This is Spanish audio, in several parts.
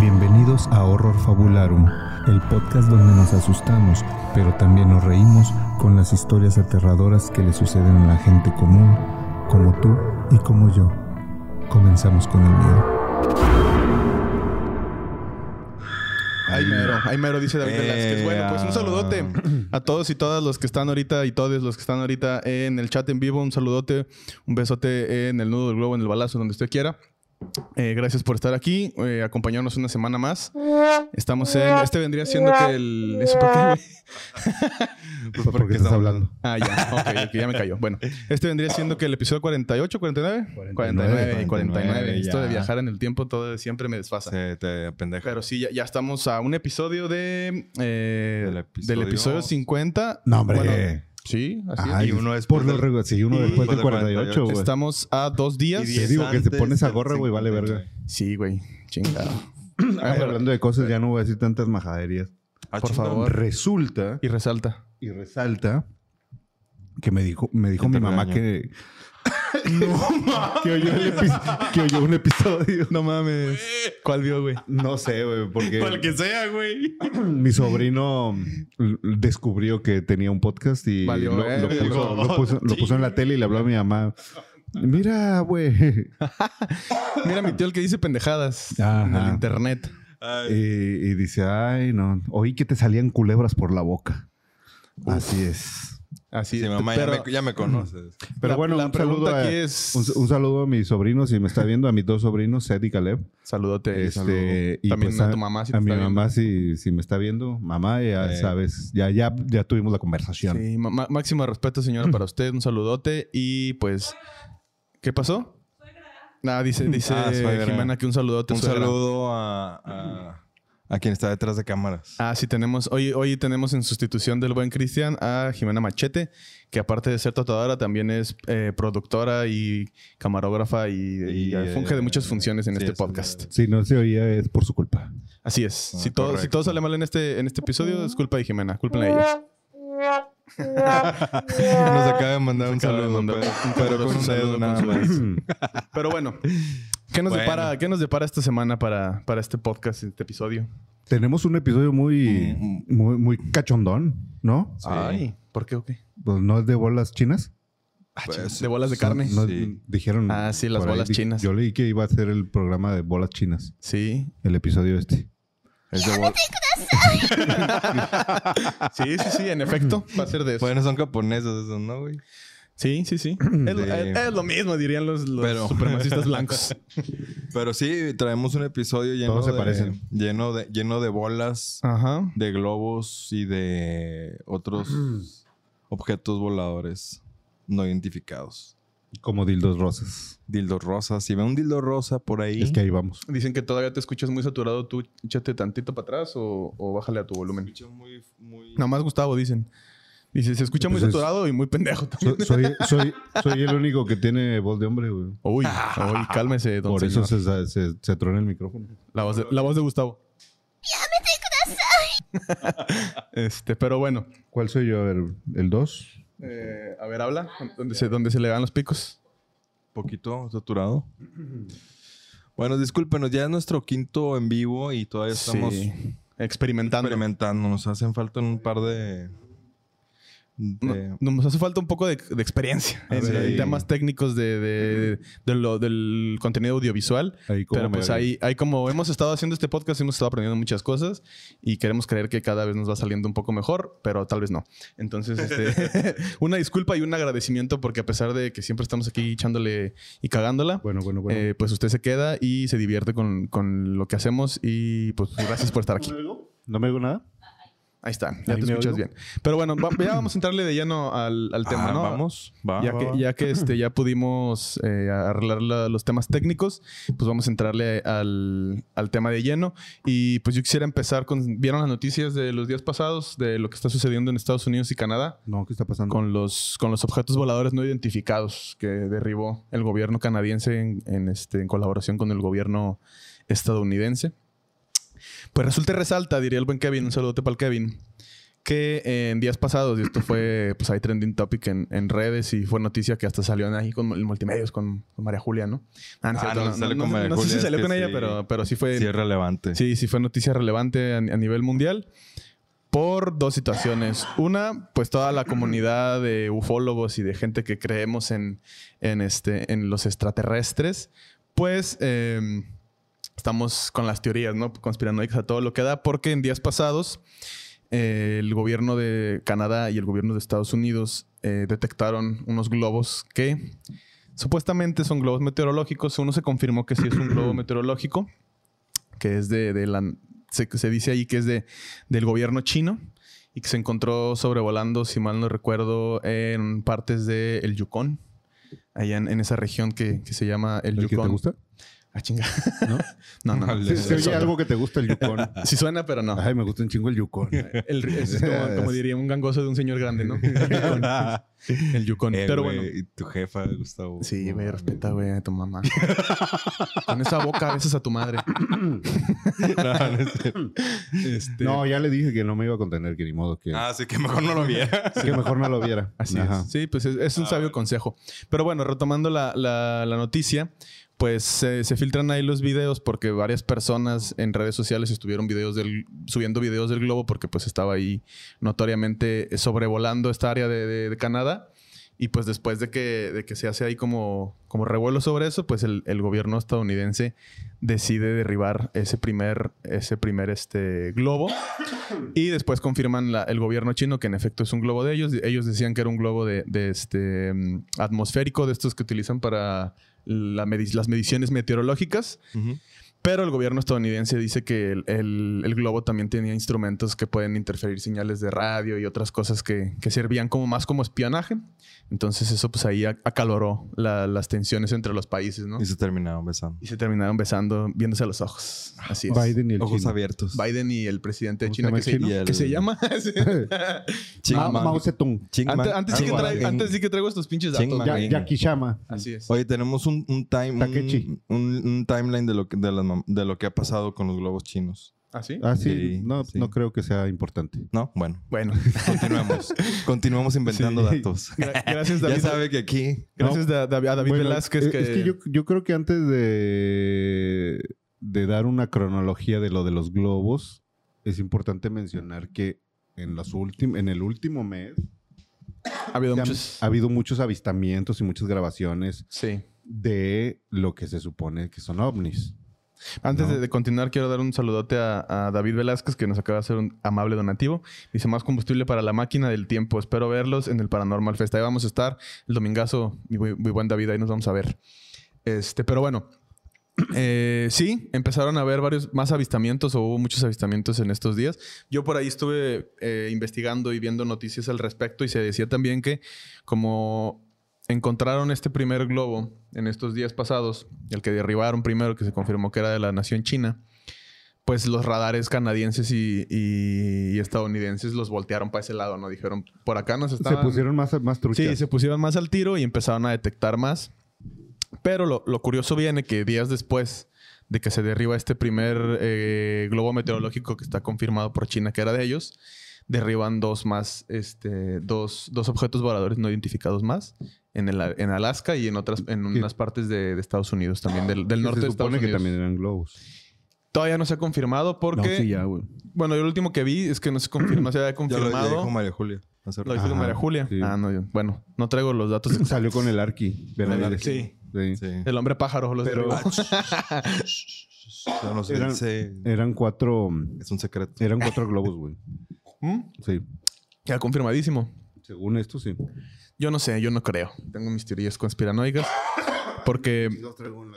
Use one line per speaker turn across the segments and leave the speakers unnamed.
Bienvenidos a Horror Fabularum, el podcast donde nos asustamos, pero también nos reímos con las historias aterradoras que le suceden a la gente común, como tú y como yo. Comenzamos con el miedo.
Ay, mero, ay, mero, dice David Velázquez. Bueno, pues un saludote a todos y todas los que están ahorita y todos los que están ahorita en el chat en vivo. Un saludote, un besote en el nudo del globo, en el balazo, donde usted quiera. Eh, gracias por estar aquí, eh, acompañarnos una semana más. Estamos en. Este vendría siendo que el. ¿Eso por qué, güey?
¿Por, qué estás hablando?
Ah, ya, ok, ok, ya me cayó. Bueno, este vendría siendo que el episodio 48, 49, 49, 49, 49.
49,
Esto de
ya.
viajar en el tiempo todo siempre me desfasa.
Se te pendeja.
Pero sí, ya, ya estamos a un episodio de eh,
Del
del
episodio-
episodio 50.
No, hombre.
Bueno, sí, así es.
Ay,
y uno es
por lo regular. Sí, uno
y
después del
del
48,
48,
güey. este
Estamos a dos días.
Te digo que te pones a gorra, güey, vale verga.
Sí, güey. Chingado.
Ay, hablando de cosas, ya no voy a decir tantas majaderías.
Por favor.
Resulta
Y resalta.
y resalta que me dijo, me dijo
Que
mi
te
mamá
regañó.
que, que, oyó el epi- que oyó un episodio.
No mames. ¿Cuál vio, güey?
No sé, güey, porque
que sea, güey.
mi sobrino l- descubrió que tenía un podcast y
Valió
lo, lo
verga.
puso, lo puso- lo puso en la tele y le habló a mi mamá. Mira, güey.
Mira, mi tío el que dice pendejadas en
Ajá.
el internet.
Y, y dice, ay, no, oí que te salían culebras por la boca. Así es.
Así
Sí,
es.
mamá, ya
Pero
me, ya me conoces.
Pero
La-
bueno,
la
un saludo,
pregunta
a,
aquí es-
un, un saludo a mis sobrinos, si me está viendo, a mis dos sobrinos, Seth y Caleb.
saludote.
Este, y
También
pues
a tu mamá si te
a mi
está
mamá si, si me está viendo. Mamá, ya
Ah,
Eh.
sabes, ya, ya, ya tuvimos la conversación.
Sí, ma- ma- máximo respeto, señora, para usted. Un saludote. Y pues, ¿qué pasó? Nada, dice, dice
Ah, suegra.
Jimena que un saludote.
Un
suegra.
saludo a, a, a quien está detrás de cámaras.
Ah, sí, tenemos. Hoy, hoy tenemos en sustitución del buen Cristian a Jimena Machete, que aparte de ser tatuadora, también es eh, productora y camarógrafa y, y,
Y,
eh, funge de muchas
eh,
funciones en
sí,
este
eso es eh,
podcast.
verdad.
Si no se oía es por su culpa.
Así es.
Ah,
si, todo, si
correcto.
todo sale mal en este, en este episodio, es culpa de Jimena, cúlpenla a ella.
Nos acaba de mandar un
acaba de
saludo,
mandar
pero,
un
pero con un
saludo
dedo
con
nada
su
más.
Pero bueno, ¿qué nos,
Bueno.
Depara, ¿qué nos depara esta semana para, para este podcast, este episodio?
Tenemos un episodio muy,
Mm.
muy, muy cachondón, ¿no?
Sí.
Ay, ¿por qué o qué?
Pues no es de bolas chinas.
Pues,
de bolas de carne.
No- no-
Sí.
Dijeron.
Ah, sí, las
por ahí,
bolas
di-
chinas.
Yo leí que iba a ser el programa de bolas chinas,
Sí,
el episodio este.
es de bol-
sí, sí, sí, en efecto, va a ser de eso.
Bueno, son japoneses esos, ¿no, güey?
Sí, sí, sí. es, lo,
De-
es- es lo mismo, dirían los, los
Pero-
supremacistas blancos.
Pero sí, traemos un episodio lleno,
Todos se
de,
parecen.
lleno, de, lleno de bolas,
Ajá.
de globos y de otros objetos voladores no identificados.
Como dildos rosas.
Dildo rosa. Si ve un dildo rosa por ahí,
Es que ahí vamos.
Dicen que todavía te escuchas muy saturado. Tú échate tantito para atrás o, o bájale a tu volumen.
escucha muy, muy...
Nada más Gustavo, dicen. Dice, se escucha muy
Entonces-
saturado y muy pendejo.
So- soy, soy, soy el único que tiene voz de hombre, güey.
Uy, uy, cálmese, don
Por eso
señor.
se, se, se trona el micrófono.
La, voz de, la voz de Gustavo. este, pero bueno.
¿Cuál soy yo? A ver, ¿el 2?
Eh, a ver, habla. ¿Dónde se, dónde se le dan los picos?
poquito saturado. Bueno, discúlpenos, ya es nuestro quinto en vivo y todavía estamos
Sí. Experimentando.
experimentando. Nos hacen falta un par de... de-
Eh,
No- nos hace falta un poco de, de experiencia
A
en,
ver,
en
ahí.
temas técnicos de, de- de lo- del contenido audiovisual.
Ahí como
Pero
me
pues
veo.
ahí, ahí como hemos estado haciendo este podcast, hemos estado aprendiendo muchas cosas y queremos creer que cada vez nos va saliendo un poco mejor, pero tal vez no. Entonces, este, una disculpa y un agradecimiento porque a pesar de que siempre estamos aquí echándole y cagándola,
Bueno, bueno, bueno.
eh, pues usted se queda y se divierte con, con lo que hacemos y pues gracias por estar aquí.
¿No me oigo nada?
Ahí está, ya
Ahí
te
me
escuchas
oigo.
bien. Pero bueno, va- ya vamos a entrarle de lleno al, al tema,
Ah,
¿no?
Vamos, va.
Ya
va, va.
que, ya que este, ya pudimos eh, arreglar la- los temas técnicos, pues vamos a entrarle al, al tema de lleno. Y pues yo quisiera empezar con, ¿vieron las noticias de los días pasados de lo que está sucediendo en Estados Unidos y Canadá
No, ¿qué está pasando?
con los, con los objetos voladores no identificados que derribó el gobierno canadiense en, en, este, en colaboración con el gobierno estadounidense? Pues resulta y resalta, diría el buen Kevin, un saludote para el Kevin, que en días pasados, y esto fue, pues hay trending topic en, en redes y fue noticia que hasta salió ahí con el multimedios, con, con María Julia, ¿no? Ah,
Ah,
cierto,
no, sale con María
no sé
Julia,
si
es
salió
que
con ella,
sí.
pero, pero sí fue...
Sí, es relevante.
eh, Sí, sí fue noticia relevante a, a nivel mundial por dos situaciones. Una, pues toda la comunidad de ufólogos y de gente que creemos en, en, este, en los extraterrestres, pues eh, estamos con las teorías, ¿no? Conspiranoicas a todo lo que da, porque en días pasados eh, el gobierno de Canadá y el gobierno de Estados Unidos eh, detectaron unos globos que supuestamente son globos meteorológicos. Uno se confirmó que sí es un globo meteorológico que es de, de la. Se, se dice ahí que es de, del gobierno chino y que se encontró sobrevolando, si mal no recuerdo, en partes del el Yukon, allá en, en esa región que, que se llama el,
¿El que
Yukon.
te gusta?
Ah, chinga.
¿No?
No, no.
Vale.
Se, se
Es
oye
otro.
algo que te gusta el Yukon.
Sí suena, pero no.
Ay, me gusta un chingo el Yukon.
El- es como, como diría un gangoso de un señor grande, ¿no? El Yukon.
Eh,
pero
güey,
bueno.
Y tu jefa, Gustavo.
Sí,
No
me
mames.
respeta, güey, a tu mamá. Con esa boca a veces a tu madre.
No, no es cierto.
Este,
No, ya le dije que no me iba a contener, que ni modo que,
ah, sí, que mejor no lo viera.
que mejor no lo viera.
Así
Ajá.
es. Sí, pues es, es un
Ah,
sabio
bueno.
consejo. Pero bueno, retomando la, la- la noticia, pues eh, se filtran ahí los videos porque varias personas en redes sociales estuvieron videos del, subiendo videos del globo porque pues estaba ahí notoriamente sobrevolando esta área de, de- de Canadá. Y pues después de que, de que se hace ahí como, como revuelo sobre eso, pues el, el gobierno estadounidense decide derribar ese primer, ese primer este, globo. Y después confirman la- el gobierno chino que en efecto es un globo de ellos. Ellos decían que era un globo de, de este mm, atmosférico, de estos que utilizan para la medi- las mediciones meteorológicas. Pero el gobierno estadounidense dice que el, el- el globo también tenía instrumentos que pueden interferir señales de radio y otras cosas que, que servían como más como espionaje. Entonces eso pues ahí ac- acaloró la- las tensiones entre los países, ¿no?
Y se terminaron besando.
Y se terminaron besando, viéndose a los ojos. Así es. Biden,
Biden y el
Ojos
chino.
abiertos.
y el presidente de
¿Cómo se
China,
llama
que
el
se,
chino?
Y el-
que se llama... Sí.
Ma-
Chingman.
Ah, Mao Zedong.
Chingman.
Ah, Ante- antes, sí que
Algo
traigo,
así.
antes sí que traigo estos pinches datos.
Ching man.
güey.
Ya- Jackie Chama.
Así es.
Oye, tenemos un, un time, un-
Takechi.
un, un timeline de lo, que, de, las mam- de lo que ha pasado con los globos chinos.
¿Así?
Ah, sí.
Sí,
no,
sí.
no creo que sea importante.
¿No? Bueno,
Bueno,
continuamos. continuamos inventando
Sí.
datos.
gra- gracias David.
ya sabe que aquí...
Gracias da- da- a David
Bueno,
Velázquez.
es-
que...
Es que yo, yo creo que antes de, de dar una cronología de lo de los globos, es importante mencionar que en, los últim- en el último mes
ha habido
se han-
muchos.
ha habido muchos avistamientos y muchas grabaciones
Sí.
de lo que se supone que son ovnis.
Antes
No.
de, de continuar, quiero dar un saludote a, a David Velázquez, que nos acaba de hacer un amable donativo. Dice, más combustible para la máquina del tiempo. Espero verlos en el Paranormal Fest. Ahí vamos a estar el domingazo. Mi, bu- muy buen David, ahí nos vamos a ver. Este, pero bueno. eh, sí, empezaron a haber varios más avistamientos o hubo muchos avistamientos en estos días. Yo por ahí estuve eh, investigando y viendo noticias al respecto y se decía también que como encontraron este primer globo en estos días pasados, el que derribaron primero, que se confirmó que era de la nación china, pues los radares canadienses y, y- y estadounidenses los voltearon para ese lado, ¿no? Dijeron, por acá nos están...
Se pusieron más, más truchas.
Sí, se pusieron más al tiro y empezaron a detectar más. Pero lo, lo curioso viene que días después de que se derriba este primer eh, globo meteorológico que está confirmado por China que era de ellos, derriban dos más, este, dos, dos objetos voladores no identificados más en, el, en Alaska y en otras, en
Sí.
unas partes de, de Estados Unidos también, del, del
Que
norte de
se
Estados
supone
Unidos.
que también eran globos.
Todavía no se ha confirmado porque,
ya, güey.
bueno, yo lo último que vi es que no se, confirma, no se había
Ya lo ya dijo
confirmado.
María Julia. hace
Lo
rato.
dijo
Ajá,
María Julia.
sí.
Ah, no, yo- bueno, no traigo los datos
Salió con el Arqui. Benavides.
Sí. Ah,
Sí.
Sí.
El hombre pájaro, los
Pero-
derribó.
No, no sé,
Eran-
se-
Eran cuatro,
es un secreto.
eran cuatro globos, güey.
¿Mm?
Sí.
Ya confirmadísimo.
Según esto, sí.
Yo no sé, yo no creo. Tengo mis teorías conspiranoicas. Porque,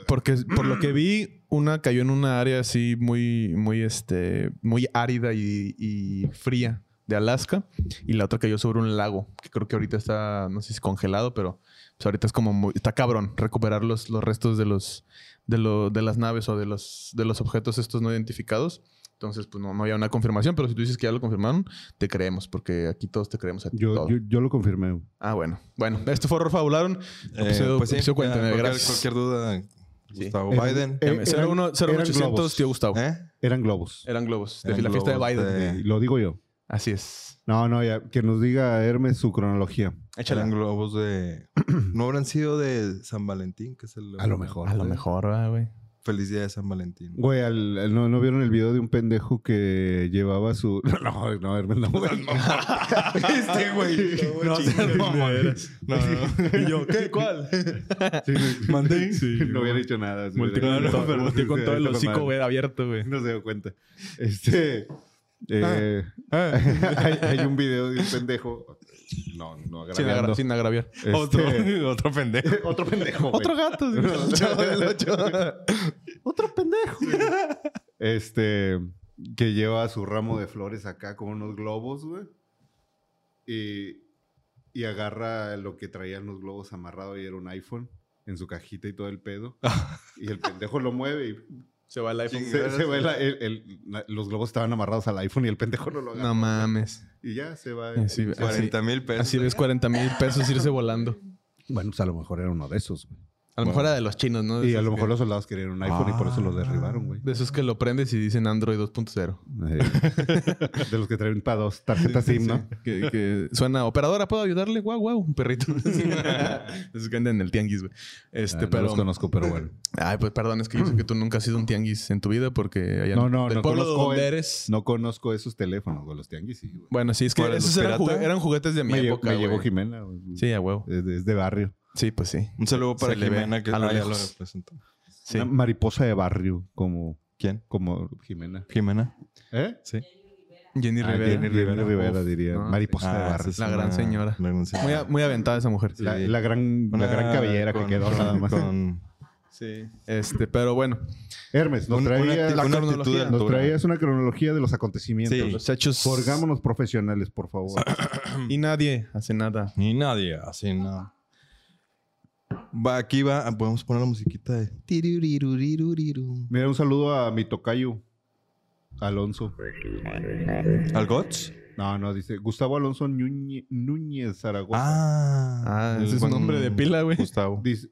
porque por lo que vi, una cayó en una área así muy, muy, este, muy árida y, y fría de Alaska. Y la otra cayó sobre un lago, que creo que ahorita está, no sé si congelado, pero pues ahorita es como muy- está cabrón recuperar los, los restos de los, de, lo- de las naves o de los, de los objetos estos no identificados. Entonces, pues no, no había una confirmación, pero si tú dices que ya lo confirmaron, te creemos, porque aquí todos te creemos a ti.
Yo,
todo.
yo, yo lo confirmé.
Ah, bueno. Bueno, esto fue Horror Fabularon. Episodio-
Eh, pues sí,
episodio 49,
ya,
gracias.
Cualquier, cualquier duda,
Sí.
Gustavo
Eh,
Biden.
eh,
Llame, 01
eran
01800,
globos.
tío Gustavo.
¿Eh?
Eran globos.
Eran globos. De
Eran
la fiesta de
globos
Biden.
de-
Y Lo digo yo.
Así es.
No, no, ya, que nos diga Hermes su cronología.
Échala.
Eran globos de. No habrán sido de San Valentín, que es el.
A lo mejor.
A lo mejor, ah, güey.
Feliz día de San Valentín.
Güey, al- al- ¿no, ¿no vieron el video de un pendejo que llevaba su... No, no, Hermes, no, güey.
este güey.
No, seas mamón.
No, no. ¿Y yo? ¿Qué? ¿Cuál?
Sí, no,
¿Mandé?
sí, no hubiera dicho nada. sí,
Multicón,
hubiera-
no, pero multi con
sí,
todo el
esta
hocico,
mamada.
güey, abierto, güey.
No se dio cuenta. Este...
Ah.
eh, hay, hay un video de un pendejo. No, no
Sin, agra-
agraviando.
sin agraviar.
Este-
Otro, otro pendejo.
Otro pendejo. güey.
Otro gato. güey.
Otro pendejo. Este, que lleva su ramo de flores acá con unos globos, güey. Y, y agarra lo que traían los globos amarrado y era un iPhone en su cajita y todo el pedo. y el pendejo lo mueve y
Se va el iPhone.
se, se va el- el- el- la- los globos estaban amarrados al iPhone y el pendejo no lo agarra.
No Eh, mames.
Y ya se va.
Así, así,
40 mil pesos.
así ves 40 mil pesos irse volando.
Bueno, pues a lo mejor era uno de esos, güey.
A lo mejor era de los chinos, ¿no? De
Y a
esos
lo mejor
que- Ah.
los soldados querían un iPhone y por eso los derribaron, güey.
De esos que lo prendes y dicen Android 2.0.
Eh, de los que traen para dos tarjetas SIM, ¿no?
Que, que suena, operadora, ¿puedo ayudarle? Guau, guau, un perrito. Esos que andan en el tianguis, güey.
Ah,
Este,
no
pero...
los conozco, pero bueno.
Ay, pues perdón, es que yo sé que tú nunca has sido un tianguis en tu vida porque allá
No, no,
del
no
pueblo
conozco
donde
el-
eres.
No conozco esos teléfonos, güey. Los tianguis, sí, güey.
Bueno, sí, es que
¿Para los
esos eran,
pirata?
jugue- eran juguetes de mi
Me, lle-
época.
me llegó
güey.
Jimena, güey.
Sí, a huevo.
Es de, es de barrio.
Sí, pues sí.
Un saludo para
Se le ve
Jimena, que
a lo
ah, ya
lejos.
lo representó.
Sí.
Una mariposa de barrio, como,
¿Quién?
como Jimena.
Jimena.
¿Eh?
Sí.
Jenny
Ah,
Rivera.
Jenny Rivera,
Uf,
Rivera, diría.
no,
Ah,
mariposa de
esa
barrio.
es
Pues La gran señora.
la gran
Muy,
señora.
a- muy aventada esa mujer.
La,
sí.
la gran, la
Una
gran cabellera
con-
que quedó
con-
nada más.
con-
Sí. Este, pero bueno.
Hermes, nos,
Un- una
traías,
actitud-
La
una actitud de
cronología.
nos
altura.
traías una cronología de los
Sí.
acontecimientos.
Los hechos.
Forgámonos profesionales, por favor.
Y nadie hace nada.
Ni nadie, así no. Va, aquí va. ah, Podemos poner la musiquita de. tiruriruririruriru.
Mira, un saludo a mi tocayo, Alonso.
¿Al Gots?
No, no, dice Gustavo Alonso Núñe- Núñez Zaragoza.
Ah,
Ah, ese es un
buen
nombre de pila, güey.
Gustavo.
Dice,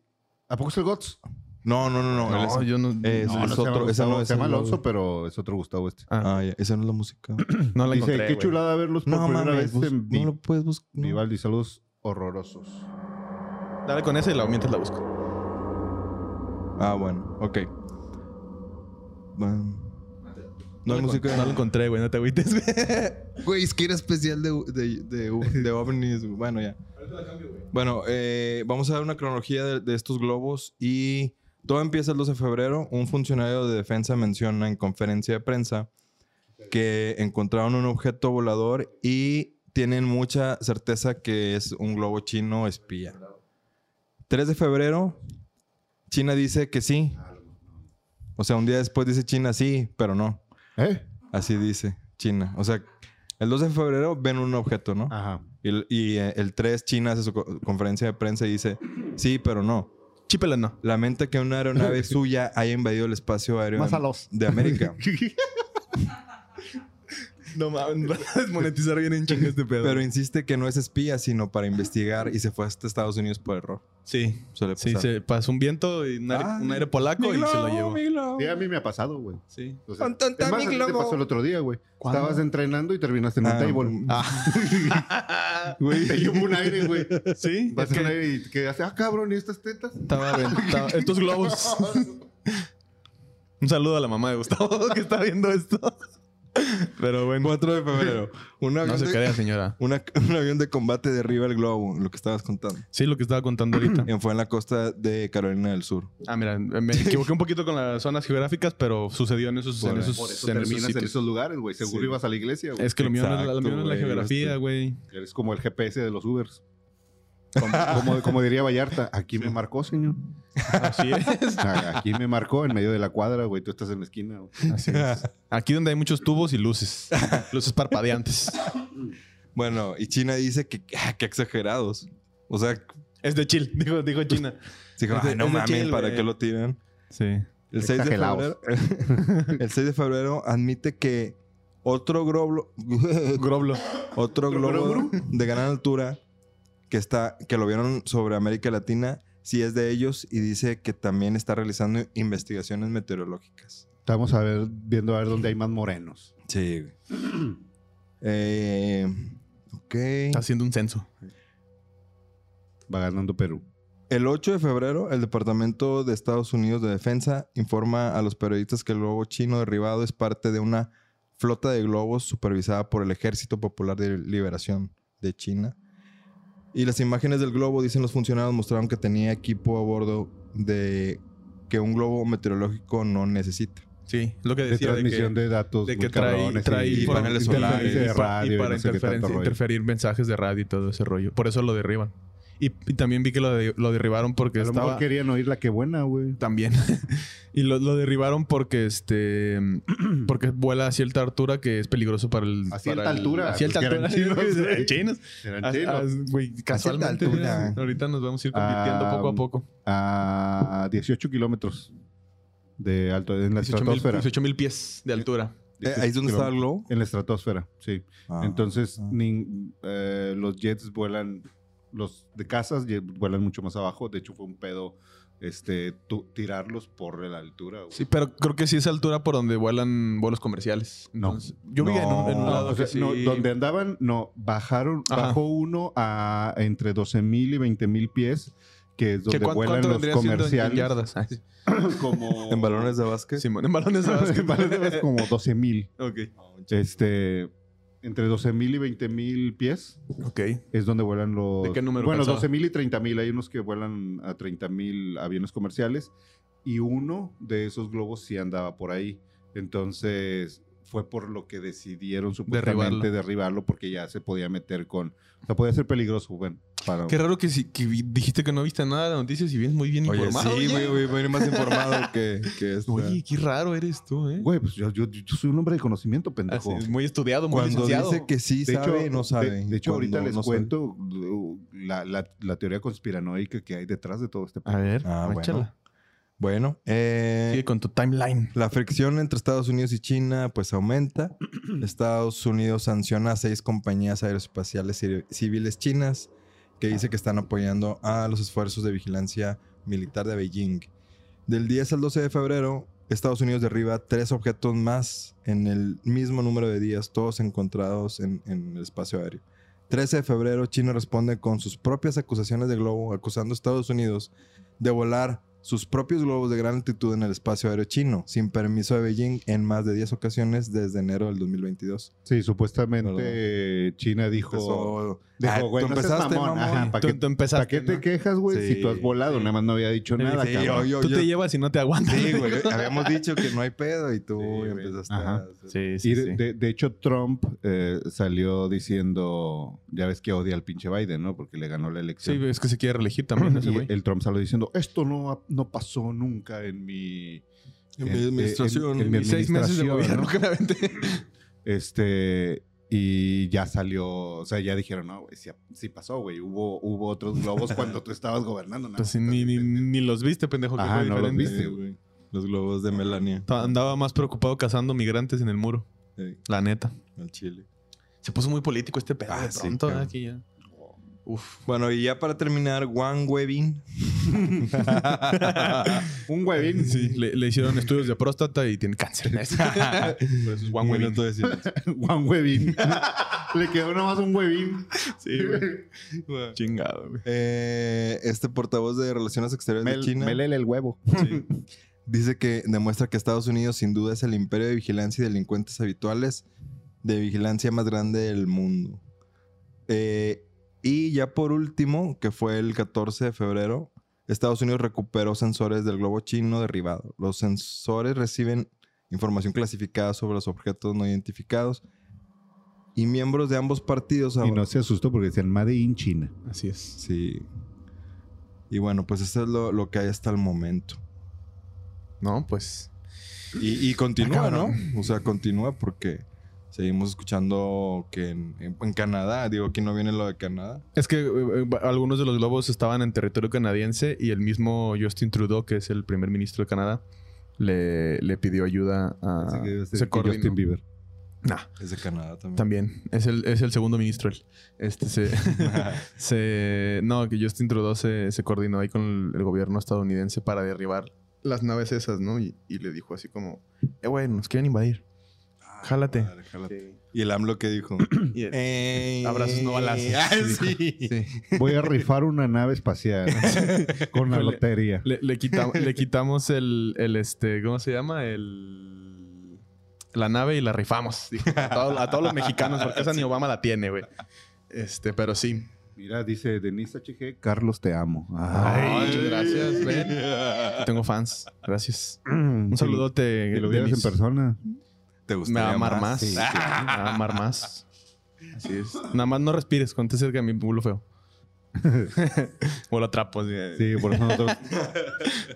¿A poco es el GOTS?
No, no, no, no. él es-
No, yo no.
eh,
no,
es
no,
se
otro,
llama
esa
Gustavo,
no,
se
esa
llama
no,
Alonso, pero es otro Gustavo este.
ah,
Ah, ya, esa no es la música.
no la
Dice,
encontré,
qué
güey.
chulada verlos por
No
primera
mames,
vez
bus-
en
no
Vi-
lo puedes buscar. no.
Vivaldi. Saludos horrorosos.
Dale con esa y la mientras la busco.
Ah, bueno, ok. Bueno. No hay música.
No la encontré, güey. No te agüites, güey.
Güey, es que era especial de, de, de, de ovnis, güey. Bueno, ya. Bueno, eh, vamos a dar una cronología de, de estos globos y todo empieza el 12 de febrero. Un funcionario de defensa menciona en conferencia de prensa que encontraron un objeto volador y tienen mucha certeza que es un globo chino espía. 3 de febrero, China dice que sí. O sea, un día después dice China sí, pero no.
¿Eh?
Así dice China. O sea, el 12 de febrero ven un objeto,
Ah.
¿no?
Ajá.
Y, el- y, eh, el 3 China hace su co- conferencia de prensa y dice, sí, pero no.
Chípela, no.
Lamenta que una aeronave suya haya invadido el espacio aéreo
Más
de-
a los.
de América.
No mames, van a desmonetizar bien en chingo este pedo.
pero insiste que no es espía, sino para investigar y se fue hasta Estados Unidos por error.
sí,
Suele
sí,
pasar.
se pasó un viento y un aire,
Ah,
un aire polaco
Mi
y se lo
globo,
llevó.
mi globo.
Sí, a mí me ha pasado, güey.
Sí.
O sea,
Con tanta
es más,
mi
a ti te
globo.
pasó el otro día, güey.
¿Cuándo?
Estabas entrenando y terminaste en un
Ah,
table. Te llevó un aire, güey.
Sí,
Vas en un aire y quedaste, ah, cabrón, ¿y estas tetas?
estaba aventado. Estos globos. Un saludo a la mamá de Gustavo que está viendo esto. Pero bueno.
4 de febrero. Un
No
avión,
se
de,
crea, señora.
una- un avión de combate derriba el globo, lo que estabas contando.
Sí, lo que estaba contando ahorita.
Y fue en la costa de Carolina del Sur.
Ah, mira, me equivoqué un poquito con las zonas geográficas, pero sucedió en esos, en
Por-
esos,
Por eso
en esos
terminas en
sitios.
esos lugares, güey. Seguro
Sí.
ibas a la iglesia, güey.
Es que lo mío, no es la- lo
Exacto,
mío no es la
güey,
geografía,
este-
güey.
Eres como el GPS de los Ubers. Como, como- como diría Vallarta, aquí me marcó, señor.
Así es.
Ah, Aquí me marcó en medio de la cuadra, güey. Tú estás en la esquina. güey.
Así es. Aquí donde hay muchos tubos y luces. Luces parpadeantes.
Bueno, y China dice que, ah, que exagerados. O sea,
Es de chill, dijo, dijo China.
dijo,
Es de-
"Ay, no
es de
mames,
chill,
¿para
güey".
qué lo tiran?
Sí.
El 6, de
Exagerados.
febrero, el 6 de febrero admite que otro globo,
Groblo.
otro globo de gran altura que, está, que lo vieron sobre América Latina, sí es de ellos y dice que también está realizando investigaciones meteorológicas.
Estamos a ver, viendo a ver dónde hay más morenos.
Sí, güey. Eh, ok.
Está haciendo un censo.
Va ganando Perú.
El 8 de febrero, el Departamento de Estados Unidos de Defensa informa a los periodistas que el globo chino derribado es parte de una flota de globos supervisada por el Ejército Popular de Liberación de China. Y las imágenes del globo, dicen los funcionarios, mostraron que tenía equipo a bordo de que un globo meteorológico no necesita.
Sí, es lo que
De
decía. de que-
transmisión de, datos.
de
muy
que trae,
cabrones
trae
y,
por- paneles
interferencia
solares,
de
de radio
y
y
para
no sé qué
interferencia-
tanto rollo.
interferir mensajes de radio y todo ese rollo. Por eso lo derriban. Y, y también vi que lo, de- lo derribaron porque
a lo mejor
estaba
querían oír la que buena, güey.
también. y lo, lo derribaron porque este porque vuela a cierta altura que es peligroso para el
A
para
cierta
el-
altura,
A cierta
porque eran
altura.
chinos, güey.
Chinos.
Eran
A-
chinos.
a- güey, casualmente.
altura.
mira, Ahorita nos vamos a ir convirtiendo
Ah,
poco a poco.
a 18 kilómetros de alto, en la
18 mil-
estratosfera.
18 mil pies de altura.
Eh, ahí es donde estaba el globo.
En la estratosfera, sí.
Ah.
Entonces,
ah.
nin- eh, los jets vuelan, los de casas ye- vuelan mucho más abajo. De hecho, fue un pedo este, tu- tirarlos por la altura. güey.
Sí, pero creo que sí es altura por donde vuelan vuelos comerciales.
No.
Entonces, Yo vi
No.
en un, en un
No,
lado
o sea,
que sí-
no, donde andaban, no, bajaron,
Ajá.
bajó uno a entre 12 mil y 20 mil pies, que es
que
donde
cuán-
vuelan
¿Cuánto
los
vendría siendo en- en,
comerciales.
yardas? Ay, sí.
como,
En balones de básquet.
Simón, en balones de básquet.
en balones como 12 mil.
ok.
Este, entre 12 mil y 20 mil pies
Ok.
es donde vuelan los...
¿De qué número
Bueno,
pensaba?
12 mil y 30 mil. Hay unos que vuelan a 30 mil aviones comerciales y uno de esos globos sí andaba por ahí. Entonces fue por lo que decidieron supuestamente derribarlo, porque ya se podía meter con... O sea, podía ser peligroso, bueno, para...
Qué raro que, si- que vi- dijiste que no viste nada de las noticias y vienes muy bien
Oye,
informado.
sí, güey,
oye.
güey, venir más informado que, que esto.
Oye, qué raro eres tú, ¿eh?
Güey, pues yo, yo- yo soy un hombre de conocimiento,
Así,
pendejo.
es, muy estudiado, muy
Cuando
licenciado.
dice que sí
De
sabe,
hecho,
no sabe.
De, de hecho,
Cuando
ahorita les
no sabe.
cuento uh, la, la- la teoría conspiranoica que hay detrás de todo este
A ver,
Ah, bueno.
échala.
Bueno, eh,
Sigue con tu timeline.
La fricción entre Estados Unidos y China pues aumenta. Estados Unidos sanciona a seis compañías aeroespaciales ci- civiles chinas que dice que están apoyando a los esfuerzos de vigilancia militar de Beijing. Del 10 al 12 de febrero, Estados Unidos derriba tres objetos más en el mismo número de días, todos encontrados en, en el espacio aéreo. 13 de febrero, China responde con sus propias acusaciones de globo, acusando a Estados Unidos de volar sus propios globos de gran altitud en el espacio aéreo chino, sin permiso de Beijing, en más de 10 ocasiones desde enero del 2022.
Sí, supuestamente
Perdón.
eh, China dijo...
Eso-
dijo,
Ah,
güey,
tú
no seas
empezaste,
mamón,
mamón.
ajá, ¿pa'
Tú,
qué-
tú empezaste.
¿Para qué te
¿no?
quejas, güey?
Sí,
si tú has volado,
sí.
nada más no había dicho
Sí,
nada,
sí,
cabrón.
yo- yo-
Tú te llevas y no te aguantas.
Sí, güey. Habíamos dicho que no hay pedo y tú
Sí, güey.
empezaste
Ajá.
a...
Sí,
Y de, de- de hecho, Trump eh, salió diciendo, ya ves que odia al pinche Biden, ¿no? Porque le ganó la
Sí,
elección.
es que se quiere reelegir también ese
Y
güey.
el Trump salió diciendo, esto no, ha- no pasó nunca en mi...
En mi administración.
en- en mi
Y seis meses de gobierno
administración, ¿no?
que me aventé.
Este, y ya salió, o sea, ya dijeron, no, güey, sí, sí pasó, güey. Hubo, hubo otros globos cuando tú estabas gobernando. nada
Pues
más.
ni, ni, ni los viste, pendejo. que
Ajá,
fue
no los
diferente.
viste,
Sí, güey. Los globos de Melania.
Andaba más preocupado cazando migrantes en el muro.
Sí,
La neta.
al Chile.
Se puso muy político este pedo
Ah,
de
sí,
pronto, ¿eh?
cabrón.
Aquí ya. Uf.
Bueno, y ya para terminar, Wang Webin.
Un huevín.
Sí, le, le hicieron estudios de próstata y tiene cáncer. Por eso es Juan Huevín.
Juan huevín. Le quedó nomás un huevín.
Sí, güey. Chingado, güey.
Eh, este portavoz de Relaciones Exteriores de China
melele el huevo.
dice que demuestra que Estados Unidos sin duda es el imperio de vigilancia y delincuentes habituales de vigilancia más grande del mundo. Eh, y ya por último, que fue el 14 de febrero, Estados Unidos recuperó sensores del globo chino derribado. Los sensores reciben información clasificada sobre los objetos no identificados y miembros de ambos partidos
Y
ahora-
no se asustó porque decían Made in China.
Así es.
Sí. Y bueno, pues eso es lo, lo que hay hasta el momento.
No, pues.
Y, y continúa, ¿no?
cabrón.
O sea, continúa porque seguimos escuchando que en, en- en Canadá, digo, aquí no viene lo de Canadá.
Es que eh, eh, algunos de los globos estaban en territorio canadiense y el mismo Justin Trudeau, que es el primer ministro de Canadá, le, le pidió ayuda a.
Así que debe ser
Ah, se
que
coordinó.
Justin Bieber.
Nah,
Es de Canadá también.
también. Es el, es el segundo ministro él. Este se.
Ah,
se no, que Justin Trudeau se, se coordinó ahí con el, el gobierno estadounidense para derribar las naves esas, ¿no? Y, y le dijo así como: Eh, güey, nos quieren invadir. Jálate.
Madre, jálate.
Sí.
¿Y el AMLO qué dijo?
Y el-
Eh,
Abrazos, no balazos.
Ah, sí.
Voy a rifar una nave espacial con la
Híjole.
lotería.
Le, le quitamos, le quitamos el, el, este, ¿cómo se llama? El la nave y la rifamos. dijo. a, todo- a todos los mexicanos, porque esa ni Obama la tiene, güey. Este, pero sí.
Mira, dice Denise HG, Carlos, te amo.
Ay,
Ay.
muchas gracias, ven. Tengo fans. Gracias.
Mm,
Un saludote.
Si lo vieras en
Denise.
persona.
¿Te
Me
gustaría
va a amar más. Ah,
Sí, sí.
Me va a amar más. Así es. Nada más no respires, cuando te cerca de mi bulo feo. o lo atrapo. Así,
Sí, por eso nosotros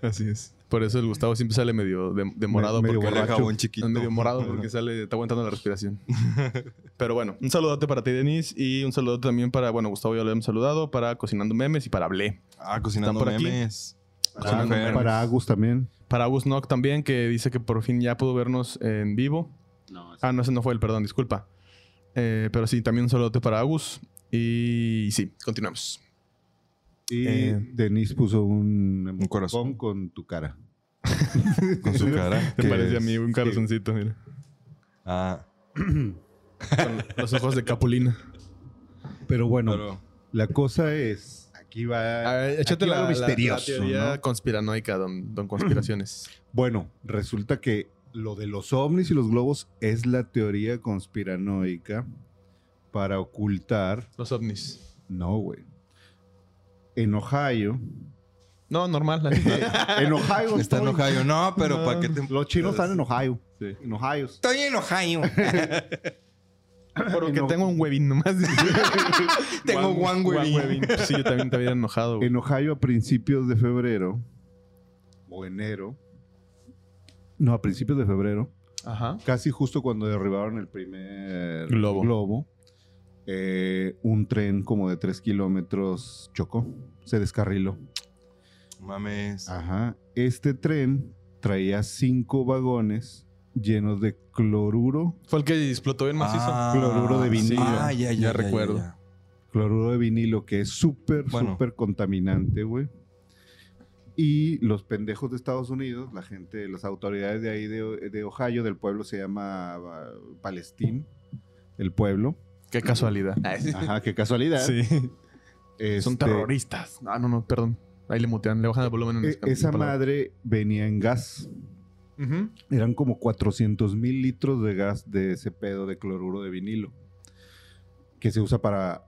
así es. Por eso el Gustavo siempre sale medio de, de morado.
medio
porque
Huele a
borracho.
jabón chiquito.
Medio morado porque sale, está aguantando la respiración. Pero bueno, un saludote para ti, Denise. Y un saludote también para, bueno, Gustavo ya lo hemos saludado, para Cocinando Memes y para Ble.
Ah, cocinando
¿Están por aquí?
memes.
Cocinando
Ah,
Memes.
para Agus también.
Para Agus Nock también, que dice que por fin ya pudo vernos en vivo. Ah, no, ese no fue el, perdón, disculpa. Eh, pero sí, también un saludote para Agus. Y sí, continuamos.
Y
Eh.
Denise puso un,
Un corazón.
con tu cara.
Con su cara.
Te
que
parece a
es-
mí un corazoncito, mira.
Ah,
Con los ojos de Capulina.
Pero bueno,
pero...
la cosa es. Aquí va.
A ver, échate
aquí
la,
va
la-
lo
la
misterioso,
teoría
¿no?
conspiranoica, don, don Conspiraciones.
Bueno, resulta que lo de los ovnis y los globos es la teoría conspiranoica para ocultar.
los ovnis.
No, güey. En Ohio.
No, normal. la neta.
En Ohio.
Está en
estoy.
Ohio. No, pero ¿para qué te...
Los chinos están en Ohio.
Sí.
En Ohio.
Estoy en Ohio.
Porque
No.
tengo un huevín nomás.
Tengo one huevín.
Sí, yo también te había enojado. güey.
En Ohio a principios de febrero. O enero. No, a principios de febrero.
Ajá.
casi justo cuando derribaron el primer
Globo.
globo, eh, un tren como de 3 kilómetros chocó, se descarriló.
Mames.
Ajá. Este tren traía cinco vagones llenos de cloruro,
Fue el que explotó bien macizo.
Ah,
Cloruro de vinilo.
Ah, ya, ya,
Ya recuerdo.
ya.
cloruro de vinilo, que es súper,
Bueno.
súper contaminante, güey. Y los pendejos de Estados Unidos, la gente, las autoridades de ahí de, de Ohio, del pueblo se llama ah, Palestín, el pueblo.
Qué casualidad.
Ajá, qué casualidad.
Sí. Son
Este,
terroristas. Ah, no, no, perdón. Ahí le mutean, le bajan el volumen. en
e-
el- en
esa
la palabra.
madre venía en gas.
Ujú.
Eran como 400 mil litros de gas de ese pedo de cloruro de vinilo que se usa para,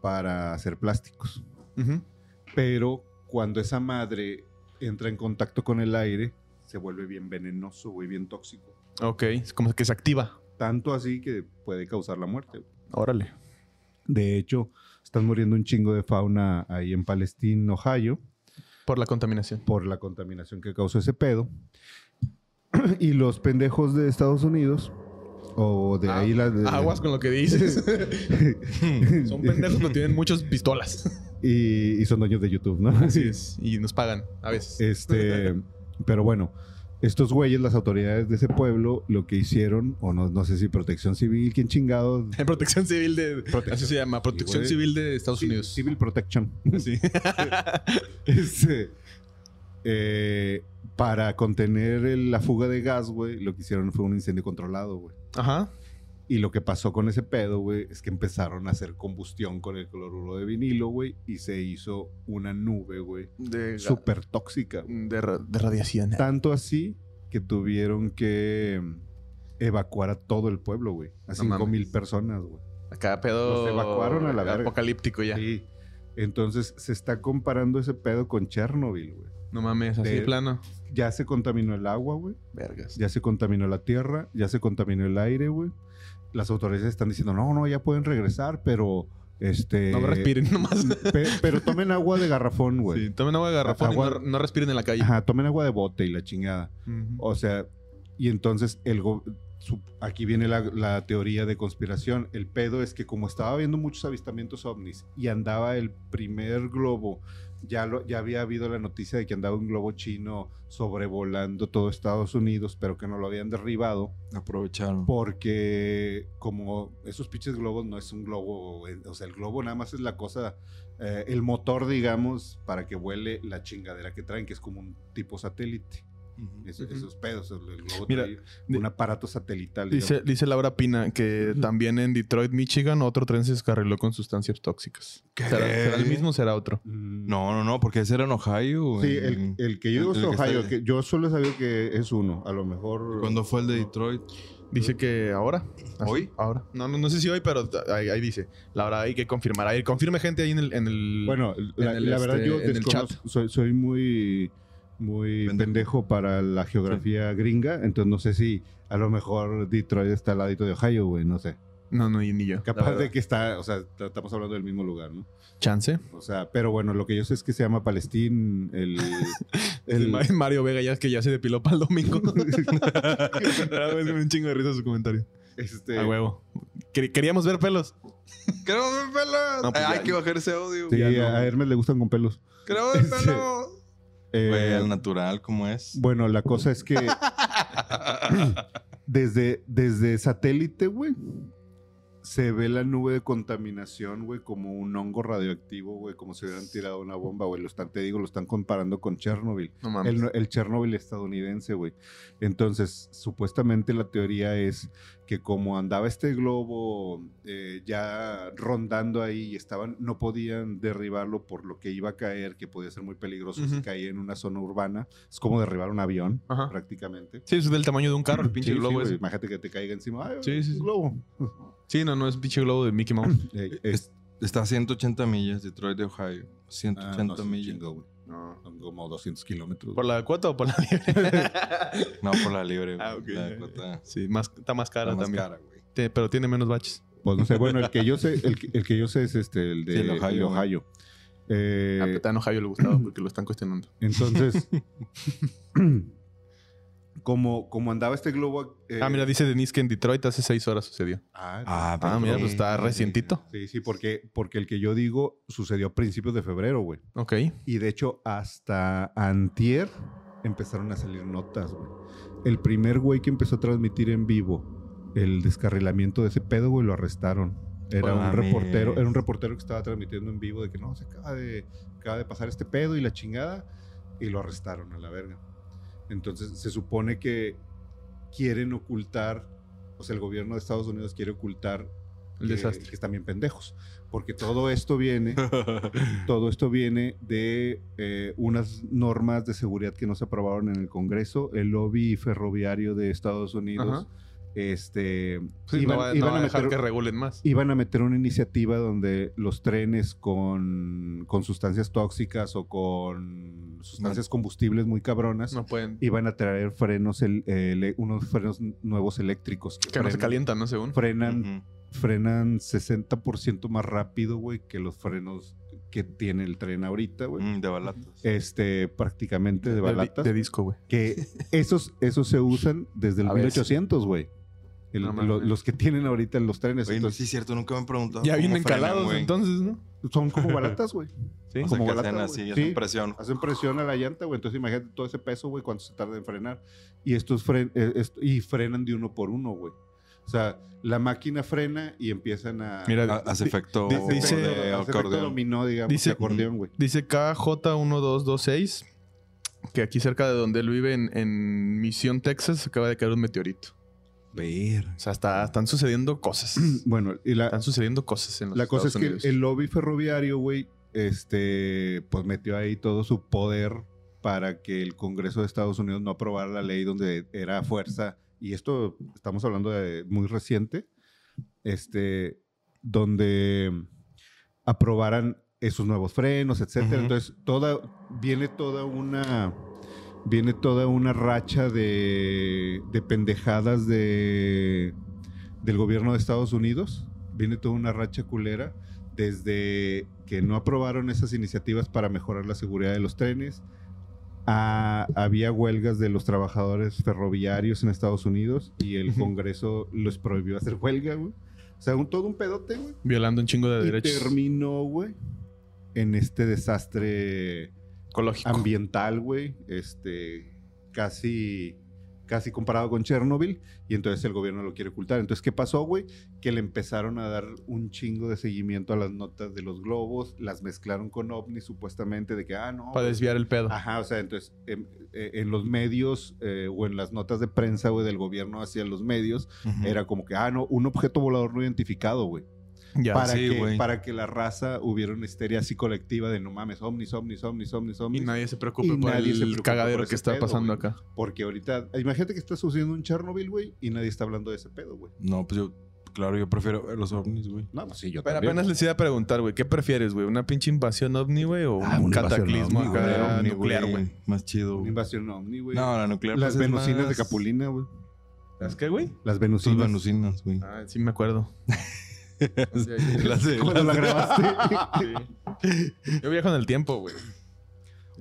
para hacer plásticos.
Ujú.
Pero cuando esa madre entra en contacto con el aire, se vuelve bien venenoso, güey, bien tóxico.
Ok, es como que se activa.
Tanto así que puede causar la muerte. güey.
Órale.
De hecho, están muriendo un chingo de fauna ahí en Palestina, Ohio.
Por la contaminación.
por la contaminación que causó ese pedo. y los pendejos de Estados Unidos, o de ahí las... de-
Ah, Aguas con lo que dices. Son pendejos, pero tienen muchas pistolas.
y, y son dueños de YouTube, ¿no?
Así es. Y nos pagan a veces.
Este, pero bueno, estos güeyes, las autoridades de ese pueblo, lo que hicieron, o no, no sé si Protección Civil, quién chingado...
En Protección Civil de.
Protección.
Así se llama. Protección
güey.
Civil de Estados Unidos.
Civil Protection.
Sí.
Este, eh, para contener el- la fuga de gas, güey, lo que hicieron fue un incendio controlado, güey.
Ajá.
Y lo que pasó con ese pedo, güey, es que empezaron a hacer combustión con el cloruro de vinilo, güey, y se hizo una nube, güey,
De,
súper tóxica. güey.
de, ra- de radiación.
Tanto así que tuvieron que mm, evacuar a todo el pueblo, güey. A
No mames.
cinco mil personas, güey.
Acá pedo.
Los evacuaron a la verga.
Apocalíptico ya.
Sí. Entonces se está comparando ese pedo con Chernobyl, güey.
No mames, así
De-
de plano.
Ya se contaminó el agua, güey.
Vergas.
Ya se contaminó la tierra, ya se contaminó el aire, güey. Las autoridades están diciendo, no, no, ya pueden regresar, pero este.
No respiren nomás.
Pe- pero tomen agua de garrafón, güey.
Sí, tomen agua de garrafón y
Agua-
no, no respiren en la calle.
Ajá, Oh, tomen agua de bote y la chingada.
Ujú.
O sea, y entonces el go- su- aquí viene la, la teoría de conspiración. El pedo es que como estaba habiendo muchos avistamientos ovnis y andaba el primer globo, ya, lo, ya había habido la noticia de que andaba un globo chino sobrevolando todo Estados Unidos, pero que no lo habían derribado,
Aprovecharon.
porque como esos pinches globos no es un globo, eh, o sea, el globo nada más es la cosa, eh, el motor, digamos, para que vuele la chingadera que traen, que es como un tipo satélite. Es- Esos pedos. El, el globo
Mira,
traía
di-
un aparato satelital.
Dice,
digamos.
dice Laura Pina que también en Detroit, Michigan, otro tren se descarriló con sustancias tóxicas. ¿Será, será el mismo o será otro?
Mm,
No, no, no, porque ese era en Ohio.
Sí, el,
en-
el que yo
el-
digo
el
es
que está-
Ohio. Que yo solo he sabido que es uno. A lo mejor.
Cuando fue el de Detroit.
Dice que ahora. Así,
¿Hoy?
Ahora. No, no, no sé si hoy, pero t- ahí, ahí dice. Laura, hay que confirmar. Ahí, confirme gente ahí en el... En el
Bueno, la,
el,
la verdad
este,
yo
en el
desconozco, soy, soy muy, muy
Pendejo.
pendejo. para la geografía gringa, entonces no sé si a lo mejor Detroit está al ladito de Ohio, güey, no sé.
no, no, ni yo.
Capaz
de
de que está, o sea, t- estamos hablando del mismo lugar, ¿no?
Chance.
O sea, pero bueno, lo que yo sé es que se llama Palestín, el...
El
el-
Mario Vega ya que ya se depiló para el domingo. Ah, güey, es un chingo de risa su comentario.
este,
A huevo. Quer- Queríamos ver pelos.
¡Queremos ver pelos!
No, pues
Ay,
ya-
hay que bajar ese audio.
sí,
Ya eh. no.
a Hermes le gustan con pelos.
¡Queremos ver pelos!
Eh,
Güey, al natural, como es?
Bueno, la cosa es que desde, desde satélite, güey, se ve la nube de contaminación, güey, como un hongo radioactivo, güey, como si hubieran tirado una bomba, güey. Lo están, te digo, lo están comparando con Chernobyl.
No mames.
El, el Chernobyl estadounidense, güey. Entonces, supuestamente la teoría es que como andaba este globo eh, ya rondando ahí y estaban, no podían derribarlo por lo que iba a caer, que podía ser muy peligroso si
Ujú.
caía en una zona urbana. Es como derribar un avión,
Ajá.
prácticamente.
Sí, es del tamaño de un carro, el pinche
Sí, sí,
globo
güey,
ese.
Imagínate que te caiga encima. Ay,
Sí, sí,
un
sí.
globo.
Sí, no, no es pinche globo de Mickey Mouse.
Eh, eh,
Es- está a 180 millas, Detroit de Ohio.
ah,
180
no, es un
millas.
chingo, güey. Son como 200 kilómetros.
¿Por la cuota o por la libre?
No, por la libre.
Ah, ok.
güey. La cuota
sí, más, está más cara Ah,
la más
también.
cara, güey.
Te- pero tiene menos baches.
Pues no sé, bueno, el que yo sé, el, que- el que yo sé es este, el de
Sí, el
el
Ohio,
Ohio.
güey.
Eh,
a Petano Jayo le gustaba porque lo están cuestionando.
entonces, como, como andaba este globo. eh,
ah, mira, dice Denise que en Detroit hace seis horas sucedió.
ah,
Ah,
Ah, mira, pues está recientito.
sí, sí, porque, porque el que yo digo sucedió a principios de febrero, güey.
Ok.
Y de hecho, hasta Antier empezaron a salir notas, güey. El primer güey que empezó a transmitir en vivo el descarrilamiento de ese pedo, güey, lo arrestaron. Era un
Mames.
reportero, era un reportero que estaba transmitiendo en vivo de que no, se acaba de, acaba de pasar este pedo y la chingada, y lo arrestaron a la verga. Entonces se supone que quieren ocultar, o sea, el gobierno de Estados Unidos quiere ocultar
El
que-
desastre.
que están bien pendejos. Porque todo esto viene todo esto viene de eh, unas normas de seguridad que no se aprobaron en el Congreso. El lobby ferroviario de Estados Unidos este,
Sí,
iban,
no va, no
iban
va a
a
dejar
meter,
que regulen más.
iban a meter una iniciativa donde los trenes con, con sustancias tóxicas o con sustancias combustibles muy cabronas
No pueden.
iban a traer frenos, el- ele- unos frenos nuevos eléctricos.
Que no se
frenan-
calientan, ¿no? Según.
Frenan
Ujú.
frenan 60% más rápido, güey, que los frenos que tiene el tren ahorita, güey.
Mm, De balatas.
Este, prácticamente de
di-
balatas.
de disco, güey.
que esos, esos se usan desde el
A ver,
1800, güey. El-
No
lo-
mames.
los que tienen ahorita los trenes.
Oye, no,
entonces,
sí es cierto, nunca me han preguntado.
Ya
cómo
vienen
frenan,
calados
güey.
entonces, ¿no?
Son como balatas, güey.
Sí.
O sea,
como
que
balata,
hacen
güey.
así,
Sí.
hacen presión.
Hacen presión a la llanta, güey. Entonces imagínate todo ese peso, güey, cuánto se tarda en frenar. Y estos fren- eh, est- y frenan de uno por uno, güey. O sea, la máquina frena y empiezan a...
Mira,
Ha- Ah, Hace efecto
di- dice-
de
hace efecto
acordeón.
dominó, digamos,
Dice-
de acordeón, güey.
Dice KJ1226 que aquí cerca de donde él vive, en, en Misión, Texas, acaba de caer un meteorito.
Ver.
O sea, está- están sucediendo cosas.
Bueno, y la,
Están sucediendo cosas en los
la cosa es
Estados
que
Unidos.
el lobby ferroviario, güey, este, pues metió ahí todo su poder para que el Congreso de Estados Unidos no aprobara la ley donde era a fuerza, y esto estamos hablando de muy reciente, este, donde aprobaran esos nuevos frenos, etcétera.
Ujú.
Entonces, toda, viene toda una viene toda una racha de, de pendejadas de, del gobierno de Estados Unidos. Viene toda una racha culera desde que no aprobaron esas iniciativas para mejorar la seguridad de los trenes. a- había huelgas de los trabajadores ferroviarios en Estados Unidos y el
Ujú.
Congreso los prohibió hacer huelga, güey. O sea, un, todo un pedote, güey.
Violando un chingo de
Y
derechos
terminó, güey, en este desastre
ecológicos.
ambiental, güey. Este, casi, casi comparado con Chernobyl, y entonces el gobierno lo quiere ocultar. Entonces, ¿qué pasó, güey? Que le empezaron a dar un chingo de seguimiento a las notas de los globos, las mezclaron con ovnis supuestamente, de que, ah, no.
Para
güey,
desviar el pedo.
Ajá, o sea, entonces en, en los medios eh, o en las notas de prensa, güey, del gobierno hacia los medios,
Ujú.
era como que, ah, no, un objeto volador no identificado, güey.
Ya.
Para,
sí,
que,
güey.
para que la raza hubiera una histeria así colectiva de no mames, ovnis, ovnis, ovnis, ovnis,
Y
ovnis.
nadie se preocupe
Y
por
nadie
el
se preocupa
cagadero
por ese
que está
pedo,
pasando
güey.
acá.
Porque ahorita, imagínate que está sucediendo un Chernobyl, güey, y nadie está hablando de ese pedo, güey.
No, pues yo, claro, yo prefiero ver los ovnis, güey.
No, pues sí, yo
Pero
también.
apenas les iba a preguntar, güey, ¿qué prefieres, güey? ¿Una pinche invasión ovni, güey? ¿O
Ah,
un
una invasión
cataclismo
ovni,
acá
güey,
ovni,
nuclear, güey?
Más chido,
Una
güey.
invasión ovni, güey.
No, la nuclear.
las
pues, es
venusinas de
más-
Capulina, güey.
¿Las qué, güey?
Las
Sus
venusinas.
venusinas, güey.
Ah, sí me acuerdo.
Las de-
Cuando la
las de-
grabaste.
Yo viajo en el tiempo, güey.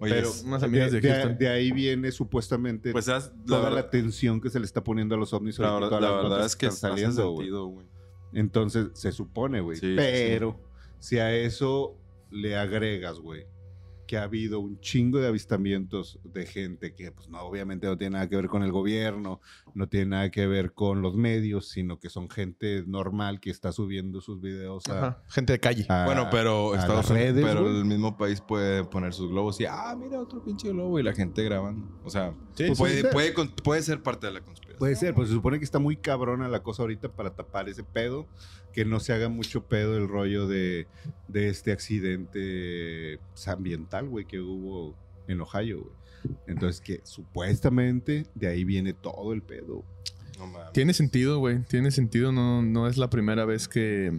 Oye,
Pero
es-
Unas
de,
amigas de,
de-
Houston.
de ahí viene supuestamente
pues haz- la,
toda la,
verdad,
atención que se le está poniendo a los ovnis.
la
ahorita,
verdad-
todas
la
las
verdad
notas
es que
están
hace
saliendo, güey.
sentido, güey.
Entonces, se supone, güey.
Sí, sí,
Pero si a eso le agregas, güey, que ha habido un chingo de avistamientos de gente que, pues, no, obviamente no tiene nada que ver con el gobierno, no tiene nada que ver con los medios, sino que son gente normal que está subiendo sus videos a...
Ajá, Gente de calle.
a-
Bueno, pero
a
Estados
las
Unidos,
redes,
pero
güey.
el mismo país puede poner sus globos y, ah, mira otro pinche globo y la gente grabando. O sea,
Sí,
puede,
sí, sí.
puede con- puede ser parte de la conspiración.
Puede ser, pues se supone que está muy cabrona la cosa ahorita para tapar ese pedo, que no se haga mucho pedo el rollo de, de este accidente pues, ambiental, güey, que hubo en Ohio, güey. Entonces que supuestamente de ahí viene todo el pedo.
No mames.
Tiene sentido, güey. Tiene sentido. No, no es la primera vez que,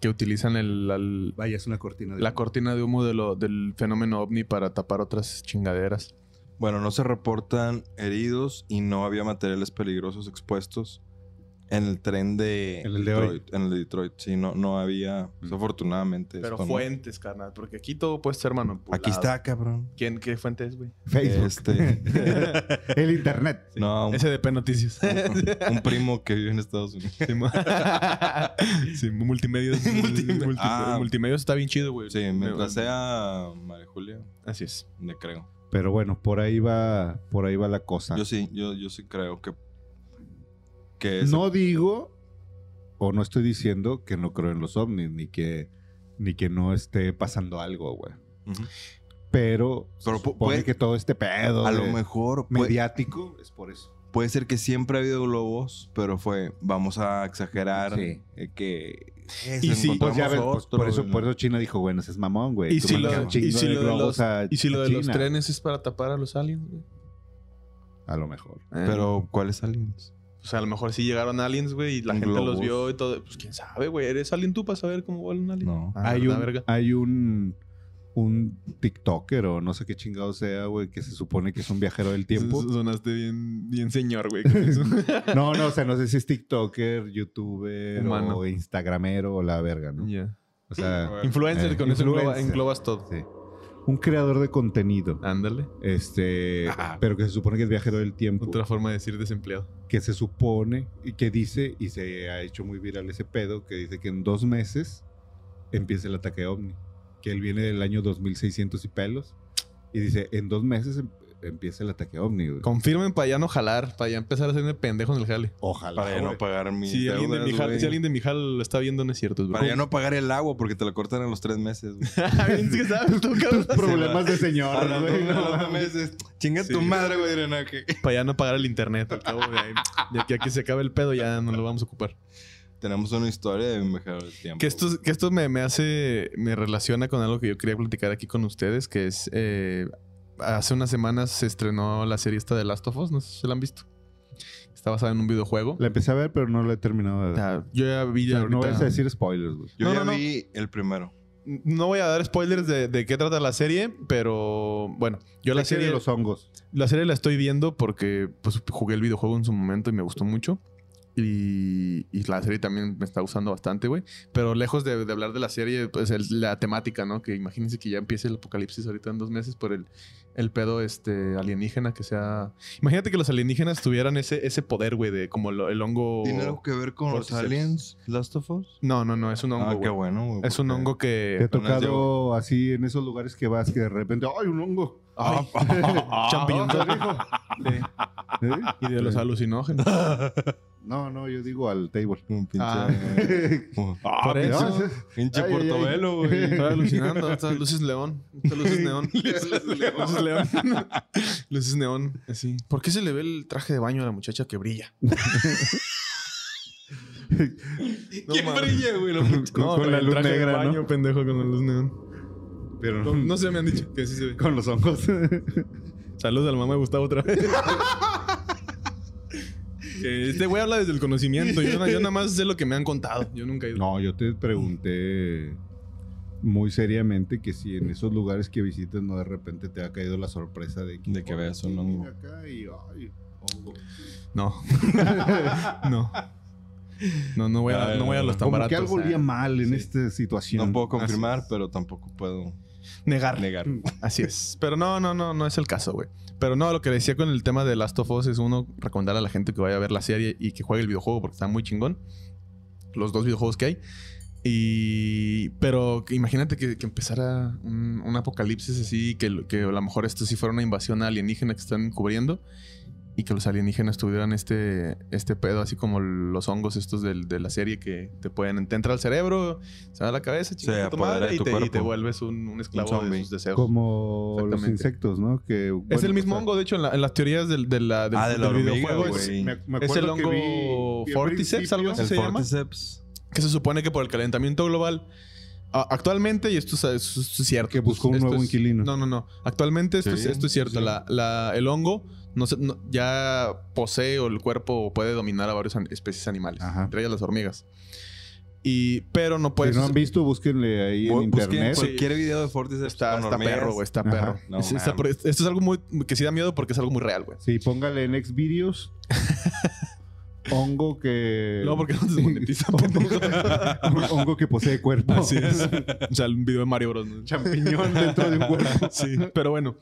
que utilizan el, al-
Vaya, es una cortina de...
la cortina de humo de lo- del fenómeno ovni para tapar otras chingaderas.
Bueno, no se reportan heridos y no había materiales peligrosos expuestos en el tren de
En el de hoy.
Detroit. En el de Detroit, sí, no, no había, pues,
Mm.
afortunadamente.
Pero
esto no.
fuentes, carnal. Porque aquí todo puede ser manipulado.
Aquí está, cabrón.
¿Quién, ¿Qué fuente es, güey?
Facebook.
Este,
el internet.
no, un,
SDP Noticias.
un primo que vive en Estados Unidos.
sí, multimedios.
Multimedia.
multi-
Ah.
Multimedios está bien chido, güey.
Sí, mientras
Me-
sea María Julia,
Así es.
le creo.
Pero bueno, por ahí va, por ahí va la cosa.
Yo sí, yo, yo sí creo que, que ese-
No digo o no estoy diciendo que no creo en los ovnis ni que ni que no esté pasando algo, güey.
Ujú.
Pero, se
Pero pu-
supone
puede-
que todo este pedo
Pues, a lo
de-
mejor puede-
mediático es por eso.
Puede ser que siempre ha habido globos, pero fue, vamos a exagerar
Sí.
eh, que...
Y sí,
Pues ya ves, pues, por, eso, por
puedo
eso China dijo, bueno, ese es mamón, güey.
Y
Tú
si
mandas
lo-
un chingo
y si
de
lo de
globos
los-
a-
¿Y si lo
a
de los
China.
trenes es para tapar a los aliens, güey?
A lo mejor.
Eh.
Pero, ¿cuáles aliens?
O sea, a lo mejor sí llegaron aliens, güey, y la
Un
gente
globos.
los vio y todo. Pues quién sabe, güey. ¿Eres alien tú para saber cómo vuela un alien?
No.
Ah,
hay,
verdad,
un,
verga.
hay un un TikToker o no sé qué chingado sea, güey, que se supone que es un viajero del tiempo.
Sonaste bien, bien señor, güey. con eso.
No, no, o sea, no sé si es TikToker, YouTuber
Humano.
o Instagramero o la verga, ¿no?
Ya.
O sea,
Influencer,
Eh,
con eso engloba-
influencer.
englobas todo.
sí. Un creador de contenido.
Ándale.
Este,
Ajá.
pero que se supone que es viajero del tiempo.
Otra forma de decir desempleado.
Que se supone y que dice, y se ha hecho muy viral ese pedo, que dice que en dos meses empieza el ataque ovni. Que él viene del año 2600 y pelos. Y dice, en dos meses em- empieza el ataque ovni, güey.
Confirmen para ya no jalar, para ya empezar a hacerme pendejo en el jale.
Ojalá.
Para ya
güey.
no pagar mi...
Si alguien, de mi jal,
güey.
si alguien Pues, de mi jal lo está viendo, no es cierto. es
Para ya
broma.
no pagar el agua porque te la cortan en los tres meses. güey.
Ah, Bien, sí que sabes tú, cabrón.
Problemas de
A
señor,
los
güey.
dos- a
no
los dos
mames.
meses. Chinga
Sí.
tu madre, güey, drenaje.
Para ya no pagar el internet. Al cabo de ahí. De aquí a que se acabe el pedo, ya no lo vamos a ocupar.
Tenemos una historia de viajar del tiempo.
Que esto, que esto me, me hace, me relaciona con algo que yo quería platicar aquí con ustedes, que es, eh, hace unas semanas se estrenó la serie esta de Last of Us, no sé si la han visto. Está basada en un videojuego.
La empecé a ver, pero no la he terminado de ver.
Ah, yo ya vi ya
Pero no
ahorita-
vayas a decir spoilers, güey.
Yo
no,
ya
no, no.
vi el primero.
No voy a dar spoilers de, de qué trata la serie, pero bueno, yo la
Sé que
serie,
de los hongos.
la serie la estoy viendo porque pues, jugué el videojuego en su momento y me gustó mucho. Y, y la serie también me está gustando bastante, güey. Pero lejos de, de hablar de la serie, pues el- la temática, ¿no? Que imagínense que ya empiece el apocalipsis ahorita en dos meses por el, el pedo este, alienígena que sea... Imagínate que los alienígenas tuvieran ese, ese poder, güey, de como lo- el hongo...
¿Tiene algo que ver con los
Cordyceps.
aliens? ¿Last of Us?
No, no, no, es un hongo,
Ah, qué
güey.
bueno, güey.
Es un
porque-
hongo
¿Te ha
que...
apenas
tocado así en esos lugares que vas que de repente, ¡ay, un hongo!
Ay. Champiñón. Sí. Y de los alucinógenos.
No, no, yo digo al table.
Un pinche.
Ah.
un
Por
No,
eso.
es-
pinche
Ay, ay, ay.
portobelo, güey.
Estaba alucinando. Estas luces león. Estas luces neón. luces león. luces neón. Así. ¿Por qué se le ve el traje de baño a la muchacha que brilla? No,
¿Quién
mames.
brilla, güey? La
Con-
No,
con
con
la
el
luz
traje
negra,
de baño,
¿no?
pendejo, con la luz neón.
Pero no,
No, sé, me han dicho que sí se ve.
con los hongos.
Saludos al mamá de Gustavo otra vez. Que este güey habla desde el conocimiento. Yo, na- yo nada más sé lo que me han contado. Yo nunca he ido.
no, yo te pregunté muy seriamente que si en esos lugares que visitas no de repente te ha caído la sorpresa de que,
De que veas un
"Mira
hongo".
acá y, ay, hongo.
No. no. No, no voy a, no voy a los tan
Como que
baratos.
algo olía mal en
Sí.
esta situación.
No puedo
Así
confirmar, pero tampoco puedo
Negar.
negar.
Así es. Pero no, no, no, no es el caso, güey. Pero no, lo que decía con el tema de Last of Us es uno recomendar a la gente que vaya a ver la serie y que juegue el videojuego porque está muy chingón. Los dos videojuegos que hay. Y. Pero que imagínate que, que empezara un, un apocalipsis así, que, lo- que a lo mejor esto sí fuera una invasión alienígena que están cubriendo. Y que los alienígenas tuvieran este, este pedo, así como los hongos estos del- de, la serie que te pueden. Te entra al cerebro, se va a la cabeza, chinga tu
apodera
madre,
de
y,
tu
te, y te
cuerpo.
vuelves un, un esclavo de
zombie.
sus deseos.
Como los
Exactamente.
insectos, ¿no? Que,
Es
bueno,
el mismo
o sea,
hongo, de hecho, en, la- en las teorías del, de la, del,
Ah, de la
del
hormiga,
videojuego.
güey.
es-
Me, me
¿Es
acuerdo
el
que
hongo
vi- vi al
Forticeps, algo así?
principio-
El
se llama?
Forticeps.
Que se supone que por el calentamiento global, a- actualmente, y esto es, es- es cierto.
Que buscó un
esto
nuevo
es-
inquilino.
No, no, no. Actualmente esto, es,
Sí,
esto es cierto.
sí.
La- la- el hongo no se- no- ya posee o el cuerpo puede dominar a varias an- especies animales,
Ajá.
entre ellas las hormigas. Y, pero no puede
si no han
suce-
visto, búsquenle ahí en
Bu- Busquen
internet.
pues,
cualquier video de Forticeps
Está,
con
está
hormigas.
perro, güey, está
Ajá.
perro.
No
Es- está-
mames.
esto es algo muy, que sí da miedo porque es algo muy real, güey.
Sí, póngale en Xvideos. hongo que.
No, porque no se monetiza, pendejo.
hongo que posee cuerpo.
Así es. O sea, un video de Mario Bros. ¿no?
Champiñón dentro de un cuerpo.
Sí, pero bueno.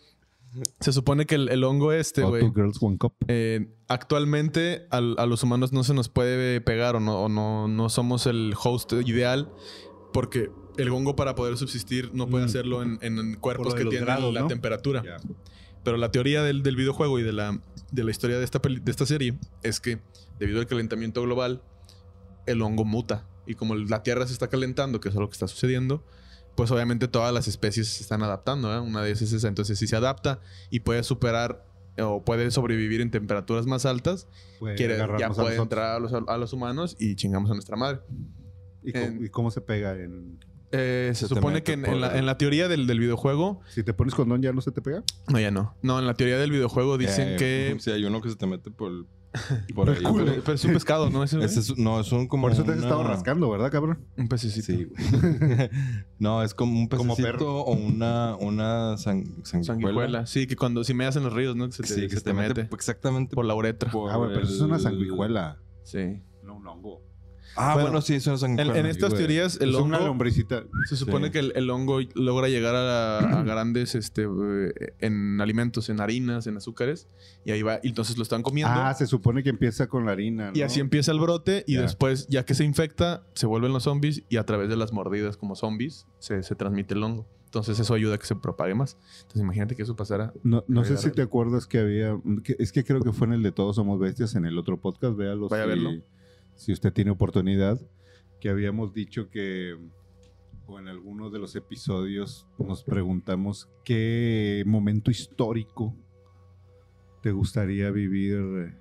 Se supone que el, el hongo este,
O
güey,
Two Girls One Cup.
eh, actualmente al- a los humanos no se nos puede pegar o no, o no, no somos el host ideal porque el hongo para poder subsistir no puede
Mm.
hacerlo en, en- en
Por
cuerpos
lo de
que
los
tienen
grados,
la
¿no?
temperatura. Pero la teoría del, del videojuego y de la, de la historia de esta, peli- de esta serie es que debido al calentamiento global, el hongo muta. Y como la Tierra se está calentando, que es lo que está sucediendo, pues obviamente todas las especies se están adaptando. ¿eh? Una de ellas es esa. Entonces, si se adapta y puede superar eh, o puede sobrevivir en temperaturas más altas,
Eh,
Puede
quiere, ya
agarrarnos a
puede
nosotros.
entrar a los, a los humanos y chingamos a nuestra madre.
¿Y, cómo-
en-
y cómo se pega? En...
Eh, se,
Se te
supone
mete
que en,
por
en la,
el-
en la teoría del, del videojuego,
Si te pones condón, ya no se te pega.
no, ya no. No, en la teoría del videojuego dicen
Eh,
que.
Sí, hay uno que se te mete por, el- por ahí.
Pero,
güey.
pero es un pescado, ¿no? Ese, güey?
Ese es- no, es un como.
Por eso te has
una-
estado rascando, ¿verdad, cabrón?
Un pececito.
Sí, güey. no, es como un
Como
pececito
perro.
o una, una san- sanguijuela.
Sanguijuela. Sí, que cuando si me hacen los ríos, ¿no? Que se te,
Sí, que se te mete exactamente
por la uretra.
por
Ah, güey, pero eso es una
el-
sanguijuela.
Sí.
No un hongo.
Ah,
Bueno,
bueno, sí, es una
En,
sanguijuela.
en estas
güey.
teorías, el
es una
hongo.
lombricita.
Se supone
Sí.
que el, el hongo logra llegar a, a grandes este, eh, en alimentos, en harinas, en azúcares. Y ahí va. Y entonces lo están comiendo.
Ah, se supone que empieza con la harina.
y
¿no?
así empieza el brote. Y
Ya.
después, ya que se infecta, se vuelven los zombies. Y a través de las mordidas como zombies, se, se transmite el hongo. Entonces eso ayuda a que se propague más. Entonces imagínate que eso pasara.
No, no sé
Vida
si
real.
te acuerdas que había. que- es que creo que fue en el de Todos Somos Bestias, en el otro podcast. Véalo.
Vaya a
si,
verlo.
Si usted tiene oportunidad. Que habíamos dicho que. O en alguno de los episodios nos preguntamos qué momento histórico te gustaría vivir.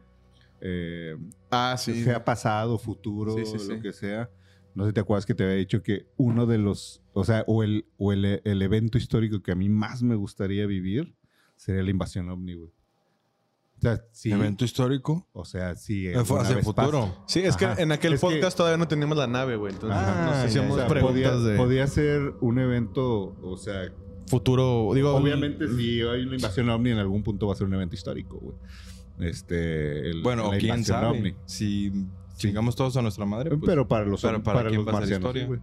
eh,
Ah,
sea pasado, futuro,
Sí, sí, sí.
lo que sea. No sé si te acuerdas que te había dicho que uno de los, o sea, o el, o el, el evento histórico que a mí más me gustaría vivir sería la invasión ovni, güey. O sea, sí.
Evento histórico.
O sea, sí.
Eh, fue
alguna
hacia el
vez pasa.
futuro.
Sí, es
Ajá.
que en aquel
Es que-
podcast todavía no teníamos la nave, güey. Entonces,
Ah,
nos
ya,
hacíamos
O sea,
preguntas
podía,
de
podía ser un evento, o sea,
futuro. Digo,
obviamente si hay una invasión ovni en algún punto va a ser un evento histórico, güey. Este, el-
Bueno,
la
quién
invasión
sabe.
ovni.
Si chingamos todos a nuestra madre, pues,
pero para los
pero para
para
quién
los
va a ser
marcianos,
historia.
güey.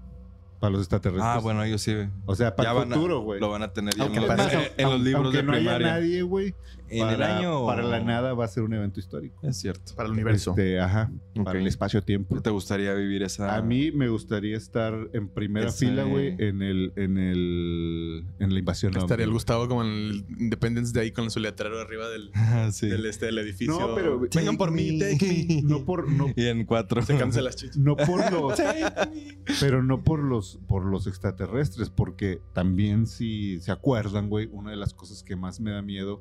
Para los extraterrestres.
Ah, bueno, ellos sí, güey.
O sea, para
Ya
el
van a-
pues, futuro, güey.
Lo van a tener ya
Aunque
en los-
pasa-
en los libros
Aunque
de
no
primaria.
haya nadie, güey.
en el
para-
año.
Para la nada va a ser un evento histórico.
Es cierto.
Para el universo.
Este, ajá.
Ok.
Para el espacio-tiempo.
¿Te gustaría vivir esa?
A mí me gustaría estar en primera
Ese-
fila, güey, en el, en el, en la invasión.
Estaría el
ovni.
Gustavo como en el Independence Day con su letrero arriba del,
sí.
del, este, del edificio.
No, pero-
Vengan por mí, take me.
No por, no,
Y en cuatro.
Se cansa las chichas.
no por los,
Take me.
pero no por los, por los extraterrestres, porque también si se acuerdan, güey, una de las cosas que más me da miedo,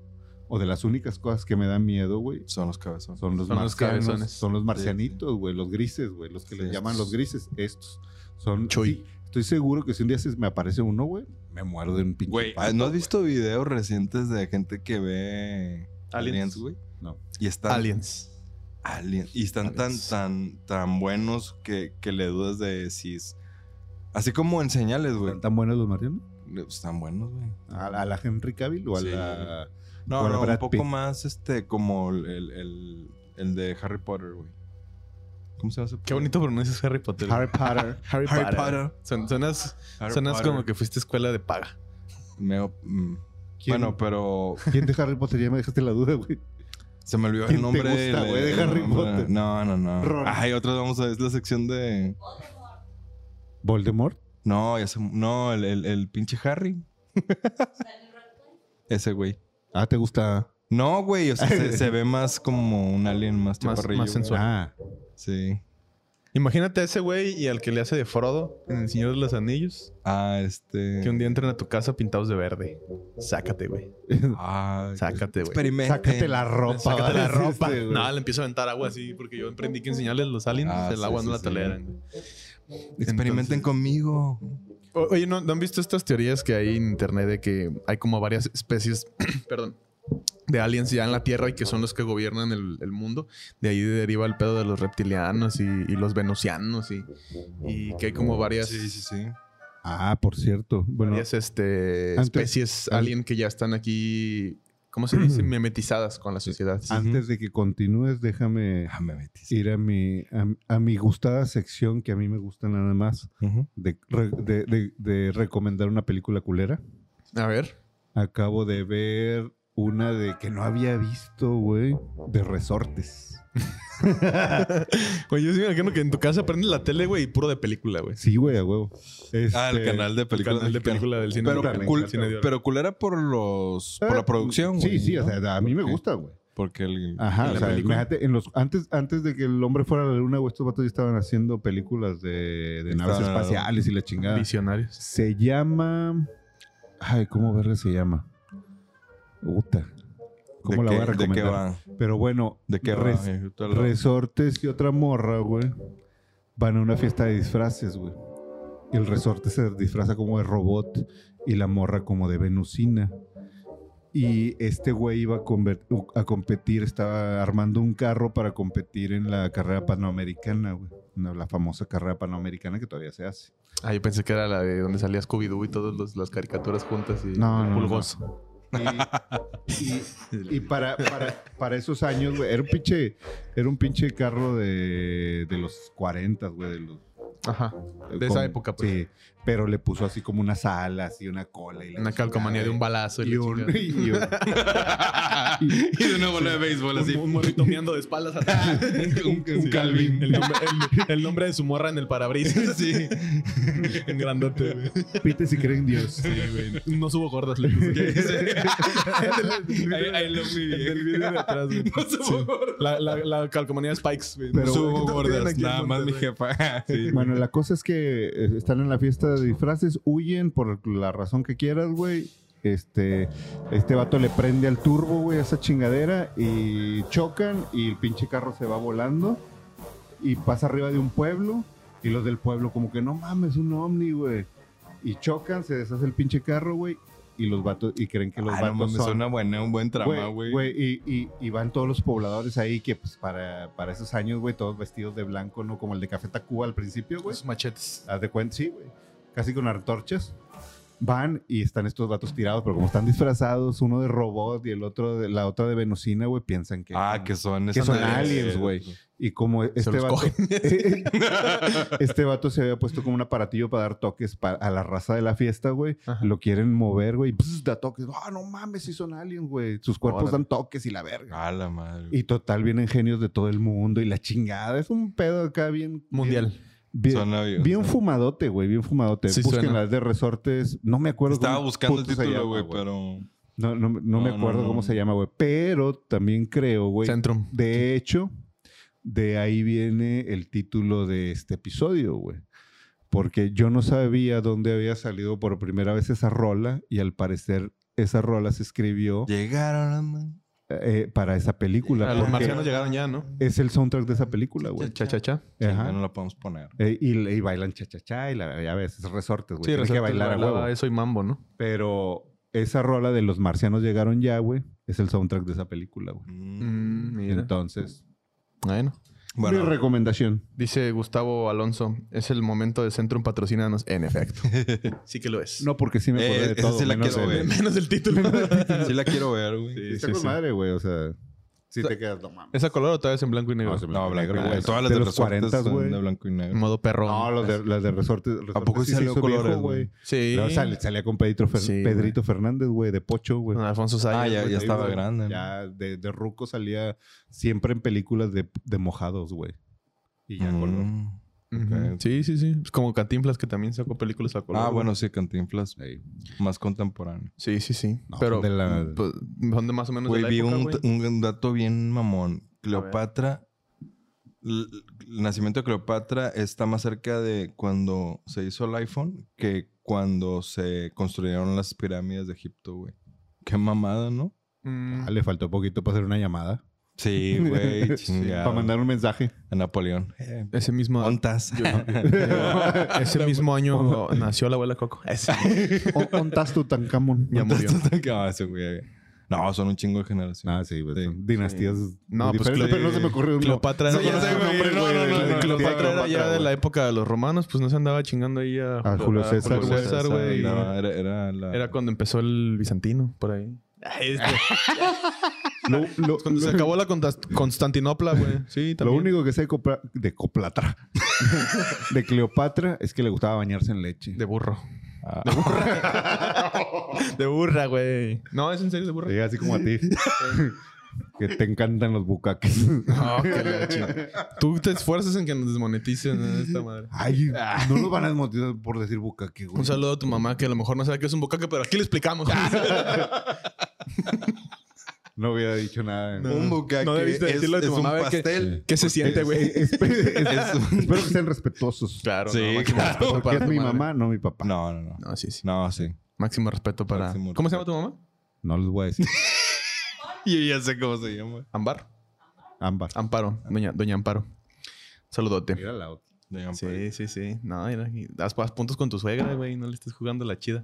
o de las únicas cosas que me da miedo, güey,
Son los cabezones.
son los
Son los
marcianos,
cabezones.
son los marcianitos, güey, los grises, güey, los que
Sí,
les llaman
estos.
los grises, estos son.
Chuy.
sí, estoy seguro que si un día se me aparece uno, güey, me muero de un pinche.
Güey,
espanto,
Ah, ¿no has visto videos recientes de gente que ve aliens, güey?
No.
Y están
Aliens.
Alien. Y están
Aliens.
tan, tan, tan buenos que, que le dudas de si es. Así como en señales, güey.
¿Están tan buenos los marcianos?
Están buenos, güey.
¿A, a la Henry Cavill o a
Sí.
la.?
No,
Bueno,
no, un
Brad
poco
Pitt.
más este, como el, el, el- el de Harry Potter, güey. ¿Cómo se llama? ese
Qué
pedo?
bonito pronuncias Harry Potter.
Harry Potter.
Harry
Potter.
Son- sonas
Harry
sonas
Potter.
como que fuiste a escuela de paga.
Me- mm.
¿Quién-
Bueno, pues. pero
¿Quién de Harry Potter? Ya me dejaste la duda, güey.
se me olvidó
¿Quién
el
te
nombre.
gusta,
el-
güey, de
el
Harry
nombre.
Potter?
No, no, no.
Ron.
Ay, otra vamos a ver. Es la sección de.
¿Voldemort?
No, ya se- no el, el- el pinche Harry. Ese güey.
Ah, ¿te gusta?
No, güey, o sea, se, se ve más como un alien más
Más-
chaparrillo.
más sensual.
Ah,
Sí.
Imagínate a ese güey y al que le hace de Frodo en El Señor de los Anillos.
Ah, este.
Que un día entren a tu casa pintados de verde. Sácate, güey.
Ah,
Sácate, güey.
experimenten.
sácate la ropa.
Sácate
va a
la
decirte,
ropa.
güey.
No, le empiezo a aventar agua así porque yo emprendí que enseñarles los aliens.
Ah,
el
sí,
agua
sí,
no la
sí.
toleran. güey.
Experimenten
Entonces-
conmigo.
O- Oye, ¿no, no han visto estas teorías que hay en internet de que hay como varias especies, perdón, de aliens ya en la Tierra y que son los que gobiernan el, el mundo? De ahí deriva el pedo de los reptilianos y, y los venusianos y, y que hay como varias,
Sí, sí, sí.
Ah, por cierto. Bueno,
varias este,
Antes-
especies
an-
alien que ya están aquí, ¿cómo se dice? Memetizadas con la sociedad.
antes de que continúes, déjame
Ah, me metí.
ir a mi, a, a mi gustada sección que a mí me gusta nada más
Ujú.
de, re- de- de- de recomendar una película culera.
A ver.
Acabo de ver una de que no había visto, güey, de resortes.
Oye, yo sí me imagino que en tu casa prendes la tele, güey, y puro de película, güey.
Sí, güey, a huevo.
Ah, el
Este,
canal de
El
películas.
canal de
mexicanas.
película del cine.
Pero,
mexicano,
cul-
cine de oro.
pero culera por los por
Eh,
la producción,
Sí,
güey,
sí, o
¿no?
sea, a mí me
Ok.
gusta, güey.
Porque el
Ajá,
¿En
o
la
sea,
película?
imagínate, en los, antes, antes de que el hombre fuera a la luna, güey, estos vatos ya estaban haciendo películas de, de naves
Claro.
espaciales y la chingada.
Visionarios.
Se llama... Ay, ¿cómo verga se llama? Puta. ¿Cómo
¿de
la
qué-
voy a recomendar?
¿De qué va?
Pero bueno,
¿De qué
res-
va? Eh, toda la-
Resortes y otra morra, güey, van a una fiesta de disfraces, güey. Y el resorte se disfraza como de robot y la morra como de venusina. Y este güey iba a, conver- a competir, estaba armando un carro para competir en la carrera panamericana, güey. No, la famosa carrera panamericana que todavía se hace.
Ah, yo pensé que era la de donde salía Scooby-Doo y todas los- las caricaturas juntas y
No, no, no.
Pulgoso.
Y, y- y para, para, para esos años, güey, era un pinche, era un pinche carro de, de los 40, güey, de los
Ajá. De esa época, pues.
Sí, pero le puso así como unas alas y una cola. Y la
Una calcomanía de un balazo.
Y
la
un,
chingada.
y un-
y de una bola de béisbol
Un- Un morrito meando de espaldas atrás. un,
sí.
Calvin. El nombre, el- el nombre de su morra en el parabrisas. sí. En grandote, güey.
pite si creen Dios.
No subo gordas, le puse.
I- I love me,
El del video de atrás, güey. Sí. La, la, la calcomanía de Spikes, güey.
Pero-
Subo gordas,
aquí en
nada más mi jefa. Sí.
Bueno, la cosa es que eh, están en la fiesta de disfraces, huyen por la razón que quieras, güey. Este, este vato le prende al turbo, güey, a esa chingadera y chocan y el pinche carro se va volando y pasa arriba de un pueblo y los del pueblo como que no mames, un ovni, güey. Y chocan, se deshace el pinche carro, güey, y los vatos y creen que los
Ah, no
vatos
mames,
pues son
suena buena, un buen trama, güey.
Güey, güey, y, y- y van todos los pobladores ahí que pues, para, para esos años, güey, todos vestidos de blanco, ¿no? Como el de Café Tacuba al principio, güey.
Los machetes.
Haz de cuenta, sí, güey. Casi con antorchas. Van y están estos vatos tirados, pero como están disfrazados, uno de robot y el otro de la otra de Venusina, güey, piensan que.
Ah, que son
que son
esos- pues,
aliens, güey. Y como este
los
vato,
cogen.
este vato se había puesto como un aparatillo para dar toques pa- a la raza de la fiesta, güey.
Ajá.
Lo quieren mover, güey. y pss, Da toques. Ah, no mames, sí son aliens, güey. Sus cuerpos
Órale. Ah,
dan toques y la verga.
A la madre. güey.
Y total, vienen genios de todo el mundo y la chingada. Es un pedo acá bien.
Mundial.
Bien, bien,
Suena bien.
bien fumadote, güey. Bien fumadote.
Sí,
Busquen
suena.
las de resortes. No me acuerdo.
Estaba
cómo
buscando el
puto se llama,
título, güey, pero.
No, no, no me
No, no,
acuerdo
no.
cómo se llama, güey. Pero también creo, güey.
Centrum.
De hecho, de ahí viene el título de este episodio, güey. Porque yo no sabía dónde había salido por primera vez esa rola y al parecer esa rola se escribió
Llegaron.
eh, para esa película.
Ah, los
porque
marcianos llegaron ya, ¿no?
Es el soundtrack de esa película, güey.
Cha, cha, cha.
Sí,
Ajá.
ya no la podemos poner.
Eh, y, y bailan cha-cha-cha y la, ya ves, es resortes, güey.
Sí,
Tienes que
resortes,
bailar a
bailaba
huevo.
Eso y eh, mambo, ¿no?
Pero esa rola de los marcianos llegaron ya, güey, es el soundtrack de esa película, güey.
Mm, mira.
Entonces,
Bueno.
mi
Bueno,
recomendación.
Dice Gustavo Alonso, es el momento de Centrum patrocinanos. En efecto. sí que lo es.
No, porque sí me
Eh,
acuerdo de
esa
todo.
sí la
menos
quiero
de-
ver.
Menos el título.
sí la quiero ver, güey.
Está
Sí,
con
sí.
madre, güey. O sea, si te quedas, no mames.
¿Es a color o todavía es en blanco y negro?
No, es en
No, blanco y
Negro,
negro.
güey.
Todas las
De
de,
los
resortes
40s,
son
güey. Mm.
de blanco y
En
negro.
modo perro.
No, los de, las de resortes.
¿A poco sí salió colores, güey?
Sí.
Luego sale- salía con Pedrito, Fer-
Sí,
Pedrito Fernández, güey, de Pocho, güey.
Don Alfonso
Ah,
Sayas.
ya,
güey.
ya estaba
güey.
grande. ¿no?
Ya de, de Ruco salía siempre en películas de, de mojados, güey. Y ya
Mm.
color.
Ujú.
Ok.
Sí, sí, sí. Es como Cantinflas que también sacó películas a color.
Ah,
güey.
bueno, sí, Cantinflas.
Ey.
Más contemporáneo.
Sí, sí, sí.
No,
Pero
de la-
pues, son de más o menos
Güey,
de la
vi
época,
un,
güey.
un dato bien mamón. Cleopatra. l- El nacimiento de Cleopatra está más cerca de cuando se hizo el iPhone que cuando se construyeron las pirámides de Egipto, güey. Qué mamada, ¿no?
Mm.
Ah, le faltó poquito para hacer una llamada.
Sí, güey,
Para mandar un mensaje.
a Napoleón. Eh,
Ese mismo... eh,
ontas.
Ese mismo año nació la abuela Coco. Ese.
¿Ontas tu Tancamón?
Ya murió.
¿Qué va a hacer, ah, güey? No, son un chingo de generaciones.
Ah, sí, güey.
Sí.
son Dinastías.
No,
muy
pues,
diferentes,
Cleo-
pero no se me ocurrió uno.
Cleopatra
Sí,
era,
ya sé, güey.
Nombres,
No, no,
güey, de
no,
la
no,
dinastía
Cleopatra era ya
Cleopatra,
de la
güey.
época de los romanos, pues no se andaba chingando ahí a,
A Julio César,
Julio
güey.
César, güey.
No, era, era la...
Era cuando empezó el bizantino, por ahí. Ay, este-
Lo- lo-
cuando se
lo-
acabó la Contas- Constantinopla, güey. Sí,
Lo
también.
único que sé de, Copra- de Coplatra, de Cleopatra, es que le gustaba bañarse en leche.
De burro.
Ah.
De burra, güey. No, es en serio de burra.
Sí, así como a ti. que te encantan los bucaques.
No, qué la chingada. Tú te esfuerzas en que nos desmoneticen ¿no? esta madre.
Ay, no lo van a desmotivar por decir bucaque, güey.
Un saludo a tu mamá que a lo mejor no sabe qué es un bocaque, pero aquí le explicamos.
No hubiera dicho nada.
No.
Un bucaque
No debiste
es,
decirlo de tu
es un
mamá, a ver qué-
pastel.
¿Qué se siente, güey?
Espe- Espero que sean respetuosos.
Claro,
Sí,
máximo
claro.
respeto
Porque
para
es
tu
mi
madre.
mamá, no mi papá. No,
No, no, no.
No, sí, sí.
No, sí.
Máximo respeto para.
Máximo
¿Cómo se llama
respeto.
tu mamá?
les voy a decir.
Yo ya sé cómo se llama.
Ambar.
Ámbar.
Amparo. Doña, Doña Amparo. Saludote.
Mira la otra.
Sí, sí, sí. No, mira, aquí. haz, haz puntos con tu suegra, güey. No le estés jugando la chida.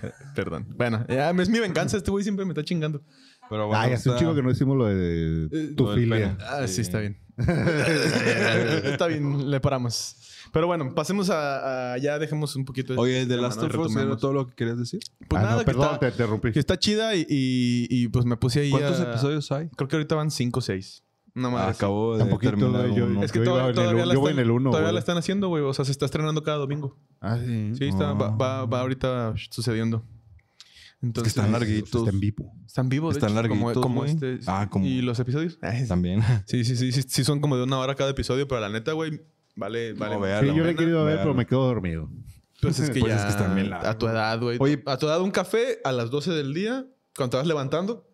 Per- Perdón. Bueno, ya, es mi venganza. Este güey siempre me está chingando.
Pero bueno,
Ay, hace un
está-
chico que no decimos lo
Eh,
de tu
lo del
filia.
pene.
Ah, sí,
Sí.
está bien. está bien, le paramos. Pero bueno, pasemos a, a- ya dejemos un poquito. este
Oye, de
tema,
Last
¿no? Y
of Us era
retomemos.
todo lo que querías decir.
Pues
Ah,
nada,
no,
que,
perdón, te
está,
interrumpí.
que está chida y, y- y, pues me puse ahí.
¿Cuántos
a-
episodios Ah, hay?
Creo que ahorita van 5 o 6. No madre.
Acabo de
Tampoco
terminar
yo-
uno.
Es que
Yo iba
todavía,
en el
todavía
un-
la
yo voy
están,
en el uno,
todavía
güey.
la están haciendo, güey. O sea, se está estrenando cada domingo.
Ah,
Mm.
sí.
Sí, está, va, va, va ahorita sucediendo. Entonces, pues,
están larguitos.
Está en vivo.
Están vivos, de
Están
hecho,
larguitos,
Como, como
güey.
este.
Ah, como-
¿Y los episodios?
También.
Sí, sí, sí, sí. Sí son como de una hora cada episodio, pero la neta, güey, vale, vale.
No, véalo,
Sí, yo le he
véalo,
querido ver,
véalo.
pero me quedo dormido.
Pues es que
Pues
ya...
es que están bien largos.
a tu edad, güey.
Oye-
A tu edad un café a las 12 del día, cuando te vas levantando,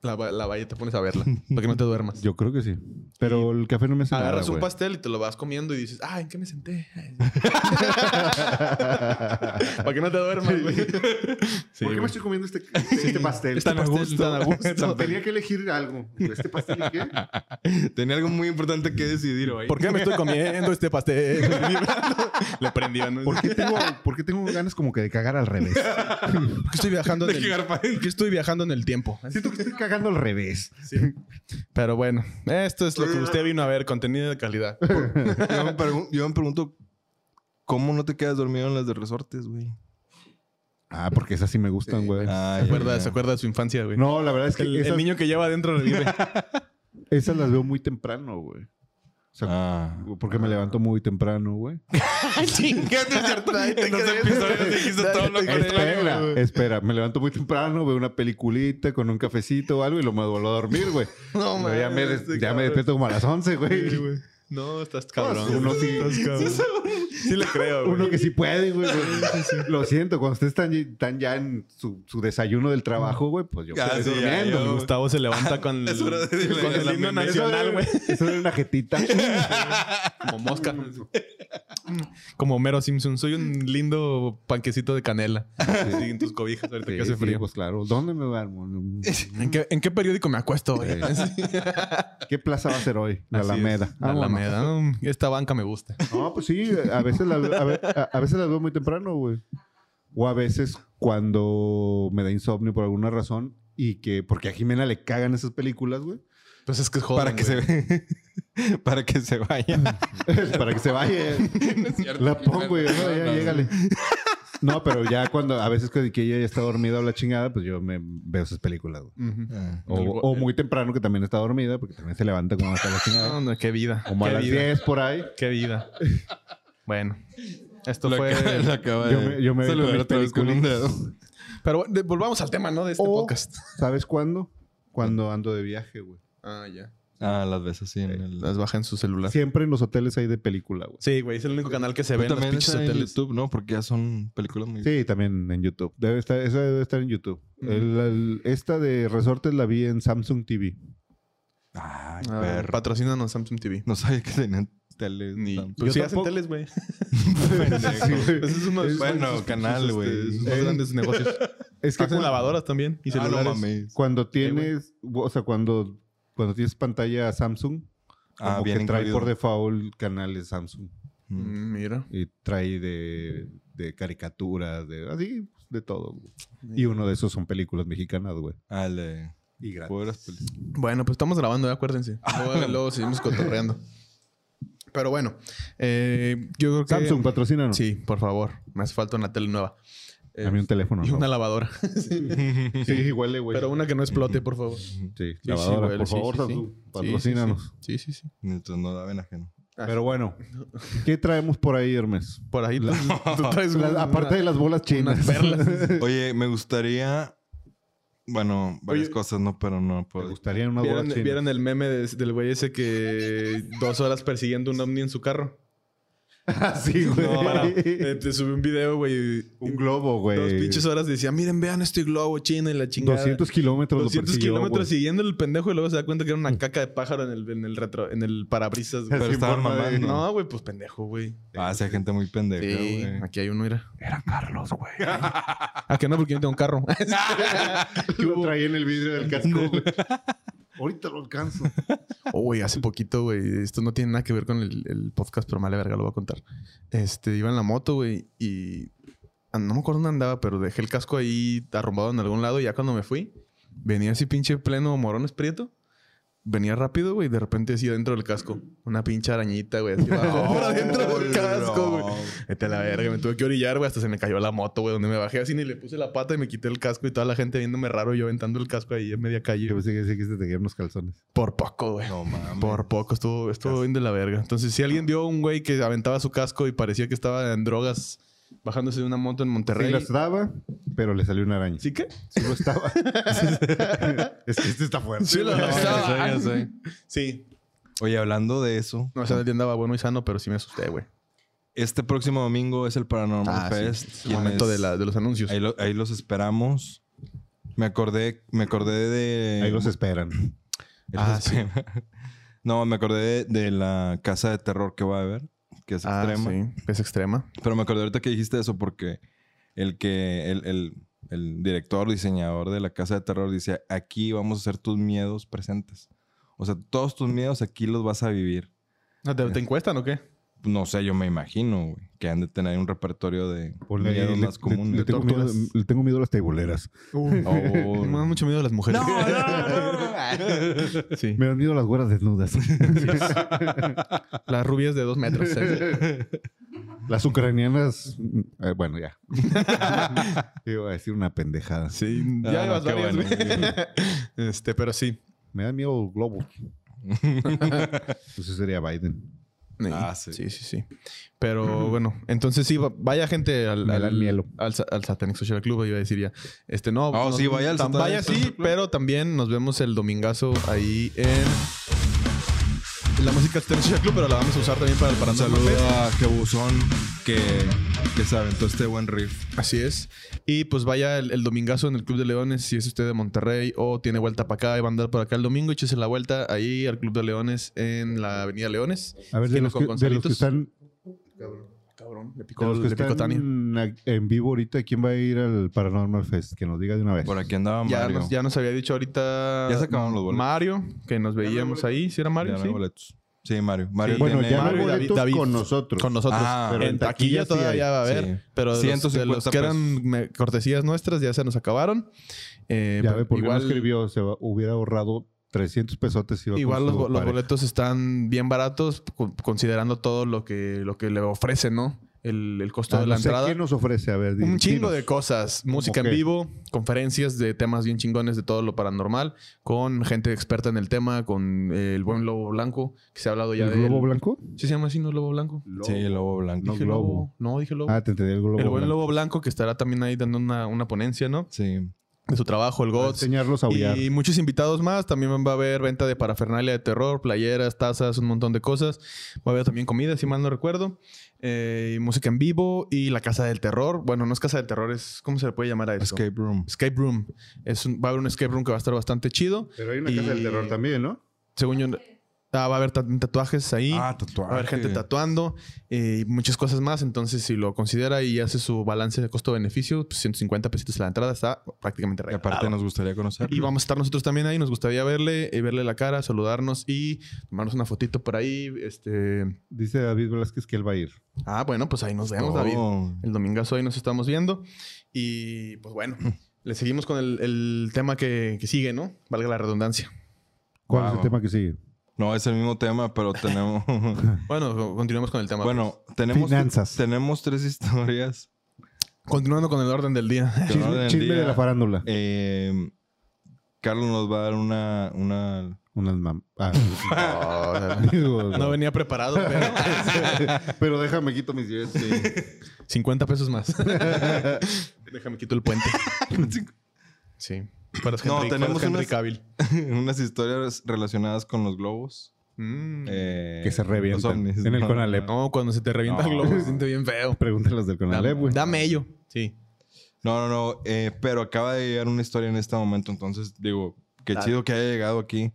la, va- la valla te pones a verla. para que no te duermas.
Yo creo que sí. Pero el café no me hace
Agarras
Ah,
nada,
un
güey.
pastel y te lo vas comiendo y dices, ah, ¿en qué me senté? Para que no te duermas, güey. Sí,
¿Por qué me
güey.
estoy comiendo este, este pastel?
Están a gusto. Están a gusto.
Tenía que elegir algo. ¿Este pastel y qué?
Tenía algo muy importante que decidir hoy.
¿Por qué me estoy comiendo este pastel? Le prendió, ¿no?
¿Por qué, tengo, por qué tengo ganas como que de cagar al revés?
¿Por qué estoy viajando en
De
el...
cagar para
¿Por qué estoy viajando en el tiempo?
Siento que estoy cagando al revés.
Pero bueno, esto es lo que usted vino a ver, contenido de calidad.
yo, me pregun- yo me pregunto ¿Cómo no te quedas dormido en las de resortes, güey?
Ah, porque esas sí me gustan, güey.
Ah,
¿Se acuerda, se acuerda de su infancia, güey.
No, la verdad es que
el, el
esas,
niño que lleva adentro revive.
esas las veo muy temprano, güey. O sea,
Ah.
porque me levanto muy temprano, güey. Espera, espera, me levanto muy temprano, veo una peliculita con un cafecito o algo y lo me vuelvo a dormir, güey.
No,
Pero ya me,
mames,
des-
este
ya
cabrón.
me despierto como a las 11, güey.
No, estás
Pues,
cabrón.
uno sí-
Estás cabrón. Sí le creo, güey.
Uno que sí puede, güey. Lo siento, cuando ustedes están, están ya en su, su desayuno del trabajo, güey, pues yo
Ah,
estoy
sí, ya,
durmiendo.
yo-
Gustavo se levanta con el,
Es hora de-
con el
Eso
himno
era-
nacional, güey.
Eso era una jetita.
Como mosca. Como Homero Simpson. Soy un lindo panquecito de canela. Sí, en tus cobijas ahorita que hace
Sí,
frío.
pues claro. ¿Dónde me duermo?
¿En qué, en qué periódico me acuesto, güey?
Sí. ¿Qué plaza va a ser hoy? La
Así es.
Alameda.
La
Vámonos.
Alameda. ¿no? Esta banca me gusta.
No, pues sí, a veces las a, ve- a- a veces las veo muy temprano, güey. O a veces cuando me da insomnio por alguna razón y que porque a Jimena le cagan esas películas, güey,
Entonces es que jodan,
Para que
güey.
se para que se vaya.
para que se vaya. la pongo, güey, no, ya, llégale. No, pero ya cuando a veces que, que ella ya está dormida o la chingada, pues yo me veo esas películas, güey.
Ujú.
O,
El-
o
el-
muy temprano que también está dormida porque también se levanta como hasta la
No,
chingada.
no, qué vida.
Como a
qué
las
vida.
10 por ahí.
Qué vida. Bueno. Esto
Lo
fue...
acaba- lo acaba
Yo
de
me- yo me
saludar
meto mis
otra vez con un dedo.
Pero bueno, de- volvamos al tema, ¿no? De este
O-
podcast.
¿Sabes cuándo? Cuando ando de viaje, güey.
Ah, ya.
Ah, las ves así en el
Las baja en su celular.
Siempre en los hoteles hay de película, güey.
Sí, güey. Es el único canal que se ve
Pero
en los
también
pinches
está en
hoteles.
YouTube, ¿no? Porque ya son películas muy
Sí, también en YouTube. Debe estar, esa debe estar en YouTube. El- el- esta de resortes la vi en Samsung TV.
Ay,
Ah,
perro.
patrocínanos Samsung TV.
No sabía que tenían tele.
Ni,
tan-
pues
Yo
sí
tampoco.
hacen teles, güey.
Ah,
güey.
Ese es uno de sus-
Bueno,
sus-
canal,
sus,
güey.
este, sus
Eh.
más grandes negocios.
Es que
Hacen
cu-
lavadoras también y
Ah, no
celulares.
mames.
cuando tienes, o sea, cuando, cuando tienes pantalla Samsung,
Ah,
como
bien
que trae
incluido.
por default canales Samsung.
Mm.
Mm, mira.
Y trae de, de caricaturas, de así, de todo. güey. Y uno de esos son películas mexicanas, güey.
Ah, le-
Y gratis.
Puras películas.
Bueno, pues estamos grabando, ¿eh? acuérdense. Luego, luego seguimos cotorreando. Pero bueno, eh, yo creo que...
Samsung, patrocínanos.
Sí, por favor. Me hace falta una tele nueva. Eh,
Dame un teléfono.
y
¿no?
una lavadora. Sí.
Sí, huele, güey.
Pero una que no explote, por favor. Sí,
Sí,
sí,
lavadora,
huele,
por
sí,
favor,
sí, sí. Sí,
Samsung,
sí,
patrocínanos.
Sí, sí, sí.
Mientras no daben ajeno.
Pero bueno, ¿qué traemos por ahí, Hermes?
Por ahí tú, Ah. tú traes
Las-
una-
aparte de las bolas chinas.
unas perlas.
Oye, me gustaría. Bueno, varias
Oye.
cosas, ¿no? Pero no
Me
puedo.
gustaría unas bolas
¿Vieron,
chinas.
vieron el meme de- del güey ese que dos horas persiguiendo un ovni en su carro?
Así, Ah, güey.
No, para- eh, te subí un video, güey. y
Un globo, güey.
Dos pinches horas decía, miren, vean este globo chino y la chingada.
200 kilómetros. lo
200
persiguió,
kilómetros
güey.
siguiendo el pendejo y luego se da cuenta que era una caca de pájaro en el, en el, retro, en el parabrisas. güey.
Pero
Sin
estaban
forma de-
mamando.
No, güey, pues pendejo, güey.
Ah, sí, hay gente muy pendeja,
Sí,
güey.
aquí hay uno, mira. Era Carlos, güey. ¿A que no? Porque yo no tengo carro.
Lo traía en el vidrio del casco, güey. Ahorita lo alcanzo.
Oh, güey, hace poquito, güey. Esto no tiene nada que ver con el, el podcast, pero mala verga, lo voy a contar. Este, iba en la moto, güey, y ah, no me acuerdo dónde andaba, pero dejé el casco ahí arrumbado en algún lado. Y ya cuando me fui, venía así pinche pleno morones prieto. Venía rápido, güey, y de repente así dentro del casco. Una pinche arañita, güey. así, por adentro del casco, güey. Vete a la verga, me tuve que orillar, güey. Hasta se me cayó la moto, güey, donde me bajé así ni le puse la pata y me quité el casco y toda la gente viéndome raro y yo aventando el casco ahí en media calle.
Yo pensé que sí
este
que se te quedaron los calzones.
Por poco, güey.
No mames.
Por poco, estuvo, estuvo bien de la verga. Entonces, si alguien vio a un güey que aventaba su casco y parecía que estaba en drogas bajándose de una moto en
Sí
Monterrey.
lo estaba, pero le salió una araña.
¿Sí qué?
Sí lo estaba. es que este está fuerte.
Sí lo
güey.
estaba.
Ya sé, ya sé.
Sí.
Oye, hablando de eso,
No, o sea, él andaba bueno y sano, pero sí me asusté, güey.
este próximo domingo es el Paranormal
Ah, sí.
Fest.
El momento
Quienes-
de, la- de los anuncios.
Ahí, lo- ahí los esperamos. Me acordé, me acordé de.
Ahí los esperan.
Ahí los
Ah, sí.
espera. no, me acordé de, de la casa de terror que va a haber, que es
Ah,
extrema.
sí. Es extrema.
Pero me acordé ahorita que dijiste eso porque el que el, el- el director, diseñador de la casa de terror dice, aquí vamos a hacer tus miedos presentes. O sea, todos tus miedos aquí los vas a vivir.
Ah, ¿Te, te encuestan o qué?
No sé, yo me imagino, güey, que han de tener un repertorio de
Ponle ahí,
miedos
le-
más
le-
comunes.
le tengo
Torturas.
miedo- le tengo miedo a las teiboleras.
Oh.
Uh. Me dan mucho miedo a las mujeres. Sí.
Me han miedo las güeras desnudas.
¿eh? Las rubias de dos metros.
Las ucranianas, eh, bueno, ya. Iba a decir una pendejada.
Sí,
Ah,
ya
no,
ibas
qué
varias,
bueno.
güey. Este, pero sí.
Me da miedo el globo. Entonces sería Biden.
Ah, sí.
Sí, sí, sí. Pero bueno, entonces sí, va- vaya gente al,
Me
al,
da mielo.
al, sa- al Satanic Social Club, iba a decir ya. Este, no.
Ah,
no-
sí, vaya al
tan-
Satanic
Vaya
Social
sí,
Club.
pero también nos vemos el domingazo ahí en. La música del Satanic Social Club, pero la vamos a usar también para el
Un
Paranormal
saludo
Fest.
a Jebuzón que, que se aventó este buen riff.
Así es. Y pues vaya el, el domingazo en el Club de Leones, si es usted de Monterrey o tiene vuelta para acá y va a andar por acá el domingo, échese la vuelta ahí al Club de Leones en la Avenida Leones.
A ver, de
Esquina
los,
con
que, de los que
Gonzalitos.
están,
Cabrón, le picó,
de los que
le picó
están
Tania.
a- en vivo ahorita, ¿quién va a ir al Paranormal Fest? Que nos diga de una vez.
Por aquí andaba
Ya
Mario.
nos, ya nos había dicho ahorita
Ya se acabaron los boletos.
Mario, que nos veíamos ahí. ¿Sí era
Ya
Mario?
no hay
Sí.
boletos. Sí, Mario. Mario
Sí.
bueno,
tiene-
ya no hay
Mario y
boletos
David-
con
David.
nosotros.
Con nosotros.
Ah,
pero en, taquilla, todavía va a haber.
Sí.
Pero de los, de
150
los que eran
pesos.
me- cortesías nuestras ya se nos acabaron. Eh,
ya
pero
ve, porque
igual,
no escribió, se va- hubiera ahorrado 300 pesotes. si iba con
Igual los,
su
bo- los
pareja.
boletos están bien baratos co- considerando todo lo que, lo que le ofrece, ¿no? El, el costo
Ah,
de
no
la
sé,
entrada.
¿Qué nos ofrece? A ver, di-
Un chingo
dinos.
de cosas. Música en
qué?
vivo, conferencias de temas bien chingones de todo lo paranormal, con gente experta en el tema, con eh, el buen Lobo Blanco, que se ha hablado ya
¿El
de él.
globo blanco?
¿Sí se llama así, no Lobo Blanco?
Sí, el lobo blanco.
No,
Dije
Globo.
Lobo. No, dije Lobo.
Ah, te entendí, el globo
el buen
blanco.
Lobo Blanco que estará también ahí dando una, una ponencia, ¿no?
Sí.
De su trabajo, el
Para
GOTS.
Ah, enseñarlos a aullar.
Y muchos invitados más. También va a haber venta de parafernalia de terror, playeras, tazas, un montón de cosas. Va a haber también comida, si mal no recuerdo. Eh, y música en vivo y la Casa del Terror. Bueno, no es Casa del Terror, es... ¿Cómo se le puede llamar a eso?
Escape Room.
Escape Room. Es un- va a haber un escape room que va a estar bastante chido.
Pero hay una casa del
y-
terror también, ¿no?
Según yo, ah, va a haber ta- tatuajes ahí.
Ah, tatuaje.
Va a haber gente tatuando eh, y muchas cosas más. Entonces, si lo considera y hace su balance de costo-beneficio, pues 150 pesitos la entrada está prácticamente
Y
regalado.
aparte nos gustaría conocer.
Y vamos a estar nosotros también ahí. Nos gustaría verle, eh, verle la cara, saludarnos y tomarnos una fotito por ahí. Este...
Dice David Velázquez que él va a ir.
Ah, bueno, pues ahí nos vemos, David.
Oh.
El domingazo ahí nos estamos viendo. Y pues bueno,
Mm.
le seguimos con el, el tema que, que sigue, ¿no? Valga la redundancia.
¿Cuál es
Wow.
el tema que sigue?
No, es el mismo tema, pero tenemos.
Bueno, continuemos con el tema.
bueno, tenemos.
Finanzas.
Tenemos tres historias.
pues. continuando con el orden del día.
que en orden
Chisme,
del
chisme de
día,
la farándula.
eh, Carlos nos va a dar una. una
Unas mam... Ah, digo,
Ah, No venía preparado, pero
Pero déjame quito mis 10.
50 pesos más. Déjame quito el puente. Sí. Para Henry,
No,
para
tenemos
Henry
unas-
Cavill.
unas historias relacionadas con los globos.
Mm.
eh,
Que se revientan
los ovnis,
en el
¿no?
Conalep.
No, cuando se te revienta el
No. pues.
globo se siente bien feo.
Pregúntalas del Conalep,
Dame,
güey.
dame ello. Sí.
No, no, no. eh, pero acaba de llegar una historia en este momento. Entonces, digo, qué
Dale.
chido que haya llegado aquí.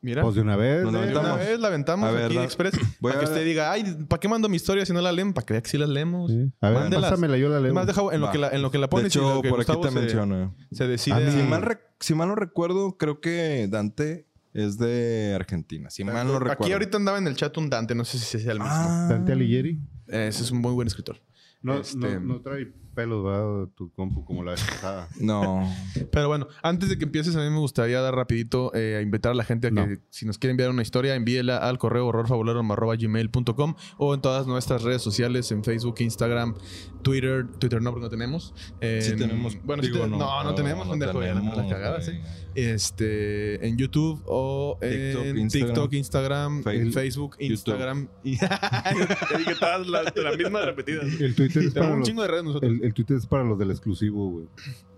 Mira.
Pues de una vez.
Nos
eh.
De una
aventamos.
vez la aventamos
A ver,
aquí en
la-
Express.
voy
para que
a-
usted diga, ay, ¿para qué mando mi historia si no la leen? Para que vea que sí las leemos.
Sí. A ver,
Mándelas.
pásamela, yo la leo.
Además, deja en lo,
Va.
que la, en lo que la pones
de
y lo
hecho,
que
por aquí
Gustavo
te
se-
menciona.
Se
Ah,
decide.
mira.
Si
a-
mal, rec- si mal no recuerdo, creo que Dante es de Argentina. Si mal no recuerdo.
Aquí ahorita andaba en el chat un Dante, no sé si sea el mismo.
Ah,
Dante Alighieri.
Ese es un muy buen escritor.
No,
Este-
no, no trae pelos, ¿verdad? Tu compu como la vez pasada.
No.
Pero bueno, antes de que empieces, a mí me gustaría dar rapidito eh, a invitar a la gente a que
No.
si nos quiere enviar una historia, envíela al correo horrorfabularum.com o en todas nuestras redes sociales, en Facebook, Instagram, Twitter. Twitter no, porque no tenemos. Eh,
Sí tenemos.
Bueno,
digo,
sí te- no, no, tenemos,
no
pendejo, ya la- la
tenemos,
cagada, sí.
güey.
Este, en YouTube o
TikTok,
en
Instagram.
TikTok, Instagram,
Fa-
en Facebook, Instagram. Y Ya dije todas las, las mismas repetidas.
El Twitter es para
un
los...
chingo de redes nosotros.
El, el Twitter es para los del exclusivo, güey.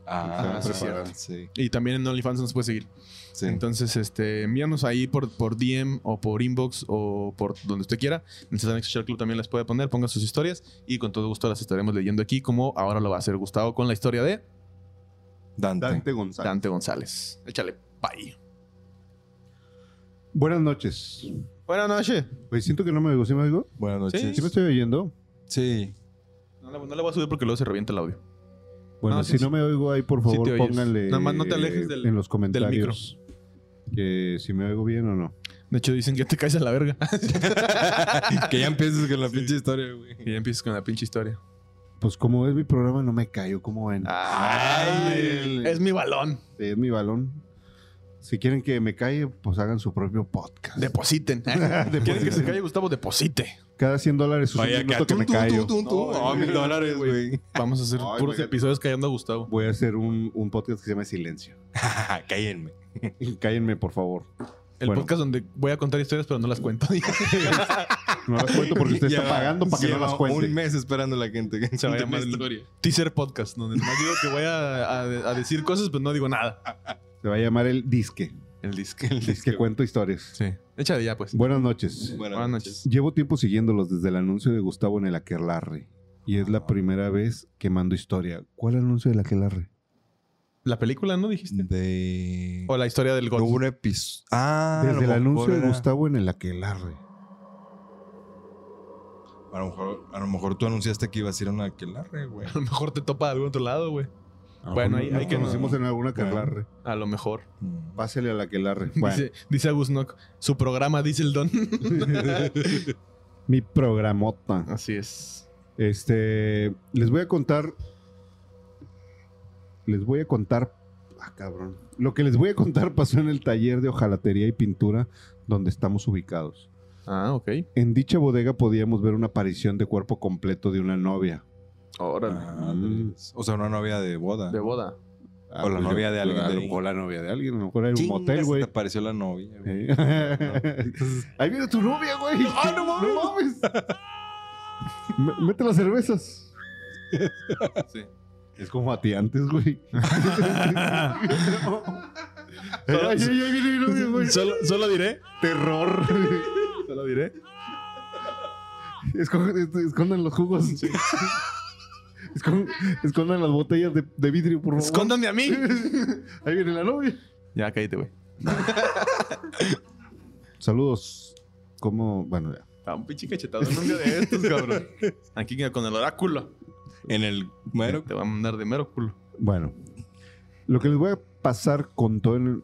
Ah,
Ah, sí,
sí,
cierto.
sí,
Y también en OnlyFans nos puede seguir.
sí.
Entonces, este, envíanos ahí por, por DM o por inbox o por donde usted quiera. En Satanic Social Club también las puede poner, ponga sus historias y con todo gusto las estaremos leyendo aquí, como ahora lo va a hacer Gustavo con la historia de
Dante.
Dante González.
Dante González. Échale, bye.
Buenas noches.
Buenas noches.
Pues siento que no me oigo. ¿Sí me oigo?
Buenas noches.
¿Sí me estoy oyendo?
Sí.
No, la- no la voy a subir porque luego se revienta el audio.
Bueno,
No, sí,
si
sí.
no me oigo ahí, por
Sí te
favor,
oyes.
pónganle
Nada más no te alejes del-
en los comentarios que si me oigo bien o no.
De hecho, dicen que te caes a la verga.
que ya empieces con la pinche historia, güey.
y ya empiezas con la pinche historia.
Pues como es mi programa,
Ah.
no me callo, como ven.
Ay,
Ay.
es mi balón.
Es mi balón. Si quieren que me calle, pues hagan su propio podcast.
Depositen. ¿Quieren que se calle Gustavo? Deposite.
Cada 100 dólares es un
Vaya,
minuto que
acá,
me
tum, tum,
callo.
tum, tum, tum.
No, mil dólares, güey. Vamos a hacer
Ay,
puros
güey.
episodios callando a Gustavo.
Voy a hacer un, un podcast que se llama Silencio.
Ah, Cállenme.
Cállenme, por favor.
El
Bueno.
podcast donde voy a contar historias, pero no las cuento.
No las cuento porque usted está
Lleva-
pagando para que no
lleva
las cuente.
un mes esperando la gente que
Se va a
cuente mi
llamar el-
historia.
Teaser podcast, donde nomás digo que voy a, a- a decir cosas, pero no digo nada.
Se va a llamar el disque.
El disque. El
Disque
disque.
cuento historias.
Sí. pues, Échale ya, pues.
Buenas noches.
Buenas noches.
Llevo tiempo siguiéndolos desde el anuncio de Gustavo en el Aquelarre. Y es la primera vez que mando historia. ¿Cuál anuncio del Aquelarre?
La película, ¿no dijiste?
De.
O la historia del
No hubo
gol.
un episodio. Ah, a lo
Desde
mejor
el anuncio de
era-
Gustavo en el Aquelarre.
A lo, mejor, a lo mejor tú anunciaste que ibas a ir a una aquelarre, güey.
A lo mejor te topa de algún otro lado, güey.
Ah,
Bueno,
nos-
ahí-
nos
ahí que-
conocimos en alguna Aquelarre.
A lo mejor.
Mm.
Pásele al Aquelarre. Bueno.
Dice, dice Agus Nock, su programa dice el don.
Mi programota.
Así es.
Este, les voy a contar. Les voy a contar. Ah, cabrón. Lo que les voy a contar pasó en el taller de hojalatería y pintura donde estamos ubicados.
Ah, ok.
En dicha bodega podíamos ver una aparición de cuerpo completo de una novia.
Órale.
Madres. Ah, O sea, una novia de boda.
De boda.
O la novia de alguien de ahí.
O la novia Ah, pues de alguien. A lo mejor era un
Chinga,
motel,
se
güey.
Te apareció la novia, güey.
Eh. Ahí viene tu novia, güey.
¡Ah, no mames!
M- Mete las cervezas.
Sí.
Es como a ti antes, güey. Ay, ay, ay, viene mi novia, güey.
Solo, solo diré.
Terror.
Solo diré.
Esco- es- Escondan los jugos. Escon- Escondan las botellas de, de vidrio, por favor.
Escóndanme a mí.
Ahí viene la novia.
Ya, cállate, güey.
Saludos. ¿Cómo? Bueno, ya.
Ah, un pinche cachetado. Nunca de estos, cabrón. Aquí con el oráculo.
En el mero.
Te va a mandar de mero culo.
Bueno. Lo que les voy a pasar con todo el...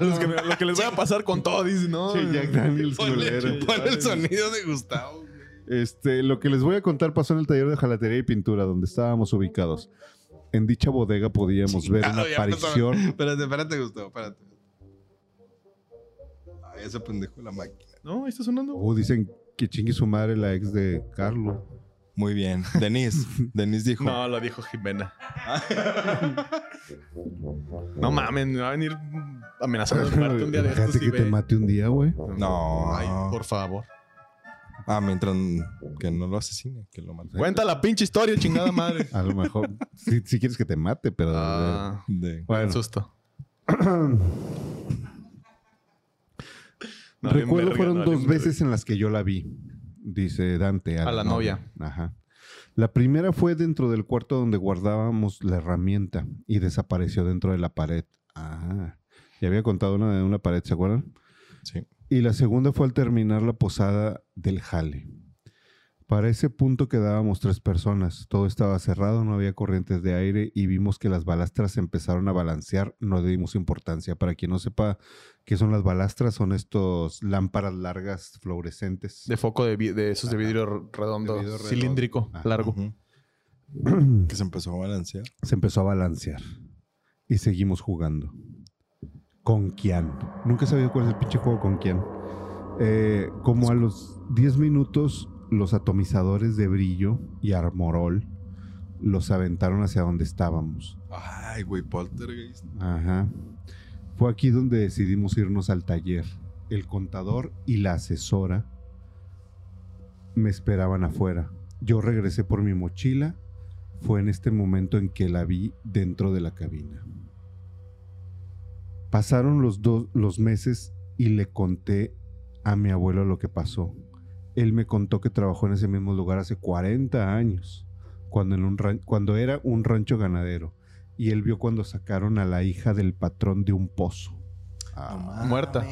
Los que me- lo que les voy a pasar con todo, dice, ¿no?
Che, Jack Daniels, culero.
Ponle, ponle el sonido de Gustavo.
Este, lo que les voy a contar pasó en el taller de jalatería y pintura, donde estábamos ubicados. En dicha bodega podíamos ver una
Chingado, ya empezó.
aparición.
Espérate, espérate, Gustavo, espérate. Ay, ese pendejo la máquina.
No, ahí está sonando.
Oh, dicen que chingue su madre la ex de Carlos.
Muy bien. Denise. Denise dijo.
No, lo dijo Jimena. no mames, me va a venir amenazando de muerte un día de estos
Imagínate
y
que te
ve.
mate un día, güey.
No.
Ay, por favor.
Ah, mientras que no lo asesine, que lo mate.
Cuenta la pinche historia, chingada madre.
A lo mejor, si, si quieres que te mate, pero...
Ah,
De-
bueno,
susto. No, bien
recuerdo
verga,
fueron
no,
dos
bien verga.
veces en las que yo la vi, dice Dante.
A la
Ajá. La primera fue dentro del cuarto donde guardábamos la herramienta y desapareció dentro de la pared. Ah, ya había contado una de una pared, ¿se acuerdan?
Sí.
Y la segunda fue al terminar la posada del jale. Para ese punto quedábamos tres personas. Todo estaba cerrado, no había corrientes de aire y vimos que las balastras se empezaron a balancear. No le dimos importancia. Para quien no sepa qué son las balastras, son estos lámparas largas fluorescentes.
De foco de, vi- de esos de vidrio redondo,
De vidrio redondo.
cilíndrico,
Ah,
largo.
Ujú. Que se empezó a balancear.
se empezó a balancear y seguimos jugando. Con Kian. Nunca he sabido cuál es el pinche juego con Kian. Eh, como a los 10 minutos, los atomizadores de brillo y armorol los aventaron hacia donde estábamos.
Ay, güey, poltergeist.
Ajá. Fue aquí donde decidimos irnos al taller. El contador y la asesora me esperaban afuera. Yo regresé por mi mochila. Fue en este momento en que la vi dentro de la cabina. Pasaron los dos los meses y le conté a mi abuelo lo que pasó. Él me contó que trabajó en ese mismo lugar hace 40 años, cuando, en un ran- cuando era un rancho ganadero y él vio cuando sacaron a la hija del patrón de un pozo.
Ah,
Muerta.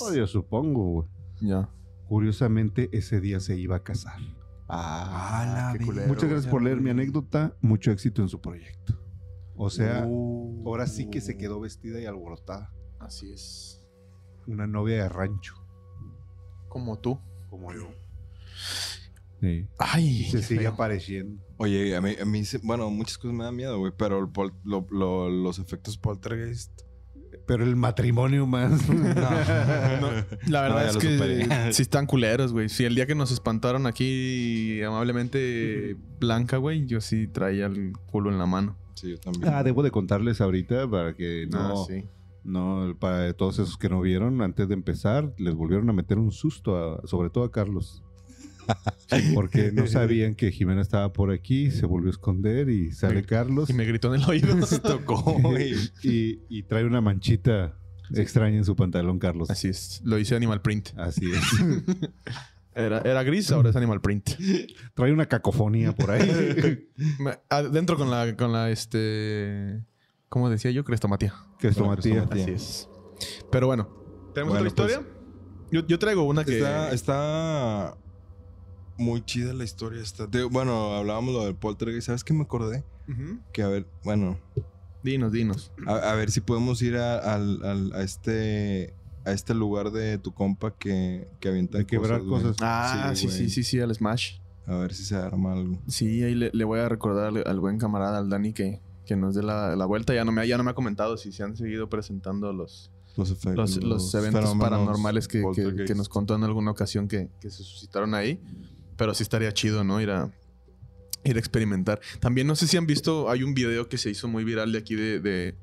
Oh, yo supongo, güey.
Ya.
Curiosamente, ese día se iba a casar. Ah,
Ah, la
qué culero.
Muchas gracias por leer mi anécdota. Mucho éxito en su proyecto. O sea,
Oh.
ahora sí que se quedó vestida y alborotada.
Así es.
Una novia de rancho,
Como tú.
como yo.
Ay.
Y se
qué
sigue
feo.
apareciendo.
Oye, a mí, a mí se- bueno, muchas cosas me dan miedo, güey, pero el pol- lo- lo- los efectos poltergeist
Pero el matrimonio más.
La verdad
No, ya
es
lo
que
superé.
sí están culeros, güey. Si el día que nos espantaron aquí amablemente Blanca, güey, yo sí traía el culo en la mano.
Sí, yo también.
Ah, debo de contarles ahorita para que no,
Ah, sí.
no, para todos esos que no vieron, antes de empezar, les volvieron a meter un susto, a- sobre todo a Carlos. Porque no sabían que Jimena estaba por aquí, se volvió a esconder y sale Carlos
Y me gritó en el oído. Se tocó,
y, y trae una manchita extraña en su pantalón, Carlos.
Así es. Lo hice Animal Print.
Así es.
Era, era gris, ahora es Animal Print.
Trae una cacofonía por ahí.
Me- Adentro con la, con la, este... ¿Cómo decía yo? Crestomatía.
que es tomatía.
Así es. Pero bueno. pues. ¿Tenemos otra
Bueno,
historia? Yo, yo traigo una que...
Está, está muy chida la historia. Esta. Te- bueno, hablábamos lo del poltergeist. ¿Sabes qué me acordé?
Ujú.
Que a ver, bueno,
Dinos, dinos.
a, a ver si podemos ir a, al- al- a este a este lugar de tu compa que, que avienta
De quebrar
güey.
cosas.
Ah, sí,
güey.
sí, sí, sí, al Smash.
A ver si se arma algo.
Sí, ahí le, le voy a recordar al, al buen camarada, al Dani, que, que nos dé la, la vuelta. Ya no, me, ha- ya no me ha comentado si se han seguido presentando los,
Los efectos.
los, los eventos
fenómenos
paranormales que, que- que,
poltergeist.
nos contó en alguna ocasión que, que se suscitaron ahí. Pero sí estaría chido, ¿no? Ir a, ir a experimentar. También no sé si han visto, hay un video que se hizo muy viral de aquí de, de,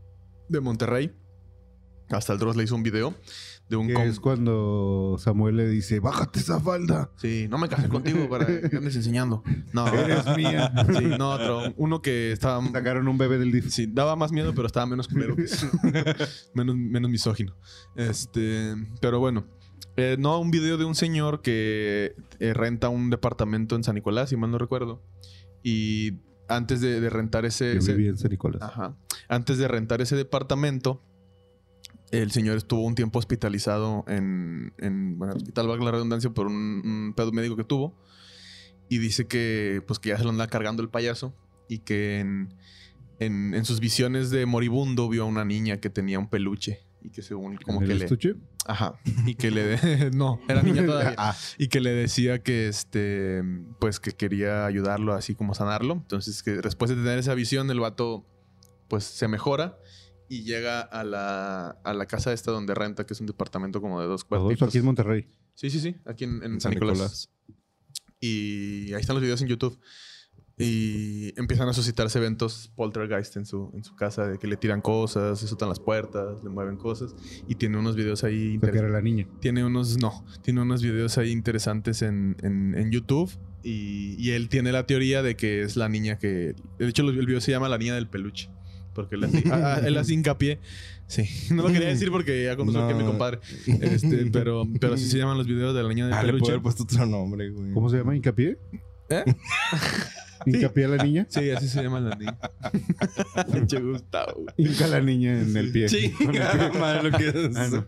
de Monterrey. Hasta el Dross le hizo un video de un...
Que
com-
es cuando Samuel le dice, bájate esa falda.
Sí, no me casé contigo para que andes enseñando. No,
Eres mía.
Sí, no, otro. Uno que estaba...
Sacaron un bebé del DIF.
Sí, daba más miedo, pero estaba menos culero que eso. menos, menos misógino. Este, pero bueno. Eh, no, un video de un señor que eh, renta un departamento en San Nicolás, si mal no recuerdo. Y antes de, de rentar ese,
Yo
ese-
viví en San Nicolás.
Ajá. Pues, Antes de rentar ese departamento, el señor estuvo un tiempo hospitalizado en, en bueno, hospital, valga la redundancia, por un, un pedo médico que tuvo. Y dice que, pues, que ya se lo anda cargando el payaso y que en, en- en sus visiones de moribundo vio a una niña que tenía un peluche y que según como
¿En
que
el
le...
estuche?
Ajá. Y que le... no, era niña todavía
Ah,
y que le decía que este pues que quería ayudarlo así como sanarlo entonces que después de tener esa visión el vato pues se mejora y llega a la, a la casa esta donde renta que es un departamento como de dos
Rodolfo,
cuartitos
aquí en Monterrey.
sí sí sí aquí en, en San Nicolás. y ahí están los videos en YouTube y empiezan a suscitarse eventos poltergeist en su, en su casa, de que le tiran cosas, se azotan las puertas, le mueven cosas. Y tiene unos videos ahí
O sea, que era la niña.
tiene unos, no, tiene unos videos ahí interesantes en, en- en YouTube. Y, y él tiene la teoría de que es la niña que. De hecho, el video se llama La niña del peluche. Porque él hace, ah, ah, él hace hincapié. Sí, no lo quería decir porque ya conozco
No.
que mi compadre. Este, pero, pero así se llaman los videos de la niña del
Ah, le puedo
peluche.
haber puesto otro nombre, güey.
¿Cómo se llama? ¿Hincapié?
¿Eh?
¿Hincapié a la niña?
Sí, así se llama la niña. Pinche Gustavo. güey.
Hinca a la niña en el pie.
Chingada madre, lo que es.
Ah, no.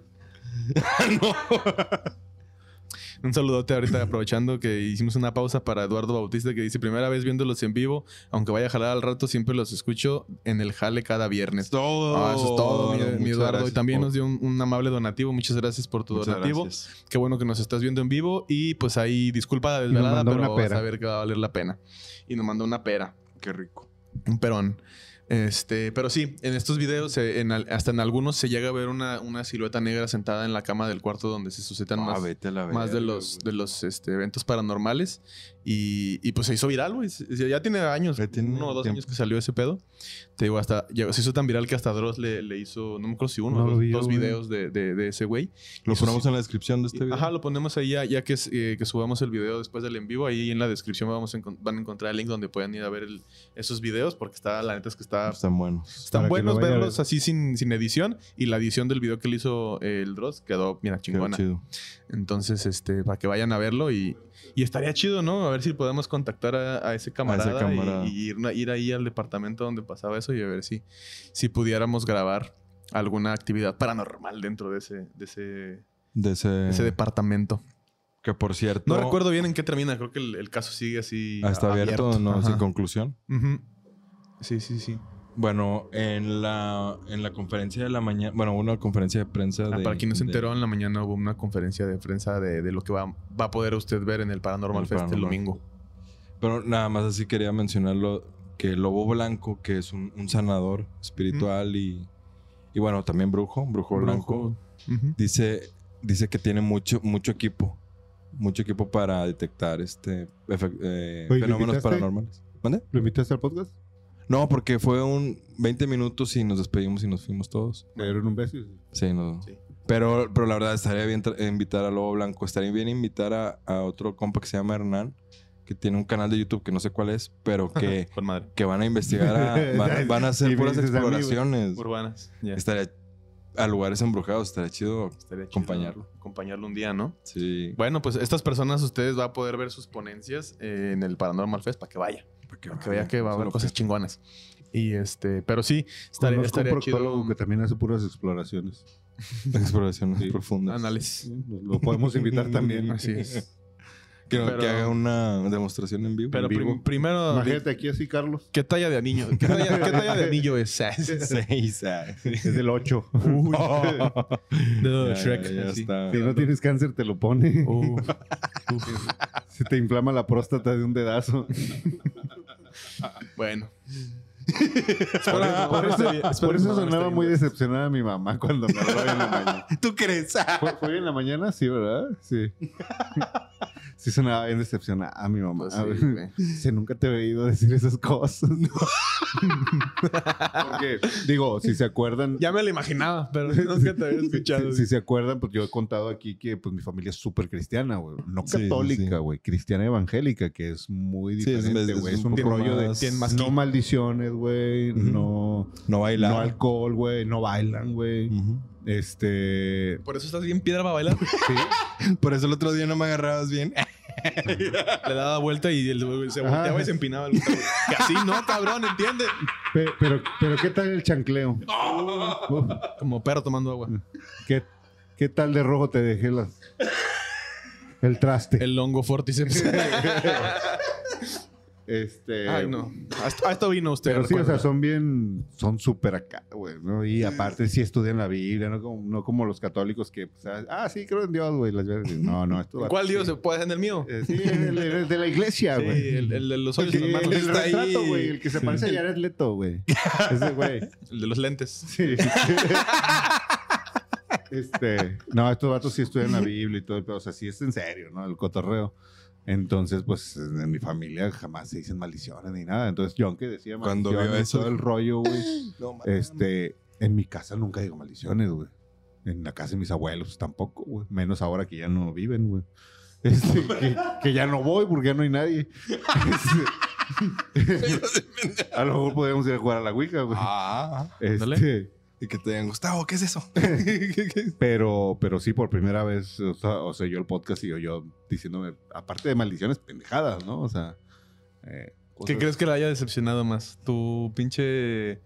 Un saludote ahorita aprovechando que hicimos una pausa para Eduardo Bautista que dice primera vez viéndolos en vivo, aunque vaya a jalar al rato siempre los escucho en el jale cada viernes.
Es todo.
Ah, eso es todo, mi- mi,
Muchas
Eduardo.
gracias
y también
por-
nos dio un, un amable donativo. Muchas gracias por tu
muchas
donativo.
gracias.
Qué bueno que nos estás viendo en vivo. Y pues ahí, disculpa la
Y nos
desvelada,
mandó
pero
una
vas
pera.
a ver que va a valer la pena. Y nos mandó una pera,
Qué rico.
un perón. Este, pero sí, en estos videos, eh, en al- hasta en algunos se llega a ver una, una silueta negra sentada en la cama del cuarto donde se suscitan
Ah,
más,
vete a la
más de
verga,
los,
güey.
de los este, eventos paranormales. Y, y, pues se hizo viral, güey. Se- se- Ya tiene años,
Ya tiene
uno o dos
tiempo.
años que salió ese pedo. Te digo, hasta llegó- se hizo tan viral que hasta Dross le, le hizo, no me acuerdo si uno,
No
o
lo
dos,
vi yo,
dos
güey.
videos de, de- de ese güey.
Lo
Eso
ponemos
sí.
en la descripción de este video.
Ajá, lo ponemos ahí ya, ya que, es- eh, que subamos el video después del en vivo. Ahí en la descripción vamos a encon- van a encontrar el link donde pueden ir a ver el- esos videos porque está, la neta es que está...
Ah, Están buenos.
Están
Pues, Para que
buenos
lo vaya a
verlos
ver.
así sin, sin edición y la edición del video que le hizo eh, el Dross quedó, mira,
Qué
chingona.
chido.
Entonces, este, para que vayan a verlo y, y estaría chido, ¿no? A ver si podemos contactar a, a ese camarada, y-
camarada.
y, ir, ir ahí al departamento donde pasaba eso y a ver si, si pudiéramos grabar alguna actividad paranormal dentro de ese, de ese,
De ese,
de ese departamento.
que por cierto.
No, recuerdo bien en qué termina, creo que el, el caso sigue así.
Ah, Está abierto, no,
Ajá.
sin conclusión.
Ujú. Sí, sí, sí.
Bueno, en la, en la conferencia de la mañana. Bueno, una conferencia de prensa.
Ah,
de-
para quien no se
de-
enteró, en la mañana hubo una conferencia de prensa de, de lo que va, va a poder usted ver en el Paranormal
El
Fest el
Paranormal.
domingo.
Pero nada más así quería mencionarlo que el lobo blanco, que es un, un sanador espiritual y, Y bueno, también Brujo, Brujo Blanco.
Ujú.
Dice, dice que tiene mucho, mucho equipo. Mucho equipo para detectar este efe- eh,
Oye, ¿lo
fenómenos
invitaste?
paranormales. ¿Mande?
¿Lo invitaste al podcast?
No, porque fue un 20 minutos y nos despedimos y nos fuimos todos.
Me dieron un beso. y-
Sí, no.
Sí.
Pero, pero la verdad, estaría bien tra- invitar a Lobo Blanco. Estaría bien invitar a, a otro compa que se llama Hernán, que tiene un canal de YouTube que no sé cuál es, pero que,
Con madre.
que van a investigar, a- van, van a
Y
hacer
me
puras
dices a mí, güey.
exploraciones.
Urbanas. Ya.
Estaría a lugares embrujados, estaría chido.
Estaría chido
Acompañarlo.
Acompañarlo un día, ¿no?
Sí.
Bueno, pues estas personas ustedes van a poder ver sus ponencias eh, en el Paranormal Fest para que vaya. Para
Ah,
que vea que va a haber
Solo
cosas chingonas. Y este, pero sí, estaría,
Conozco un
estaría chido.
proctólogo que también hace puras exploraciones.
Exploraciones
Sí.
profundas.
Análisis.
Lo lo podemos invitar también.
Así es.
Que,
Pero-
que haga una demostración en vivo.
Pero
En
prim-
vivo.
primero,
Imagínate aquí así, Carlos.
¿qué talla de anillo? ¿Qué talla, qué talla de anillo es?
Seis, ah, sí.
Es del 8.
No,
Ya,
Shrek.
ya, ya
sí.
está.
Si no tienes cáncer, te lo pone.
Uh,
Se te inflama la próstata de un dedazo.
bueno.
Por eso, por eso sonaba muy decepcionada mi mamá cuando me habló en la mañana.
¿Tú crees?
¿Fue, fue hoy en la mañana? Sí, ¿verdad? Sí. Sí sonaba bien decepcionada a mi mamá.
Pues sí, güey.
Se nunca te he oído decir esas cosas. Porque, digo, si se acuerdan...
Ya me lo imaginaba, pero no es que te había escuchado.
Si, si se acuerdan, pues yo he contado aquí que pues mi familia es súper cristiana, güey. No
Sí, sí,
católica,
sí.
güey. Cristiana evangélica, que es muy
Sí, es-
diferente,
es-
güey.
es
Es,
un
un
poco
rollo de...
más- tiene
más
no
ki-
maldiciones, güey.
Ujú.
No...
No bailar.
No alcohol, güey. No bailan, güey. Este...
Por eso estás bien piedra para bailar.
Por eso el otro día no me agarrabas bien.
Le daba vuelta y el- se
Ajá.
volteaba y se empinaba. El güey. que así no, cabrón, ¿entiende?
Pe- Pero, pero, ¿qué tal el chancleo? Uf,
Como perro tomando agua.
¿Qué, qué tal de rojo te dejé las... El traste.
El longo forticeps.
Este...
Ay, no. A esto, a esto vino usted.
Pero sí, o sea,
recuerda.
son bien, son súper acá, güey, ¿no? Y aparte sí estudian la Biblia, no como, no como los católicos que, pues, ah, ah, sí, creo en Dios, güey. las vergas. No, no, esto va-
¿Cuál Dios se puede hacer en el mío?
Eh, Sí, el, el de la iglesia,
Sí,
güey.
el, el de los
El
ojos
que-
en la
el
mano.
del
está ahí.
retrato, güey, el que se parece a Jared Leto, güey. Ese güey.
El de los lentes.
Sí. este, no, estos vatos sí estudian la Biblia y todo el pedo. O sea, sí es en serio, ¿no? El cotorreo. Entonces, pues en mi familia jamás se dicen maldiciones ni nada. Entonces, yo aunque decía
Cuando
maldiciones
vio
y
eso,
todo el rollo, güey.
No, mames.
Este, en mi casa nunca digo maldiciones, güey. En la casa de mis abuelos tampoco, güey. Menos ahora que ya no viven, güey. Este, que, que ya no voy porque ya no hay nadie. Este, a lo mejor podríamos ir a jugar a la Ouija, güey.
Ah,
este,
y que te digan, Gustavo, ¿qué es eso?
pero, pero sí, por primera vez, o sea, o sea, yo el podcast y yo, yo diciéndome, aparte de maldiciones, pendejadas, ¿no? O sea, eh,
¿Qué
cosas-
crees que le haya decepcionado más? Tu pinche.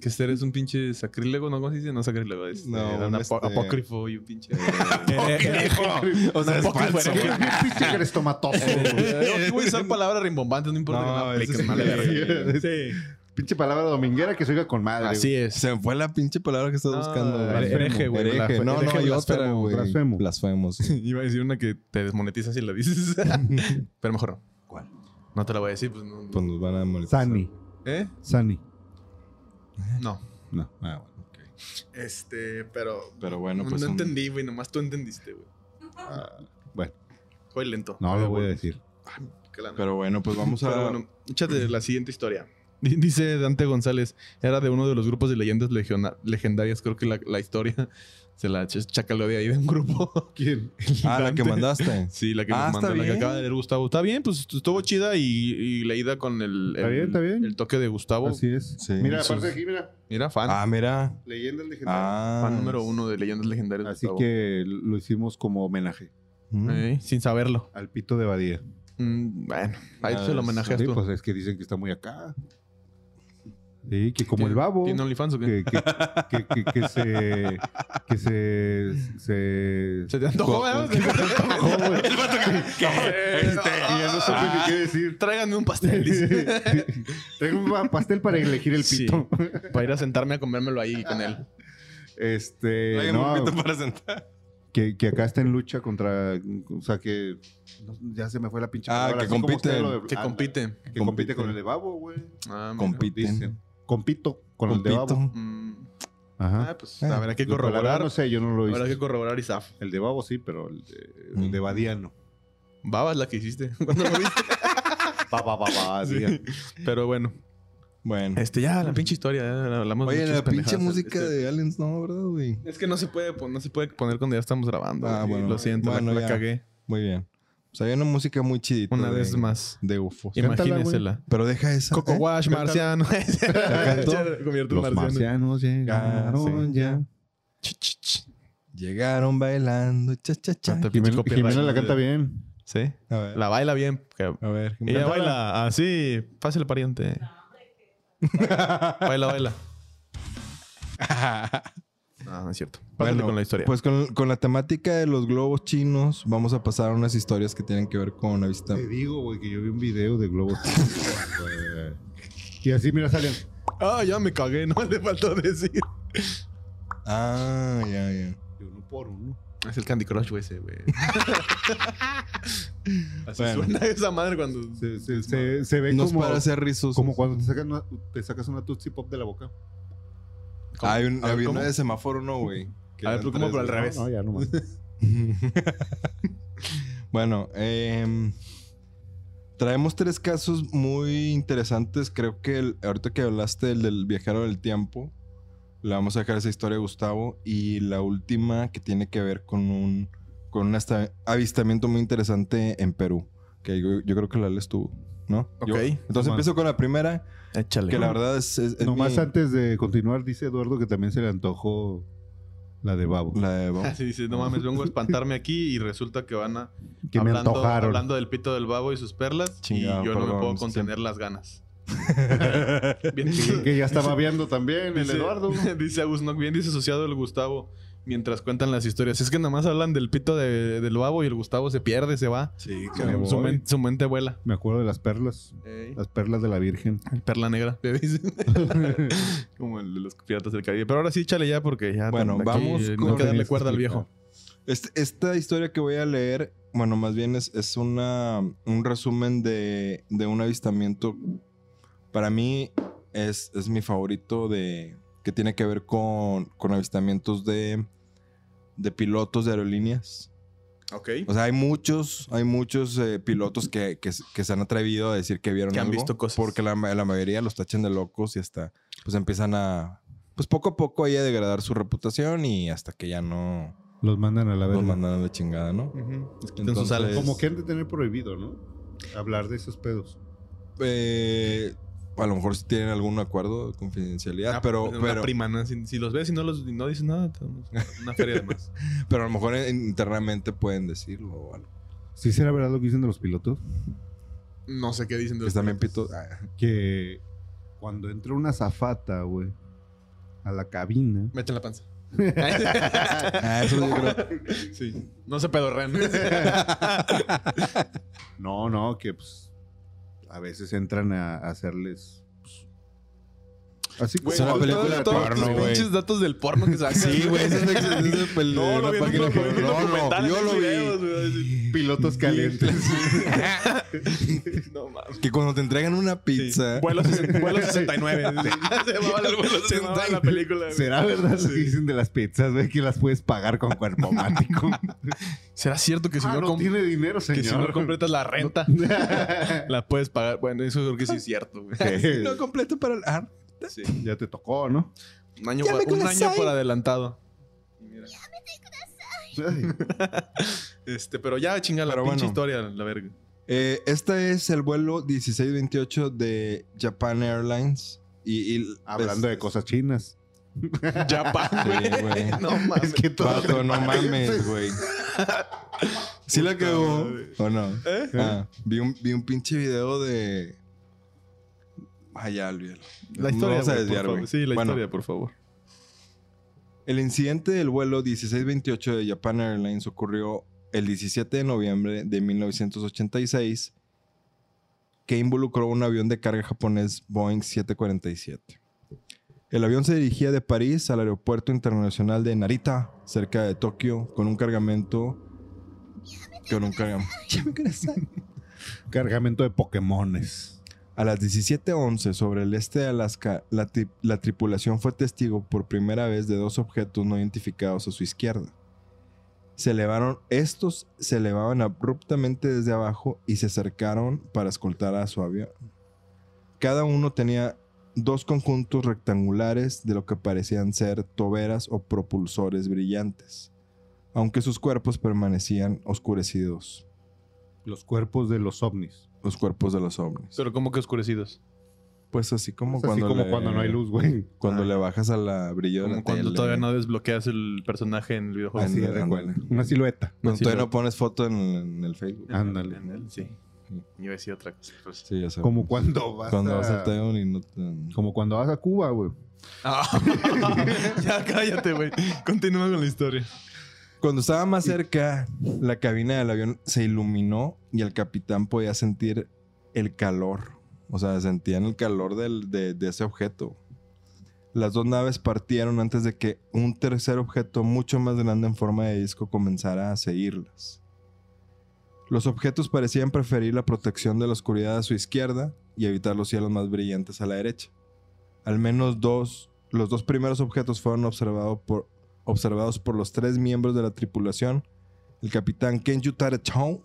Que este eres un pinche sacrílego, ¿no? ¿Cómo se dice? No sacrílego. Este,
No,
un
un
apó-
este-
apócrifo y un pinche.
o sea, es falso.
¿Qué, qué pinche crestomatoso, güey?
Yo voy a usar palabras rimbombantes, no importa que
No,
me la
ese
apliquen,
sí.
vale, verga.
Pinche palabra dominguera que se oiga con madre. güey.
Así es.
Se me fue la pinche palabra que estás
No,
buscando. güey.
eres- hereje, güey.
Hereje.
Blasfe-
No, no,
hereje,
y otra,
blasfemo,
güey.
blasfemo.
Blasfemos.
Iba a decir una que te desmonetiza si la dices. Pero mejor no.
¿Cuál?
No te la voy a decir, pues no.
Pues nos van a molestar.
Sani.
¿Eh?
Sani.
No.
No. Ah, bueno.
Este, pero.
Pero bueno,
no,
pues.
no
un-
entendí, güey. Nomás tú entendiste, güey.
Ah, bueno,
Voy lento.
no lo voy a decir.
Qué lana.
Pero bueno, pues vamos a.
Pero bueno, échate la siguiente historia. Di- Dice Dante González, era de uno de los grupos de leyendas legiona- legendarias. Creo que la, la historia se la ch- chacaleó de ahí de un grupo.
¿Quién?
ah, la que
Dante.
mandaste.
Sí, la que nos
Ah, está
mandó, la que
bien.
acaba de leer Gustavo. Está bien, pues estuvo chida y, y leída con el,
Está
el-
bien, está bien.
el toque de Gustavo.
Así es.
Sí,
mira,
eso
aparte de
es-
aquí, mira.
Mira, fan.
Ah, mira.
Leyendas legendarias.
Ah.
fan número uno de leyendas legendarias.
Así
Gustavo.
que lo hicimos como homenaje
Mm.
Eh, sin saberlo.
al pito de Badía.
Mm, bueno, ahí
Ah,
se lo homenajeas
Sí,
tú.
pues es que dicen que está muy acá. Sí, que como el
¿Tiene-
babo.
¿Tiene OnlyFans o qué?
Que, que, que, que, que se. Que se. se,
¿Se te antojó?
Cu-
eh?
Ojo, güey. Ah.
Este,
Y ya no supe ni qué decir.
Tráiganme un pastel. dice.
Tengo un pa- pastel para elegir el
Sí.
pito.
Para ir a sentarme a comérmelo ahí con él.
Ah, Este.
Tráigame
No,
un pito para sentar.
que, que acá está en lucha contra. O sea, que. no, ya se me fue la pinche.
Ah,
palabra,
que
así como
compite.
usted lo de-
Que
anda,
compite.
Que compite con el de babo, güey.
Ah, mira.
Compiten.
Dicen. Compito con el de
Compito.
babo.
Mm,
Ajá.
Ah, pues habrá que
Eh, Lo pues. colorado
corroborar.
No sé, yo no lo
Habrá que
hice.
corroborar Isaf.
El de Babo sí, pero el de, el de Badiano.
Baba es la que hiciste. cuando lo viste.
Ba, ba, ba, ba,
Sí.
digan.
Pero bueno.
Bueno.
Este, ya, la pinche historia. ya hablamos de
Oye,
muchas
la pinche
pendejadas.
música
Este,
de Aliens, no, ¿verdad, güey?
Es que no se puede, pon- no se puede poner cuando ya estamos grabando.
Ah,
güey.
bueno.
Lo siento, la-
Bueno,
la,
ya.
cagué
Muy bien. Pues había una música muy chidita.
una
de-
vez más.
De UFOs.
Cántala,
Imagínensela.
Pero deja esa.
Coco
Pues ¿eh?
Wash, marciano.
canto?
Convierte en
Los
marciano.
marcianos llegaron ya.
Ch, ch, ch.
Llegaron bailando. Cha, cha, cha.
Canta, pinche
Jimena,
copia,
Jimena
baila.
la canta bien.
Sí.
A ver.
La baila bien. que-
A ver.
Ella baila así. Fácil pariente. Baila, baila. No, no es cierto. Pásale
Bueno,
con la historia.
Pues con, con la temática de los globos chinos, vamos a pasar a unas historias que tienen que ver con la vista.
Te digo, güey, que yo vi un video de globos. güey. y así, mira, salen.
ah, ya me cagué. No le faltó decir.
Ah, ya, ya.
de uno por uno.
Es el Candy Crush, güey, ese, güey. Así
Bueno.
suena esa madre cuando.
Se, se, se, se ve
Nos
como,
para hacer rizos.
como cuando te sacas, una, te sacas una Tootsie Pop de la boca.
Hay un,
A ver,
había
¿cómo?
una de semáforo, no, güey. Que
A ver, pero
eran
¿cómo
tres,
por al
güey.
revés?
No, ya no más.
bueno, em, traemos tres casos muy interesantes. Creo que el- ahorita que hablaste del, del viajero del tiempo, le vamos a dejar esa historia a Gustavo. Y la última que tiene que ver con un, con un hasta- avistamiento muy interesante en Perú. Que yo, yo creo que la lees tú, ¿no? Yo-
Ok.
entonces empiezo con la primera,
Échale.
que la verdad es... es- es
Nomás
mi-
antes de continuar, dice Eduardo que también se le antojó la de Babo.
la de Bob.
Así dices, no mames, vengo a espantarme aquí y resulta que van a.
que me
hablando,
antojaron.
hablando del pito del babo y sus perlas.
Chingado,
y yo no
perdón,
me puedo
sí.
contener las ganas. Bien,
Que, que ya estaba viendo también el
dice-
Eduardo.
Dice Agus Nock, bien disociado el Gustavo mientras cuentan las historias. Es que nada más hablan del pito de- del babo y el Gustavo se pierde, se va.
Sí,
Su,
cabrón.
su men- su mente vuela.
Me acuerdo de las perlas. Las perlas de la Virgen.
El perla negra, le dicen. Como el de los piratas del Caribe. Pero ahora sí, échale ya porque ya.
Bueno,
aquí
vamos
No hay
con-
que darle cuerda al viejo.
Este- esta historia que voy a leer, bueno, más bien es, es una, un resumen de, de un avistamiento. Para mí es, es mi favorito de que tiene que ver con, con avistamientos de, de pilotos de aerolíneas.
Ok.
O sea, hay muchos, hay muchos eh, pilotos que, que, se- que se han atrevido a decir que vieron
Que han
algo,
visto cosas.
Porque la, ma- la mayoría los tachan de locos y hasta pues empiezan a... Pues poco a poco ahí a degradar su reputación y hasta que ya no...
Los mandan a la
Los
verga.
mandan a la chingada, ¿no?
sus alas.
Como que han de tener prohibido, ¿no? Hablar de esos pedos.
Eh, a lo mejor sí tienen algún acuerdo de confidencialidad,
Ah,
pero,
pues, una
pero,
prima, ¿no? Si, si los ves y no, los, y no dices nada, te- una feria de más.
pero a lo mejor eh, internamente pueden decirlo o algo.
¿Sí será verdad lo que dicen de los pilotos?
No sé qué dicen de
Que también pito. ah,
Que cuando entra una zafata, güey, a la cabina.
Mete en la panza.
ah, eso yo creo.
sí. No se pedorrean.
No, no, que pues a veces entran a, a hacerles. pues, así
Es una
todas-
película
todas-
de
todas-
porno, güey.
pinches datos del porno que sacan.
Sí, güey, ese es el- ese es el- el-
No,
la
lo vi en
página
un
que-
documental,
no, no,
documental,
yo lo vi.
videos, güey.
Pilotos calientes.
No mames.
Que cuando te entregan una
Sí.
pizza.
Vuelo, sesen- vuelo 69. se llamaba la, se llamaba la película. güey.
¿Será verdad lo que dicen de las pizzas, güey? Que las puedes pagar con cuerpo mático.
¿Será cierto que si,
Ah,
no,
no
com-
tiene dinero,
que si no
señor.
completas la renta, la puedes pagar? Bueno, eso creo que sí es cierto. güey.
Sí,
No completo para el ah, ar.
Sí.
ya te tocó, ¿no?
Un año,
Ya
por,
me
un
conocéis.
año por adelantado.
Ay.
Este, pero ya chinga la
Pero
pinche
bueno.
historia, la verga.
Eh, este es el vuelo 1628 de Japan Airlines. Y, y-
Hablando de cosas chinas.
Japan,
Sí, güey.
No mames.
Es que todo
Pues, Vato,
te
no
parece.
mames, güey. ¿Sí la cagó o no?
¿Eh?
Ah, vi, un, vi un pinche video de... Ay, ya, olvídalo.
La
No
historia,
vamos a
güey, por
desviar,
favor.
güey.
Sí, la
Bueno.
historia, por favor.
El incidente del vuelo 1628 de Japan Airlines ocurrió el 17 de noviembre de 1986 que involucró un avión de carga japonés Boeing 747. El avión se dirigía de París al aeropuerto internacional de Narita, cerca de Tokio, con un cargamento... Con un cargamento...
Cargamento de Pokémones.
A las 17.11 sobre el este de Alaska, la, tri- la tripulación fue testigo por primera vez de dos objetos no identificados a su izquierda. Se elevaron, estos se elevaban abruptamente desde abajo y se acercaron para escoltar a su avión. Cada uno tenía dos conjuntos rectangulares de lo que parecían ser toberas o propulsores brillantes, aunque sus cuerpos permanecían oscurecidos,
Los cuerpos de los ovnis.
los cuerpos de los ovnis.
Pero como que oscurecidos.
Pues así como,
Es así
cuando,
como
le-
cuando no hay luz, güey.
Cuando
Ah.
le bajas a la brillo de la
Como cuando
tele.
todavía no desbloqueas el personaje en el videojuego.
Así
Ándale,
de cual.
ándale.
Una silueta.
No,
Así Ah.
todavía
lo-
no pones foto en, en el Facebook.
Ándale.
En él, sí. Yo decía otra cosa. pues.
Mm. Sí, ya sabes.
Como cuando vas
Cuando
a...
vas al Taiwán y no te...
Como cuando vas a Cuba, güey.
Ah, ya cállate, güey. Continúa con la historia.
Cuando estaba más cerca, la cabina del avión se iluminó y el capitán podía sentir el calor. O sea, sentían el calor del- de, de ese objeto. Las dos naves partieron antes de que un tercer objeto mucho más grande en forma de disco comenzara a seguirlas. Los objetos parecían preferir la protección de la oscuridad a su izquierda y evitar los cielos más brillantes a la derecha. Al menos dos, los dos primeros objetos fueron observado por, observados por los tres miembros de la tripulación, el capitán Ken Chong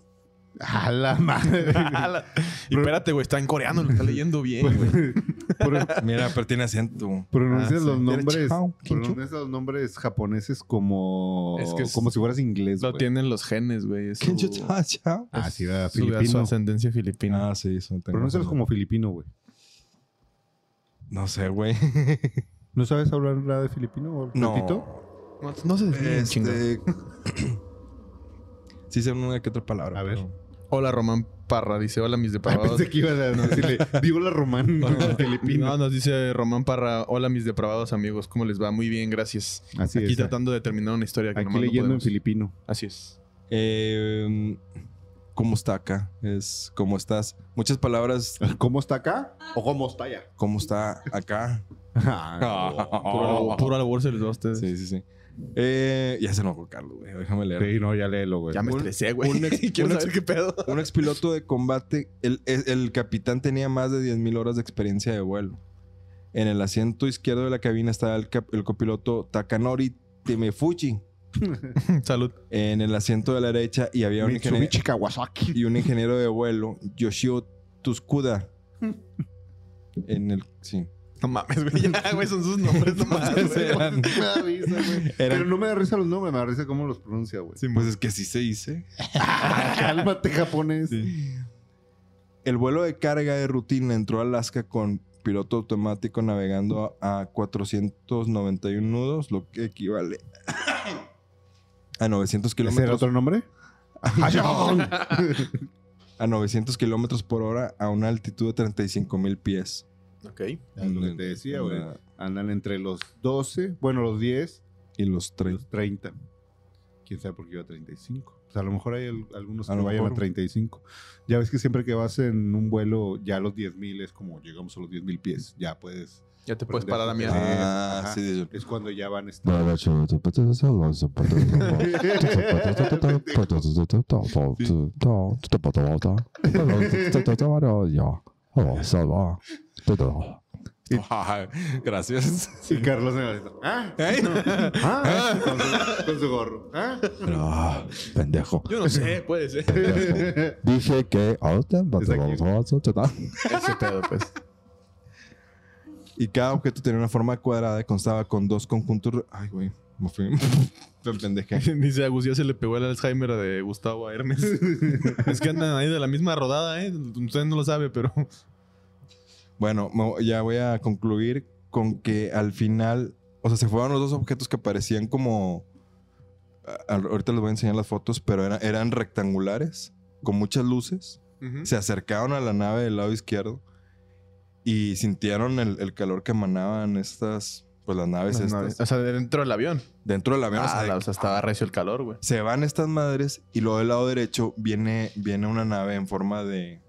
A la madre.
Ah, y espérate, güey. Está en coreano, lo está leyendo
Pues,
bien, güey.
Pro-
Mira, pero tiene acento.
Pronuncias
Ah, sí.
los nombres...
Chao, Kim Chu.
Pronuncias los nombres japoneses como...
Es que es-
como si fueras inglés,
Lo
güey.
tienen los genes, güey. es
Ken
su-
Chao.
Ah, sí, va,
su- Su
filipino.
ascendencia filipina.
Ah, sí, eso tengo
Pronúncialos
razón.
como filipino, güey.
No sé, güey.
¿No sabes hablar nada de filipino? güey? ¿Tantito?
No.
No, no se desvíen, chingado.
Este... sí sé una que otra palabra.
A ver.
pero-
Hola, Román Parra. Dice, hola, mis
Ay,
depravados.
pensé que ibas a decirle... Dígola román güey, filipino.
No, nos dice Román Parra, hola mis depravados amigos, ¿cómo les va? Muy bien, gracias.
Así
Aquí
es.
tratando de terminar una historia que
Aquí
nomás no
leyendo en
podemos.
filipino.
Así es.
Eh, ¿Cómo está acá? Es ¿Cómo estás? Muchas palabras.
¿Cómo está acá? ¿O cómo está allá? Ah,
¿Cómo está acá? Ah,
Puro, puro albur se les va a ustedes.
Oh. Sí, sí, sí. Eh, ya se enojó Carlos, güey. Déjame leer.
Sí, no, ya léelo, güey.
Ya me
pues. Un-
estresé, güey.
un ex-
Quiero
un ex-
saber qué pedo.
Un expiloto de combate, el, el- el capitán tenía más de 10.000 horas de experiencia de vuelo. En el asiento izquierdo de la cabina estaba el, cap- el copiloto Takanori Temefuchi.
Salud.
En el asiento de la derecha y había un, ingeniero,
Mitsubishi Kawasaki.
y un ingeniero de vuelo, Yoshio Tuskuda. En el... Sí.
No mames, güey. Ya, güey, son sus nombres nomás, güey.
Eran-
Me da risa, güey. Pero no me da risa los nombres, me da risa cómo los pronuncia, güey.
pues es que así se dice.
Cálmate, japonés.
El vuelo de carga de rutina entró a Alaska con piloto automático navegando a 491 nudos, lo que equivale a 900
¿Ese era
kilómetros
otro nombre? Ah,
a 900 kilómetros por hora a una altitud de 35 mil pies.
Ok.
Es lo que te decía, güey.
Una-
Andan entre los 12, bueno, los 10
Y los
y
30.
los 30. Quién sabe por qué iba a 35. O sea, a lo mejor hay al- algunos
A
que
lo
vayan
mejor.
a 35. Ya ves que siempre que vas en un vuelo, ya los 10.000 es como llegamos a los 10.000 pies. Ya puedes.
Ya te puedes parar a mí.
Ah.
Ah,
Ajá.
sí. de-
Es cuando ya van este, a estar.
Gracias.
Gracias.
Y Carlos en la ¿Ah?
¿Eh?
¿Ah? Con, su, con su gorro. ¿Ah?
Ah, pendejo.
Yo no sé, puede ser.
pendejo. Dije que ahorita
Es aquí.
Ese pedo, pues.
Y cada objeto tenía una forma cuadrada y constaba con dos conjuntos. re- Ay, güey. Me fui. Me pendejé.
Dice Agus, ya se le pegó el Alzheimer de Gustavo a Hermes. es que andan ahí de la misma rodada, ¿eh? Usted no lo sabe, pero...
Bueno, mo- ya voy a concluir con que al final, o sea, se fueron los dos objetos que parecían como. a- a- ahorita les voy a enseñar las fotos, pero era- eran rectangulares, con muchas luces. Se acercaron a la nave del lado izquierdo y sintieron el, el calor que emanaban estas, pues las naves
Las
estas.
naves. O sea, dentro del avión.
Dentro del avión, o sea,
Ah, la- o sea, estaba recio el calor, güey.
se van estas madres y luego del lado derecho viene, viene una nave en forma de,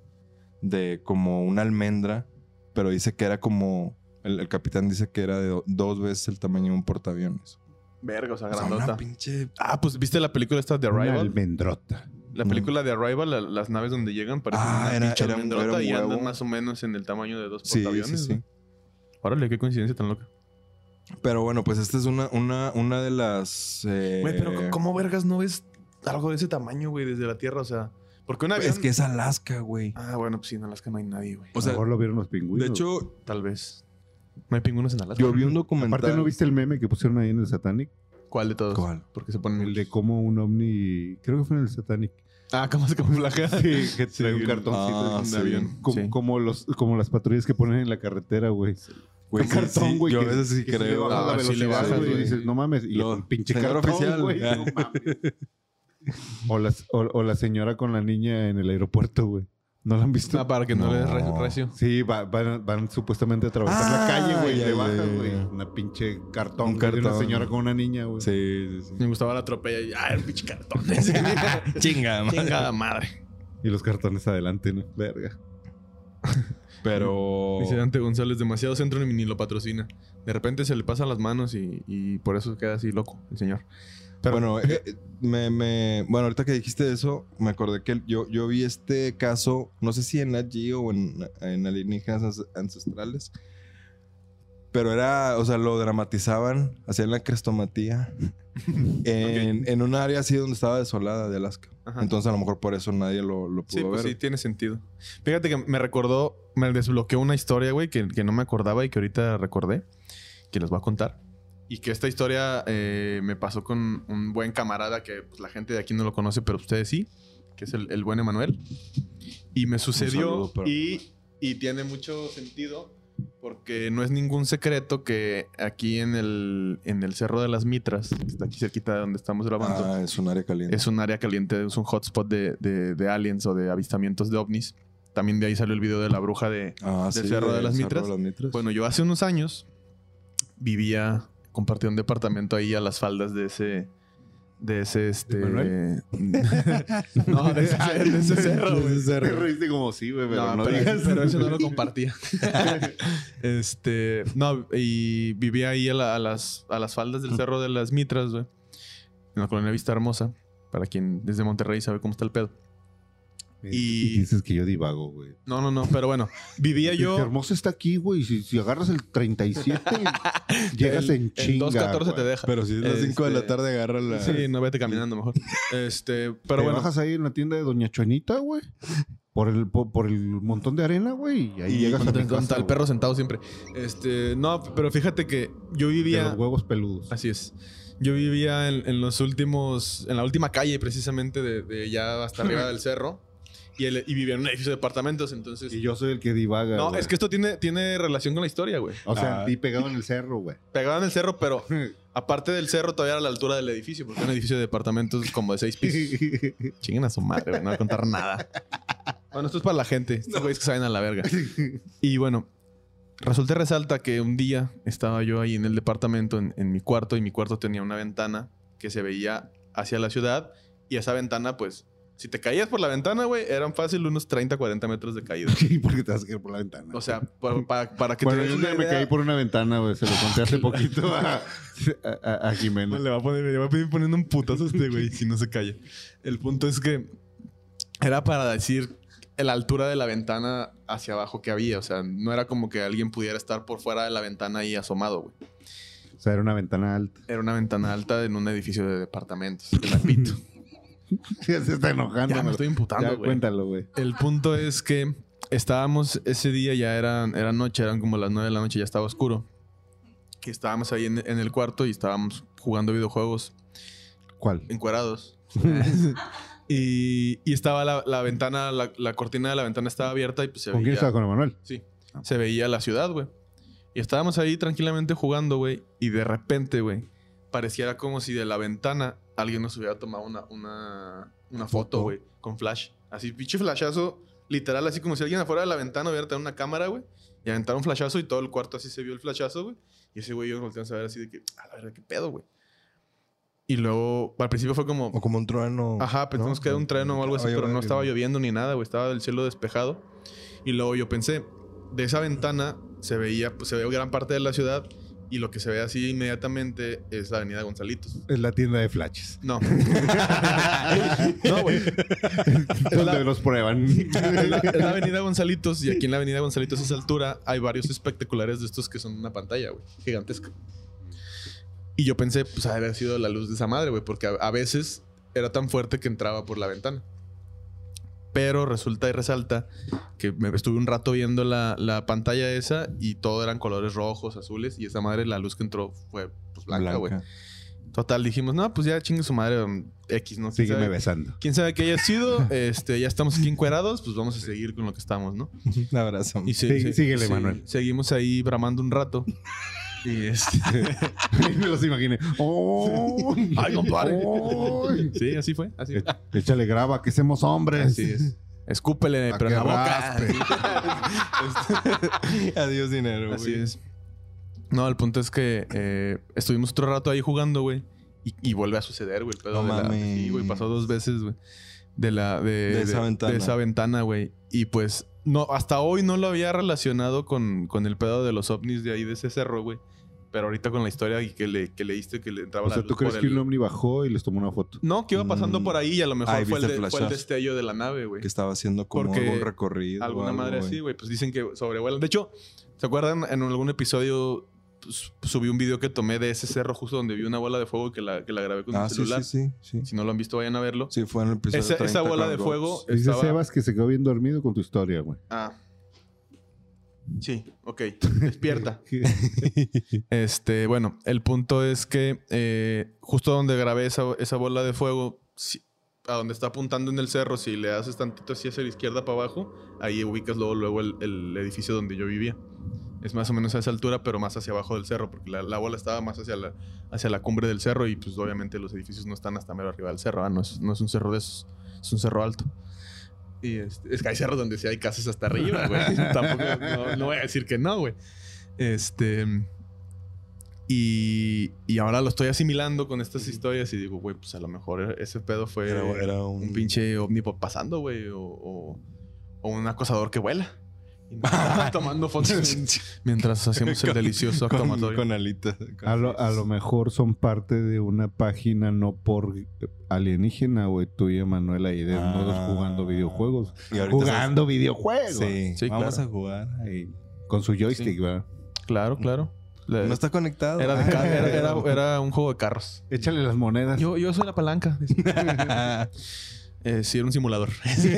de como una almendra, pero dice que era como, el, el capitán dice que era de do- dos veces el tamaño de un portaaviones.
Verga, o sea,
O sea, una
grandota.
pinche...
Ah, pues viste la película esta de
Una
Arrival.
almendrota.
La
No.
película de Arrival, la- las naves donde llegan parecen
Ah,
una
era-
pinche
era un-
almendrota
era un
y andan
huevo.
más o menos en el tamaño de dos
Sí,
portaaviones.
sí, sí.
Órale, qué coincidencia tan loca.
Pero bueno, pues esta es una, una, una de las. eh,
Güey, pero c- ¿cómo vergas no ves algo de ese tamaño, güey, desde la Tierra? O sea, porque un avión...
Pues Es que es Alaska, güey.
Ah, bueno, pues sí, en Alaska no hay nadie, güey.
O sea,
Mejor lo vieron los pingüinos.
de hecho,
Tal vez. No hay pingüinos en Alaska.
yo vi un documental.
Aparte, ¿no viste el meme que pusieron ahí en el Satanic?
¿Cuál de todos?
¿Cuál?
Porque se ponen...
El de cómo un ovni, creo que fue en el Satanic.
Ah, ¿cómo se camuflajea?
Sí, que trae un
Ah,
cartoncito en un
sí.
avión. Como,
Sí.
como los, como las patrullas que ponen en la carretera, güey.
Güey,
Un
sí, sí, Yo a veces sí
que le
creo.
bajas
Ah,
la
sí le
velocidad,
bajas,
güey, y
güey.
dices, no mames. Y
Lo-
es un pinche
señor
cartón,
oficial.
güey.
Ah.
No mames. O, las- o- o la señora con la niña en el aeropuerto, güey. ¿No la han visto?
Ah, para que no,
No.
le des re- recio.
Sí, va- van, van supuestamente a atravesar
Ah,
la calle, güey. y
ya,
Le
ya,
bajas,
ya,
güey.
ya.
Una pinche cartón.
Un
Un cartón. una
cartón.
señora con una niña, güey.
Sí, sí, sí.
Me gustaba la atropella y... ¡Ah, el pinche cartón!
Chinga, madre.
Chingada madre.
Y los cartones adelante, ¿no? Verga.
Pero.
Oh.
Dice Dante González, demasiado centro ni ni lo patrocina. De repente se le pasan las manos y, y por eso queda así loco el señor.
Pero bueno, eh, eh, me, me- bueno, ahorita que dijiste eso, me acordé que yo, yo vi este caso, no sé si en Nat Geo o en, en Alienígenas Ances- Ancestrales, pero era, o sea, lo dramatizaban, hacían la crestomatía en, en un área así donde estaba desolada de Alaska.
Ajá.
Entonces, a lo mejor por eso nadie lo, lo pudo
Sí, pues sí,
ver.
tiene sentido. Fíjate que me recordó, me desbloqueó una historia, güey, que, que no me acordaba y que ahorita recordé, que les voy a contar. Y que esta historia eh, me pasó con un buen camarada que pues, la gente de aquí no lo conoce, pero ustedes sí, que es el, el buen Emanuel. Y me sucedió
saludo para-
y, y tiene mucho sentido porque no es ningún secreto que aquí en el, en el Cerro de las Mitras, que está aquí cerquita de donde estamos grabando,
Ah, es un área caliente.
es un área caliente, es un hotspot de, de- de aliens o de avistamientos de ovnis. También de ahí salió el video de la bruja de...
Ah,
del Cerro de
del
las
Cerro
Mitras.
de las Mitras.
Bueno, yo hace unos años vivía, compartía un departamento ahí a las faldas de ese... De ese, este...
¿Manuel?
no, de ese, de ese cerro, güey.
Te reíste como sí, güey, pero no,
pero,
digas.
pero eso no lo compartía. este, no, y vivía ahí a, la- a las, a las faldas del Cerro de las Mitras, güey. En la colonia Vista Hermosa. Para quien desde Monterrey sabe cómo está el pedo.
Y...
Y-
dices que yo divago, güey.
No, no, no, pero bueno. Vivía
Dice,
yo...
hermoso está aquí, güey. Si, si agarras el 37, llegas
El-
en
el
chinga.
214 te
güey.
deja.
pero si es las 5 de la
Este-
tarde, agarra la...
Sí, no vete caminando mejor. Este, pero
Te
bueno.
bajas ahí en la tienda de Doña Chuanita, güey. Por el, po- por el montón de arena, güey. Y ahí
Y
llegas a
con,
mi
con
casa,
tal
güey.
perro sentado siempre. Este, no, pero fíjate que yo
De
vivía
los huevos peludos.
Así es. Yo vivía en, en los últimos, en la última calle precisamente de, de ya hasta arriba del cerro y, el- y vivía en un edificio de departamentos, entonces...
Y yo soy el que divaga,
no,
güey.
es que esto tiene, tiene relación con la historia, güey.
O sea,
Ah.
y pegado en el cerro, güey.
Pegado en el cerro, pero aparte del cerro todavía era la altura del edificio, porque era un edificio de departamentos como de seis pisos. Chinguen a su madre, güey, no voy a contar nada. Bueno, esto es para la gente, estos güeyes que saben a la verga. Y bueno, resulta y resalta que un día estaba yo ahí en el departamento, en, en mi cuarto, y mi cuarto tenía una ventana que se veía hacia la ciudad, y esa ventana, pues, si te caías por la ventana, güey, eran fácil unos 30, 40 metros de caída.
Sí, porque te vas a caer por la ventana.
O sea, para, para- para que te
bueno,
des
yo un
una
día me
idea-
caí por una ventana, güey. Se lo conté hace poquito a, a- a- a Jimena.
Le va a poner, le va a pedir poniendo un putazo a este güey si no se calla. El punto es que era para decir la altura de la ventana hacia abajo que había. O sea, no era como que alguien pudiera estar por fuera de la ventana y asomado, güey.
O sea, era una ventana alta.
Era una ventana alta en un edificio de departamentos. Te repito.
Se está enojando.
ya me
güey.
estoy
Ya,
imputando, güey.
cuéntalo, güey.
El punto es que estábamos ese día, ya eran, era noche, eran como las 9 de la noche, ya estaba oscuro. Y estábamos ahí en, en el cuarto y estábamos jugando videojuegos
¿Cuál?
encuerados. y, y estaba la, la ventana, la, la cortina de la ventana estaba abierta y pues se
¿Con quién
veía,
estaba? ¿Con Emanuel?
sí, se veía la ciudad, güey. Y estábamos ahí tranquilamente jugando, güey. Y de repente, güey, pareciera como si de la ventana alguien nos hubiera tomado una, una, una foto, güey, con flash. Así, pinche flashazo, literal, así como si alguien afuera de la ventana hubiera tenido una cámara, güey. Y aventaron un flashazo y todo el cuarto así se vio el flashazo, güey. Y ese güey y yo nos volteamos a ver así de que, a la verdad, qué pedo, güey. Y luego, al principio fue como,
O como un trueno.
Ajá, pensamos
¿no?
que era un tren o algo así,
Estaba
pero no
lloviendo.
estaba lloviendo ni nada, güey. Estaba el cielo despejado. Y luego yo pensé, de esa ventana se veía, pues, se veía gran parte de la ciudad Y lo que se ve así inmediatamente es la avenida Gonzalitos.
Es la tienda de flashes.
No.
No, güey. Donde los prueban.
es la, es la avenida Gonzalitos y aquí en la avenida Gonzalitos a esa altura hay varios espectaculares de estos que son una pantalla, güey, gigantesca. Y yo pensé, pues, ha de haber sido la luz de esa madre, güey, porque a, a veces era tan fuerte que entraba por la ventana. Pero resulta y resalta que me estuve un rato viendo la, la pantalla esa y todo eran colores rojos, azules y esa madre la luz que entró fue pues, blanca, güey. Total, dijimos, no, pues ya chingue su madre um, X, ¿no? ¿Quién
Sígueme
sabe?
besando.
quién sabe qué haya sido, este, ya estamos aquí encuerados, pues vamos a seguir con lo que estamos, ¿no?
Un abrazo.
Y se-
Sí,
se-
síguele,
se-
Manuel.
Seguimos ahí bramando un rato. Y este,
Me los imaginé. ¡Oh!
Ay, compadre.
¡Oh!
sí, así fue, así fue.
Échale graba, que seamos hombres.
Así es. Escúpele,
Pa'
pero
que
en la boca.
raspe.
Adiós, dinero.
Así
güey.
es. No, el punto es que eh, estuvimos otro rato ahí jugando, güey. Y, y vuelve a suceder, güey. El pedo
No
de la-
mames.
Sí, güey, pasó dos veces, güey. De la... De,
De esa ventana.
De esa ventana, güey. Y pues, no, hasta hoy no lo había relacionado con, con el pedo de los ovnis de ahí, de ese cerro, güey. Pero ahorita con la historia y que, le, que leíste que le entraba
O
la
sea,
luz
¿tú crees
por
que
el-
un ovni bajó y les tomó una foto?
No, que iba pasando
Mm.
por ahí y a lo mejor
Ahí
fue, el
viste
de- fue el
flashazo.
destello de la nave, güey.
Que estaba haciendo como
Porque
algún recorrido. o
Alguna
algo,
madre
güey.
así, güey. Pues dicen que sobrevuelan. De hecho, ¿se acuerdan? En algún episodio pues, subí un video que tomé de ese cerro justo donde vi una bola de fuego que la, que la grabé con
Ah,
mi
sí,
celular.
sí, sí, sí.
Si no lo han visto, vayan a verlo.
Sí, fue en el episodio
Esa, esa
30
bola
con
de
Rox.
fuego
Dice
estaba...
Sebas que se quedó bien dormido con tu historia, güey.
Ah. Sí, ok. Despierta. Este, bueno, el punto es que eh, justo donde grabé esa, esa bola de fuego, si- a donde está apuntando en el cerro, si le haces tantito así hacia la izquierda para abajo, ahí ubicas luego, luego el, el edificio donde yo vivía. Es más o menos a esa altura, pero más hacia abajo del cerro, porque la, la bola estaba más hacia la, hacia la cumbre del cerro y pues obviamente los edificios no están hasta mero arriba del cerro, ah, no, es, no es un cerro de esos, es un cerro alto. Y este, es que hay cerros donde sí hay casas hasta arriba, güey. Tampoco, no, no voy a decir que no, güey. Este... Y, y ahora lo estoy asimilando con estas historias y digo, güey, pues a lo mejor ese pedo fue
Era, era un...
un pinche ovni po- pasando, güey, o, o- o un acosador que vuela. Y nos estaba tomando fotos en- mientras hacíamos el delicioso acto
con,
amatorio.
con alitas.
A lo, a lo mejor son parte de una página no por alienígena, güey. Tú y Emanuel ahí desnudos
Ah.
jugando videojuegos.
Y ahorita
Jugando
estás-
videojuegos.
Sí,
Sí,
vamos
claro.
a jugar.
Ahí, Con su joystick, ¿verdad?
Claro, claro. La-
No está conectado.
Eh, era, de
Ah,
ca- era, era- era un juego de carros.
Échale las monedas.
Yo, yo soy la palanca. Eh, sí, era un simulador.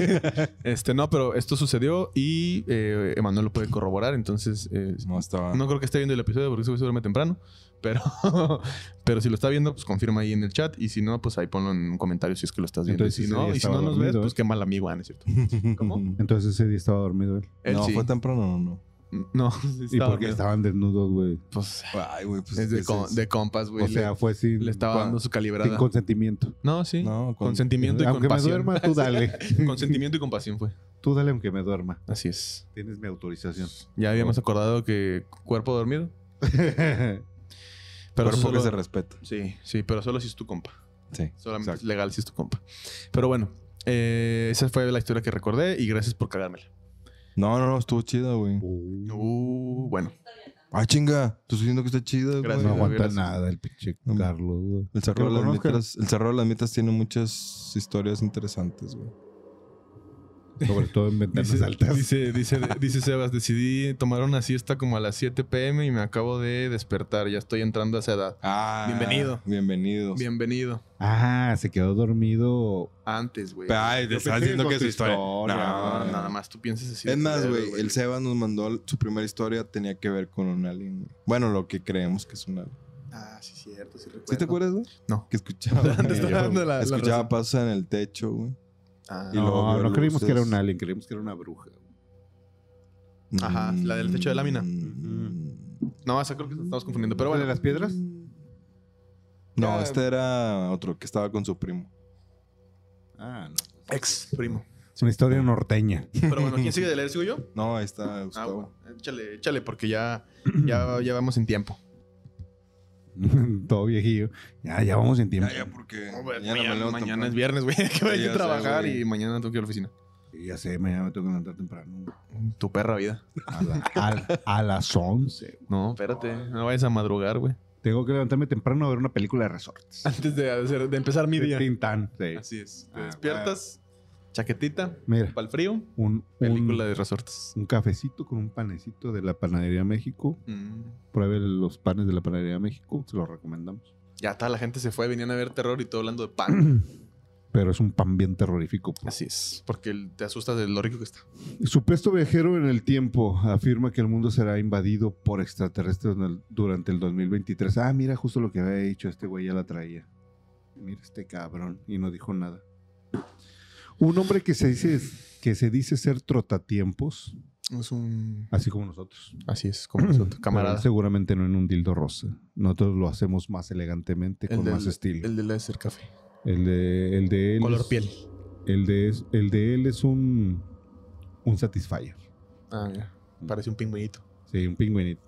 este, no, pero esto sucedió y eh, Emanuel lo puede corroborar, entonces eh,
No estaba.
No creo que esté viendo el episodio porque ese güey se duerme temprano. Pero, pero si lo está viendo, pues confirma ahí en el chat. Y si no, pues ahí ponlo en un comentario si es que lo estás viendo.
Entonces,
y si
ese
no,
día
y si
estaba
no nos ves,
dormido, ¿eh?
pues qué mal amigo, ah, ¿no es cierto? ¿Cómo?
Entonces ese día estaba dormido él.
Él
no,
sí. Mm,
fue temprano, no.
No, sí
¿Y
estaba
porque
dormido.
estaban desnudos, güey?
Pues,
Ay, güey, pues.
es de,
¿qué
com-
eso?
de compas, güey.
O
Le-
sea, fue sin,
le, estaba dando su
sin
calibrada.
consentimiento.
No, sí.
No, con-
Consentimiento y
aunque me
compasión.
duerma, tú dale.
Consentimiento y compasión fue.
tú dale aunque me duerma.
Así es.
Tienes mi autorización.
Ya habíamos acordado que cuerpo dormido. Pero
Cuerpo
solo-
que se respeta.
Sí, sí, pero solo si es tu compa.
Sí.
Solamente
Exacto.
es legal si es tu compa. Pero bueno, eh, esa fue la historia que recordé y gracias por cagármela.
No, no, no, estuvo chida, güey.
Uh, bueno.
Ah, chinga. Te estoy diciendo que está chida, güey.
Gracias.
no aguanta
gracias.
nada el pinche
No.
Carlos, güey.
El Cerro,
Que
de
lo
las
conozca.
Mitas, el Cerro de las Mitas tiene muchas historias interesantes, güey.
Sobre todo en ventanas altas.
dice, dice, dice Sebas, decidí tomar una siesta como a las 7 pm y me acabo de despertar. Ya estoy entrando a esa edad.
Ah,
Bienvenido.
Bienvenidos.
Bienvenido.
Ah, se quedó dormido.
Antes, güey.
Ay, te
Yo
estás
pensé
diciendo
con
que es
tu
historia.
historia,
No,
Ah,
güey.
nada más, tú piensas así. de
Es más,
culero,
güey, el Sebas nos mandó su primera historia, tenía que ver con un alien. güey. Bueno, lo que creemos que es un alien.
Ah, sí, cierto, sí recuerdo.
¿Sí te acuerdas, güey?
No.
Que escuchaba.
Te estaba dando la- la
escuchaba
razón.
pasos en el techo, güey.
Ah,
Y luego
no,
vio
no creímos
luces.
que era un alien, creímos que era una bruja.
Ajá, la del techo de lámina.
Mm.
No, esa creo que nos estamos confundiendo. Pero bueno,
¿De las piedras?
No,
Ya-
este era otro que estaba con su primo.
Ah, no.
ex primo.
Es una historia norteña.
Pero bueno, ¿quién sigue de leer? ¿Sigo yo?
No, ahí está
Ah,
Gustavo.
bueno. Échale, échale, porque ya, ya, ya vamos en tiempo.
todo viejillo. Ya, ya vamos en tiempo.
Ya, ya, porque
No, güey,
mañana me
mañana,
levanto
mañana
temprano.
es viernes, güey. Que voy a
Ya sé,
trabajar
güey.
y mañana tengo que ir a la oficina.
Y ya sé, mañana me tengo que levantar temprano.
Tu perra vida.
A, la- al- a las 11.
No, espérate. No vayas a madrugar, güey.
Tengo que levantarme temprano a ver una película de resortes.
Antes de, hacer- de empezar mi
De
día.
Tintán. Sí.
Así es. Te
Ah,
despiertas, chaquetita,
Mira,
para el frío,
un,
película
un,
de resortes.
un cafecito con un panecito de la Panadería México.
Mm.
Pruebe los panes de la Panadería México. Se los recomendamos.
Ya toda la gente se fue, venían a ver terror y todo hablando de pan.
Pero es un pan bien terrorífico. pues.
Así es, porque el- te asustas de lo rico que está.
Supuesto viajero en el tiempo afirma que el mundo será invadido por extraterrestres en el- durante el 2023. Ah, mira, justo lo que había dicho este güey ya la traía. Mira este cabrón y no dijo nada. Un hombre que se dice que se dice ser trotatiempos,
Es un...
así como nosotros.
Así es, como nosotros,
Pero
camarada.
seguramente no en un dildo rosa. Nosotros lo hacemos más elegantemente, con
del-
más estilo.
El del láser café.
El, de el de él
Color
es-
piel.
El de es- el de él es un un satisfier.
Ah, mira. Parece un pingüinito.
Sí, un pingüinito.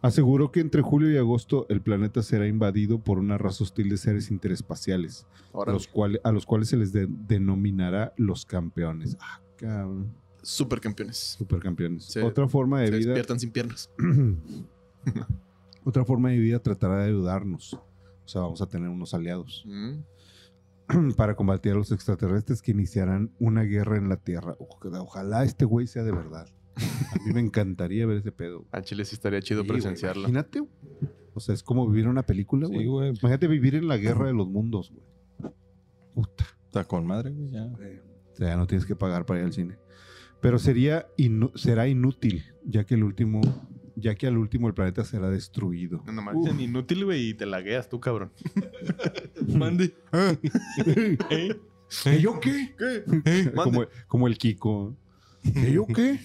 Aseguró que entre julio y agosto el planeta será invadido por una raza hostil de seres interespaciales,
Ahora,
los cuales, a los cuales se les de- denominará los campeones. Ah, cabrón.
supercampeones.
Supercampeones.
Se-
otra forma de
Se
vida.
despiertan sin piernas.
otra forma de vida tratará de ayudarnos. O sea, vamos a tener unos aliados Mm,
Mm.
para combatir a los extraterrestres que iniciarán una guerra en la Tierra. Ojalá- Ojalá este güey sea de verdad. A mí me encantaría ver ese pedo.
Al chile sí estaría chido
Sí, güey,
presenciarlo.
Imagínate. güey. O sea, es como vivir una película, güey.
Sí, güey.
Imagínate vivir en la guerra de los mundos, güey. Puta.
Está con madre, güey. Ya.
O sea, ya no tienes que pagar para ir al cine. Pero sería inu- será inútil, ya que el último, ya que al último el planeta será destruido.
No nomás dicen inútil, güey, y te lagueas tú, cabrón.
Mande.
¿Eh, ¿Yo qué? como, como el Kiko. ¿Eh, ¿Yo qué?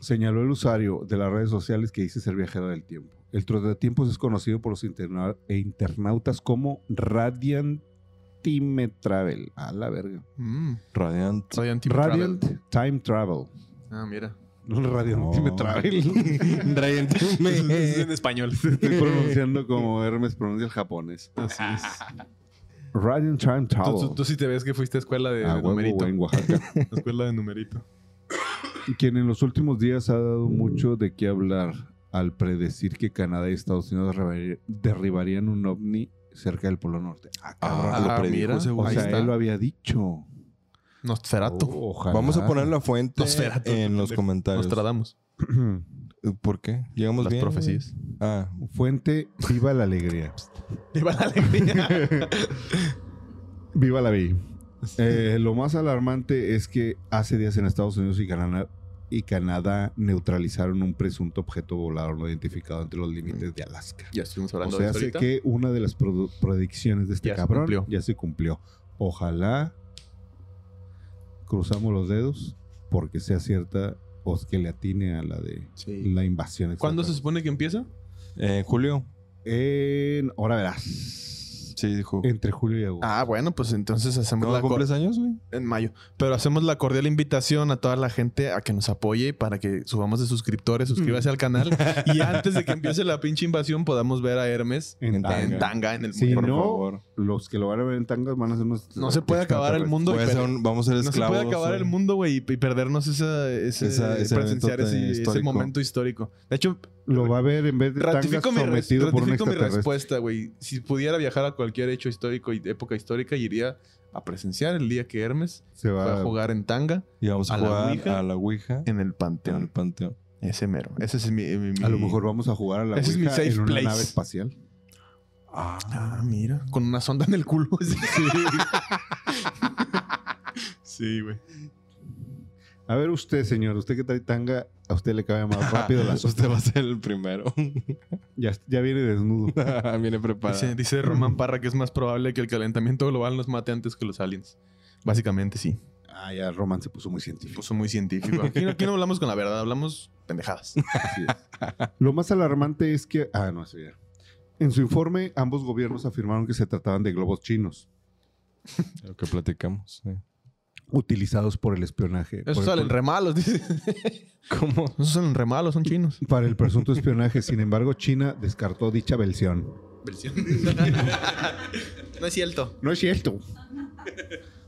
Señaló el usuario de las redes sociales que dice ser viajero del tiempo. El tiempos es conocido por los interna- e internautas como Radiant Time Travel. A la verga.
Mm.
Radiant.
Soy anti
Radiant Time Travel.
Ah, mira.
No, Radiant
No.
Time Travel.
Radiant.
Es en español.
Estoy pronunciando como Hermes pronuncia el japonés.
Así es.
Radiant Time
Tú,
Travel.
tú- tú sí te ves que fuiste a escuela de,
Ah,
de
huevo,
numerito.
güey, en Oaxaca.
Escuela de numerito.
quien en los últimos días ha dado mucho de qué hablar al predecir que Canadá y Estados Unidos derribar- derribarían un ovni cerca del Polo Norte. Ah, cabrón.
Ah,
lo predijo
mira.
ese
o
güey.
sea,
Ahí está.
él lo había dicho.
Nosferatu.
Oh, ojalá.
Vamos a poner la fuente
Nosferatu,
en los comentarios.
Nostradamus.
¿Por qué? Llegamos
Las
bien. güey?
profecías.
Ah,
Fuente, viva la alegría.
Viva la alegría.
Viva la vi. Eh, lo más alarmante es que hace días en Estados Unidos y Canadá, y Canadá neutralizaron un presunto objeto volador no identificado entre los límites de Alaska.
ya estuvimos
O
hablando
sea,
de eso
hace
ahorita.
que una de las produ- predicciones de este
Ya se
cabrón
cumplió.
ya se cumplió. Ojalá cruzamos los dedos porque sea cierta o que le atine a la de
Sí.
la invasión.
¿Cuándo se
extraterrestre.
supone que empieza?
eh, Julio.
En, ahora verás.
Sí, dijo.
Entre julio y agosto.
Ah, bueno, pues entonces hacemos
Eh, ¿No
la cor-
cumples años, güey?
en mayo. Pero hacemos la cordial invitación a toda la gente a que nos apoye para que subamos de suscriptores,
Mm.
suscríbase al canal y antes de que empiece la pinche invasión podamos ver a Hermes
en
tanga.
en tanga en el
Sí,
mundo.
no,
favor.
los que lo van a ver en tangas van a ser unos.
No se puede acabar el mundo.
Voy a
y
ser
per-
un- vamos a ser
No se
esclavos.
puede acabar
eh.
güey.
el mundo, güey, y, y perdernos esa, ese,
Esa- ese
presenciar
evento
ese, ese
histórico.
momento histórico. De hecho,
Lo va a ver en vez de tangas
ratifico mi, res-
sometido por un
ratifico mi
extraterrestre.
respuesta, güey. Si pudiera viajar a cualquier hecho histórico y época histórica, iría a presenciar el día que Hermes
Se
fue a
va
jugar en tanga
Y vamos a,
a la
jugar
Ouija.
a la Ouija
en el
en el
panteón.
panteón.
Ese mero. Ese es mi... mi- mi-
Mm. a lo mejor vamos a jugar a la
Ese es mi
Ouija
safe
en una
place.
nave espacial.
Ah, mira. Con una sonda en el culo. Sí. Sí, güey.
A ver usted, señor, usted que trae tanga, a usted le cabe más rápido la sopa.
Usted va a ser el primero.
Ya, ya viene desnudo.
Viene preparado.
Dice, dice Román Parra que es más probable que el calentamiento global nos mate antes que los aliens. Básicamente sí.
Ah, ya Román se puso muy científico.
Puso muy científico. Aquí, no- aquí no hablamos con la verdad, hablamos pendejadas.
Así es. Lo más alarmante es que... Ah, no, eso ya. En su informe, ambos gobiernos afirmaron que se trataban de globos chinos,
Lo que platicamos. sí.
utilizados por el espionaje. por
Esos
el-
salen re malos, dice. ¿Cómo? Esos salen re malos, son chinos.
para el presunto espionaje. Sin embargo, China descartó dicha versión.
no es cierto.
No es cierto.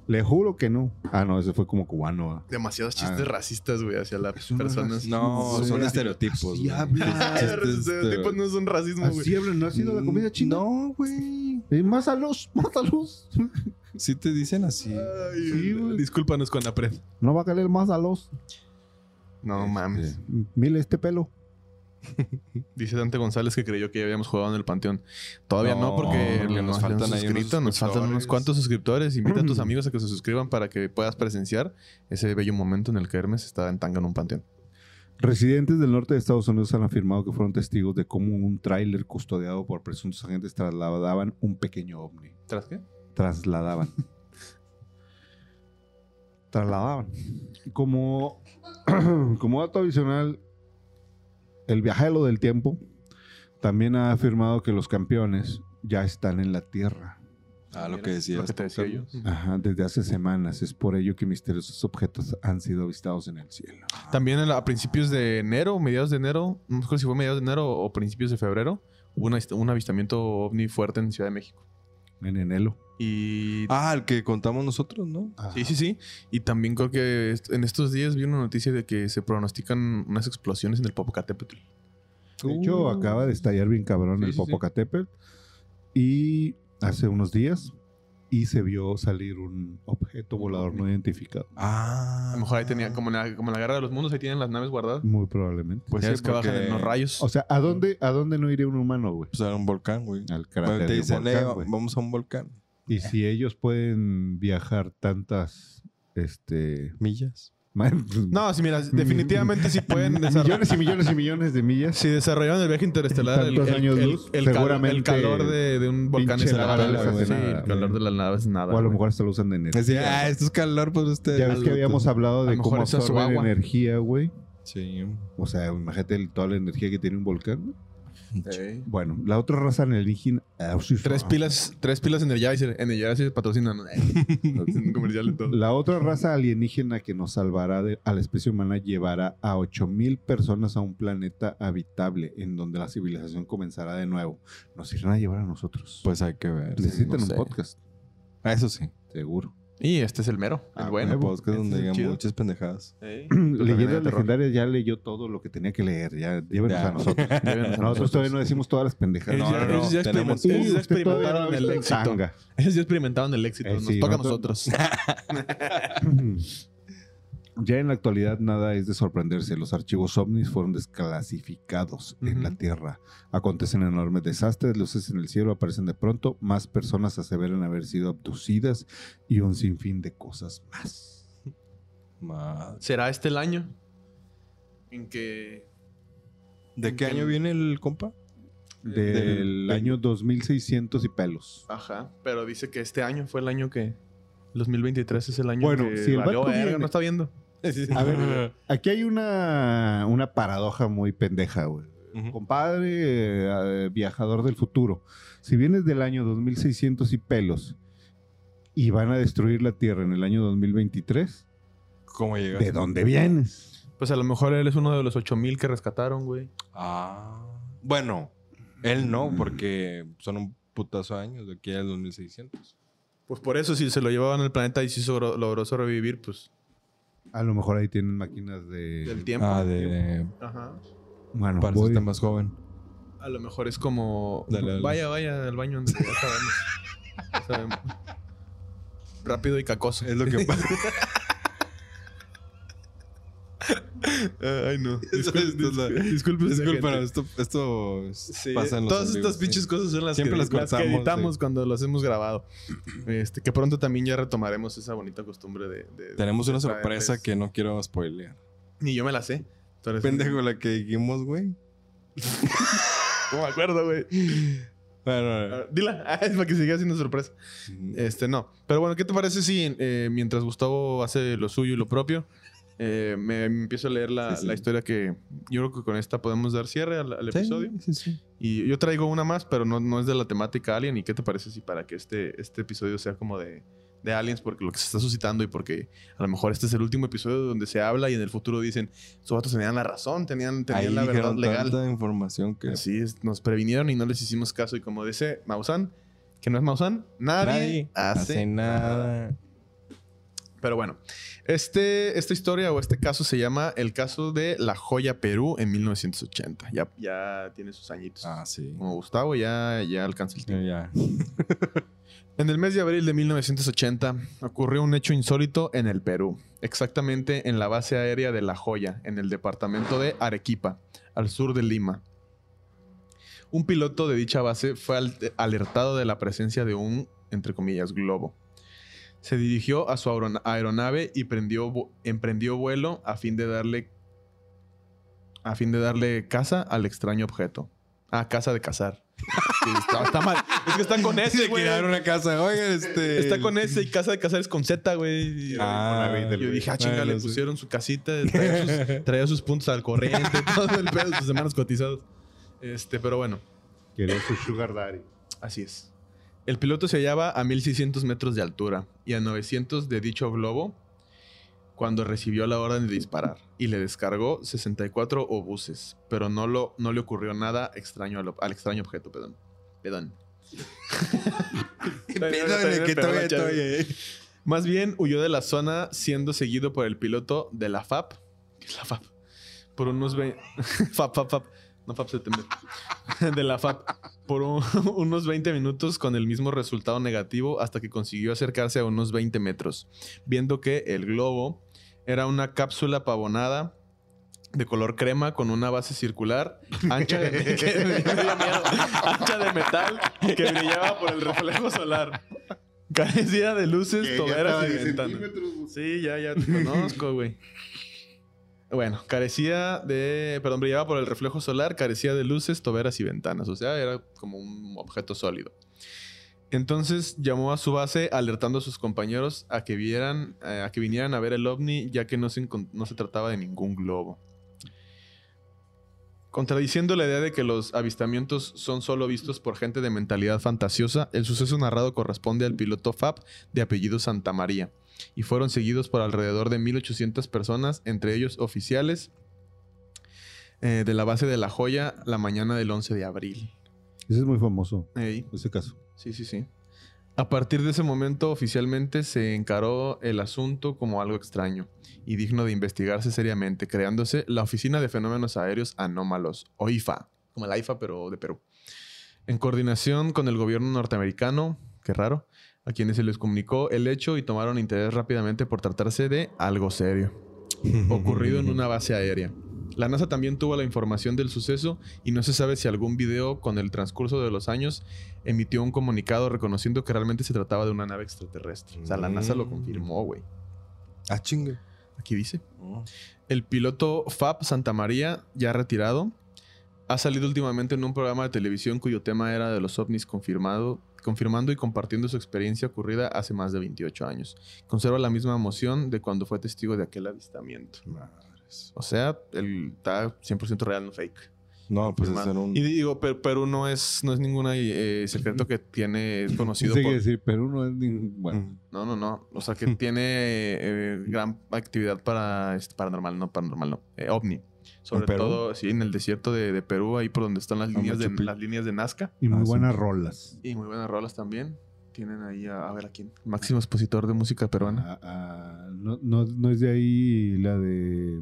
Le juro que no. Ah, no, ese fue como cubano. ah.
Demasiados chistes
Ah.
racistas, güey, hacia las
un
personas.
racismo,
No,
güey.
son estereotipos.
Así
güey.
hablan.
Ay, los estereotipos no son racismo, güey.
Así hablan, ¿no ha sido la comida china?
No, güey.
Eh, mátalos, mátalos.
Sí te dicen así.
Ay,
Sí, güey.
discúlpanos con la pred.
No va a caer más a los.
No mames.
Mire este pelo.
Dice Dante González que creyó que ya habíamos jugado en el Panteón. Todavía no,
No,
porque
porque nos
no
faltan
se han
ahí unos
suscrito, nos faltan unos
suscriptores.
cuantos suscriptores. Invita a tus amigos a que se suscriban para que puedas presenciar ese bello momento en el que Hermes está en tanga en un panteón.
Residentes del norte de Estados Unidos han afirmado que fueron testigos de cómo un tráiler custodiado por presuntos agentes trasladaban un pequeño ovni.
¿Tras qué?
Trasladaban. trasladaban. Como, como dato adicional, el viajero del tiempo también ha afirmado que los campeones ya están en la Tierra.
Ah, lo que decías.
Lo que te decía yo.
Ajá, desde hace semanas. Es por ello que misteriosos objetos han sido avistados en el cielo.
También en la- a principios de enero, mediados de enero, no sé si fue mediados de enero o principios de febrero, hubo un, avist- un avistamiento ovni fuerte en Ciudad de México.
En enero.
Y
Ah, el que contamos nosotros, ¿no?
Sí, sí, sí. Y también creo que est- en estos días vi una noticia de que se pronostican unas explosiones en el Popocatépetl.
De hecho, acaba de estallar bien cabrón
Sí,
el
sí, sí.
Popocatépetl. Y hace unos días. Y se vio salir un objeto volador no identificado.
Ah.
A lo mejor ahí tenía, como en la, como en la guerra de los mundos, ahí tienen las naves guardadas.
Muy probablemente.
Pues
Pues
ya
sí,
ves que bajan
porque-
en los rayos.
O sea, ¿a dónde, ¿a dónde no iría un humano, güey?
Pues era un volcán, güey.
Al
Bueno,
cráter
te
de un
dicen,
volcán,
"Eh,
güey.
vamos a un volcán.
Y si ellos pueden viajar tantas, este...
Millas.
No,
no, sí, mira, definitivamente sí pueden desarrollar.
mm, millones y millones y millones de millas.
Si desarrollaron el viaje interestelar, el,
Tantos
el-
años
el-
luz,
el cal-
seguramente
el calor de, de un volcán
pinche
es nada.
lava,
güey.
güey,
Sí,
nada,
el calor
güey.
de las naves es nada.
O a lo
güey.
mejor hasta lo usan de energía.
Decía, ah, esto es calor, pues usted.
Ya ves que habíamos hablado
A
de
lo
cómo
mejor esa es su
absorben
agua.
energía, güey.
Sí.
O sea, imagínate el- toda la energía que tiene un volcán. güey.
Sí.
Bueno, la otra raza alienígena... ah,
Tres pilas, tres pilas Energizer. Energizer patrocina. ¿no? Un comercial en todo.
La otra raza alienígena que nos salvará de- a la especie humana llevará a 8000 personas a un planeta habitable en donde la civilización comenzará de nuevo. Nos irán a llevar a nosotros.
Pues hay que ver.
Necesitan
no
un
sé.
podcast,
Ah, Eso sí.
seguro.
Y este es el mero, el
Ah,
bueno.
Un
huevo.
podcast
Este
donde
es
digan
chido.
muchas pendejadas.
también
Leyendas
de terror.
legendarias ya leyó todo lo que tenía que leer. Ya llévenos
Ya.
a nosotros. Nosotros todavía no decimos todas las pendejadas.
Ellos
No,
ya,
no, no,
ellos ya
tenemos-
experiment- ellos
Uy,
ya
usted todavía no ha
experimentaron el
visto
éxito.
tanga.
Ellos ya experimentaron el éxito.
Eh,
Nos
sí,
toca
nosotros-
a nosotros.
Ya en la actualidad nada es de sorprenderse. Los archivos ovnis fueron desclasificados en
Ujú.
la Tierra. Acontecen enormes desastres, luces en el cielo aparecen de pronto, más personas aseveran haber sido abducidas y un sinfín de cosas más.
Ma-
¿Será este el año en que
¿De qué año viene el compa?
Del
del-
año 2600 y pelos.
Ajá, pero dice que este año fue el año que el 2023 es el año
Bueno,
que
si el
valió
barco
verga,
viene-
no está viendo.
A ver, aquí hay una, una paradoja muy pendeja, güey.
Ujú.
Compadre eh, viajador del futuro, si vienes del año 2600 y pelos y van a destruir la Tierra en el año 2023,
¿Cómo llegas?
¿de dónde vienes?
Pues a lo mejor él es uno de los 8000 que rescataron, güey.
Ah. Bueno, él no, porque son un putazo de años, de aquí al 2600.
Pues por eso si se lo llevaban al planeta y si logró, logró sobrevivir, pues
A lo mejor ahí tienen máquinas de...
del tiempo.
Ah, de.
Ajá.
Bueno,
Para
voy-
ser tan más joven.
A lo mejor es como.
Dale, dale.
Vaya, vaya al baño donde ya sabemos. Ya sabemos. Rápido y cacoso.
Es lo que pasa.
Ay, no.
Disculpe, disculpe, pero esto, esto es- pasa en los
Todas
en
estas
vivos,
pinches
sí.
cosas son las
Siempre
que,
las
que
cortamos,
editamos
sí.
cuando las hemos grabado. Este, que pronto también ya retomaremos esa bonita costumbre de. de-
Tenemos
de
una
traerles-
sorpresa que no quiero spoilear.
Ni yo me la sé. Tú eres-
Pendejo, la que dijimos, güey.
No me acuerdo, güey.
Bueno,
A ver, Dila. Ah, es para que siga siendo sorpresa.
Eh,
Este, no. Pero bueno, ¿qué te parece si eh, mientras Gustavo hace lo suyo y lo propio, eh, me, me empiezo a leer la,
Sí, sí.
la historia que yo creo que con esta podemos dar cierre al, al
Sí,
episodio?
Sí, sí.
Y yo traigo una más, pero no, no es de la temática Alien. ¿Y qué te parece si para que este, este episodio sea como de, de Aliens? Porque lo que se está suscitando y porque a lo mejor este es el último episodio donde se habla y en el futuro dicen, estos vatos tenían la razón, tenían, tenían
Ahí
la verdad
dijeron
legal.
tanta información que
Así es, nos previnieron y no les hicimos caso. Y como dice Maussan, que no es Maussan, nadie, hace.
nada.
Pero bueno, este, esta historia o este caso se llama el caso de La Joya Perú en 1980. Ya, ya tiene sus añitos.
Ah, sí.
Como Gustavo ya, ya alcanza el tiempo.
Ya, ya.
En el mes de abril de 1980 ocurrió un hecho insólito en el Perú, exactamente en la base aérea de La Joya, en el departamento de Arequipa, al sur de Lima. Un piloto de dicha base fue al- alertado de la presencia de un, entre comillas, globo. Se dirigió a su aeron- aeronave y prendió vu- emprendió vuelo a fin de darle a fin de darle caza al extraño objeto. Ah, caza de cazar. Sí, está, está mal. Es que están con ese, güey.
Crear una casa. Oigan, este.
Está con S y Casa de Casares con Z, güey. Y-
Ah,
y yo dije, ah, chinga,
Bueno,
le
sí.
pusieron su casita, traía sus, traía sus puntos al corriente, todo el pedo, sus semanas cotizados. Este, pero bueno,
Quería su sugar daddy.
así es. El piloto se hallaba a 1600 metros de altura y a 900 de dicho globo cuando recibió la orden de disparar y le descargó 64 obuses, pero no, lo, no le ocurrió nada extraño al, al extraño objeto, perdón. Perdón.
Pídale que todavía estoy. eh.
Más bien huyó de la zona siendo seguido por el piloto de la FAP. ¿Qué es la FAP? Por unos... ve- FAP, FAP, FAP. No, FAP Septiembre. De la FAP. Por un- unos 20 minutos con el mismo resultado negativo hasta que consiguió acercarse a unos 20 metros, viendo que el globo era una cápsula pavonada de color crema con una base circular ancha de, que- ancha de metal que brillaba por el reflejo solar. Carecía de luces,
Que ya estaba
toberas y
10
ventanas.
centímetros, güey.
Sí, ya, ya te conozco, güey. Bueno, carecía de. Perdón, brillaba por el reflejo solar, carecía de luces, toberas y ventanas. O sea, era como un objeto sólido. Entonces llamó a su base alertando a sus compañeros a que vieran, eh, a que vinieran a ver el ovni, ya que no se, encon- no se trataba de ningún globo. Contradiciendo la idea de que los avistamientos son solo vistos por gente de mentalidad fantasiosa, el suceso narrado corresponde al piloto FAB de apellido Santa María y fueron seguidos por alrededor de 1.800 personas, entre ellos oficiales eh, de la base de La Joya la mañana del 11 de abril.
Ese es muy famoso,
Ey,
ese caso.
sí, sí, sí. A partir de ese momento oficialmente se encaró el asunto como algo extraño y digno de investigarse seriamente, creándose la Oficina de Fenómenos Aéreos Anómalos, OIFA, como la IFA pero de Perú, en coordinación con el gobierno norteamericano, qué raro, a quienes se les comunicó el hecho y tomaron interés rápidamente por tratarse de algo serio ocurrido en una base aérea. La NASA también tuvo la información del suceso y no se sabe si algún video con el transcurso de los años emitió un comunicado reconociendo que realmente se trataba de una nave extraterrestre. O sea, la NASA lo confirmó, güey.
Ah, chinga.
Aquí dice. El piloto Fab Santa María, ya retirado, ha salido últimamente en un programa de televisión cuyo tema era de los ovnis confirmado, confirmando y compartiendo su experiencia ocurrida hace más de 28 años. Conserva la misma emoción de cuando fue testigo de aquel avistamiento. O sea, el está 100% real, no fake.
No, pues
Firmado.
hacer un.
Y digo, Per- Perú no es, no es ningún secreto que tiene es conocido
Dice
por...
que decir, Perú no es ningún. Bueno,
Mm.
No, no, no. O sea, que tiene eh, gran actividad para este, paranormal, no paranormal, no. eh, ovni. Sobre
Perú?
todo, sí, en el desierto de, de Perú, ahí por donde están las líneas, de,
Machu Picchu.
las líneas de Nazca.
y muy
Ah, sí.
buenas rolas.
Y muy buenas rolas también. Tienen ahí a, a ver a quién. Máximo expositor de música peruana.
Ah, ah, no, no, no es de ahí la de.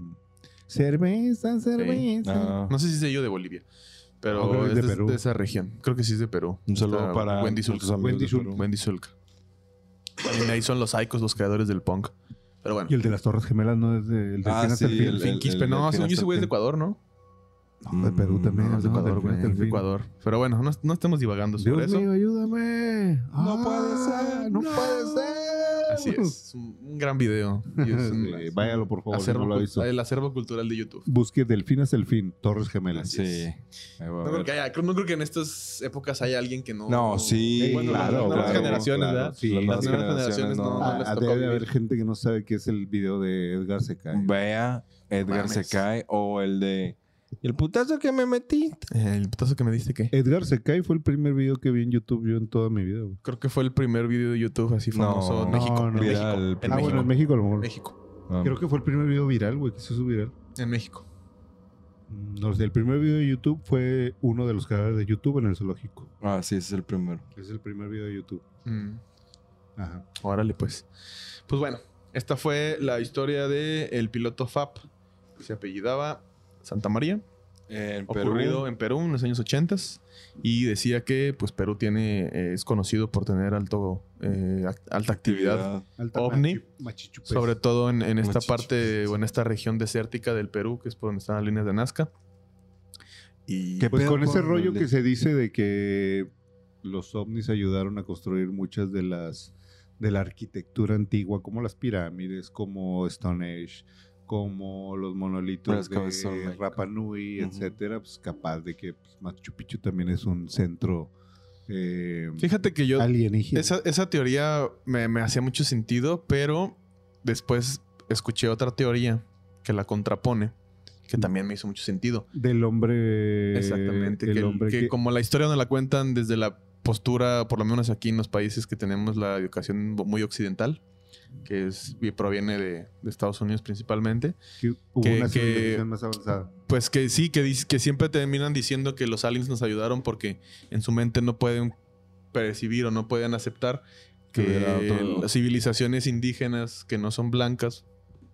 Cerveza, cerveza.
Ah,
No sé si sé yo de Bolivia, pero
No, creo que
es
es de
de,
Perú.
de esa región. Creo que sí es de Perú.
Un saludo
Está
para
Wendy Zulka.
nuestros amigos
Wendy
de
Zulka.
Perú.
Wendy Zulka. También ahí son los Aicos, los creadores del punk. Pero bueno.
Y el de las Torres Gemelas no es de, el de
Ah,
Fin hasta el
sí,
Fin.
el-
Fin Quispe.
el
No,
Fin
según yo ese
hasta
güey es
el
de
fin.
Ecuador, ¿no?
No, de Perú
Mm,
también.
No, es de
¿no? Del
Ecuador,
Fin
güey.
hasta el
es de
Fin.
Ecuador. Pero bueno, no, no estemos divagando sobre
Dios
eso.
mío, ayúdame. Ah,
No puede ser,
No,
no.
puede ser.
Así es. Es un, un gran video. Y es un
Sí, váyalo, por favor, si
acervo
no lo ha
cul-
visto.
el acervo cultural de YouTube.
Busque Delfín hasta el Fin, Torres Gemelas.
Sí. Ahí va a
No creo,
ver.
que haya- creo- no creo que en estas épocas haya alguien que no.
No, sí,
Bueno, las-
claro,
las nuevas
claro,
generaciones,
claro,
¿verdad?
sí.
Las
Las
nuevas
nuevas generaciones
generaciones
no,
no.
no
Ah,
les
ah,
tocó
debe de
vivir.
haber gente que no sabe qué es el video de Edgar Secay.
Vea, Edgar
Mames.
se cae o el de. "Y el putazo que me metí.
Eh, El putazo que me diste, ¿qué?
Edgar Secay fue el primer video que vi en YouTube yo en toda mi vida. güey.
Creo que fue el primer video de YouTube así
No,
famoso en
no,
México.
no,
en
viral.
México. En
ah,
México.
bueno, en México a lo mejor.
En México.
Ah,
Creo que fue el primer video viral, güey, que se hizo viral. Mm,
En México.
No sé, el primer video de YouTube fue uno de los canales de YouTube en el zoológico.
Ah, sí, ese es el primero.
Es el primer video de YouTube.
Mm.
Ajá.
Órale, pues. Pues bueno, Esta fue la historia de el piloto FAP, que se apellidaba Santa María,
En Perú.
ocurrido en Perú en los años 80 y decía que pues Perú tiene eh, es conocido por tener alto eh, act- alta actividad
Alta
ovni,
machi- machichupes.
sobre todo en, en esta
Machichis.
parte o en esta región desértica del Perú, que es por donde están las líneas de Nazca. Y
Pues
pedo
con ese
con
rollo
el
que
de-
se dice de que los ovnis ayudaron a construir muchas de las de la arquitectura antigua, como las pirámides, como Stonehenge, como los monolitos
Las cabezas de
de
Olmeca.
Rapa Nui,
Ujú.
etcétera, pues capaz de que pues, Machu Picchu también es un centro eh,
fíjate que yo
alienígena.
Esa, esa teoría me, me hacía mucho sentido, pero después escuché otra teoría que la contrapone, que también me hizo mucho sentido.
del hombre
Exactamente.
el
que, el-
hombre
que
que-
como la historia no la cuentan desde la postura, por lo menos aquí en los países que tenemos la educación muy occidental, que es, y proviene de, de Estados Unidos principalmente,
que hubo
que-
una
que-
civilización más avanzada.
pues que sí, que, dis- que siempre terminan diciendo que los aliens nos ayudaron porque en su mente no pueden percibir o no pueden aceptar
Que
que
era otro-
las civilizaciones indígenas que no son blancas,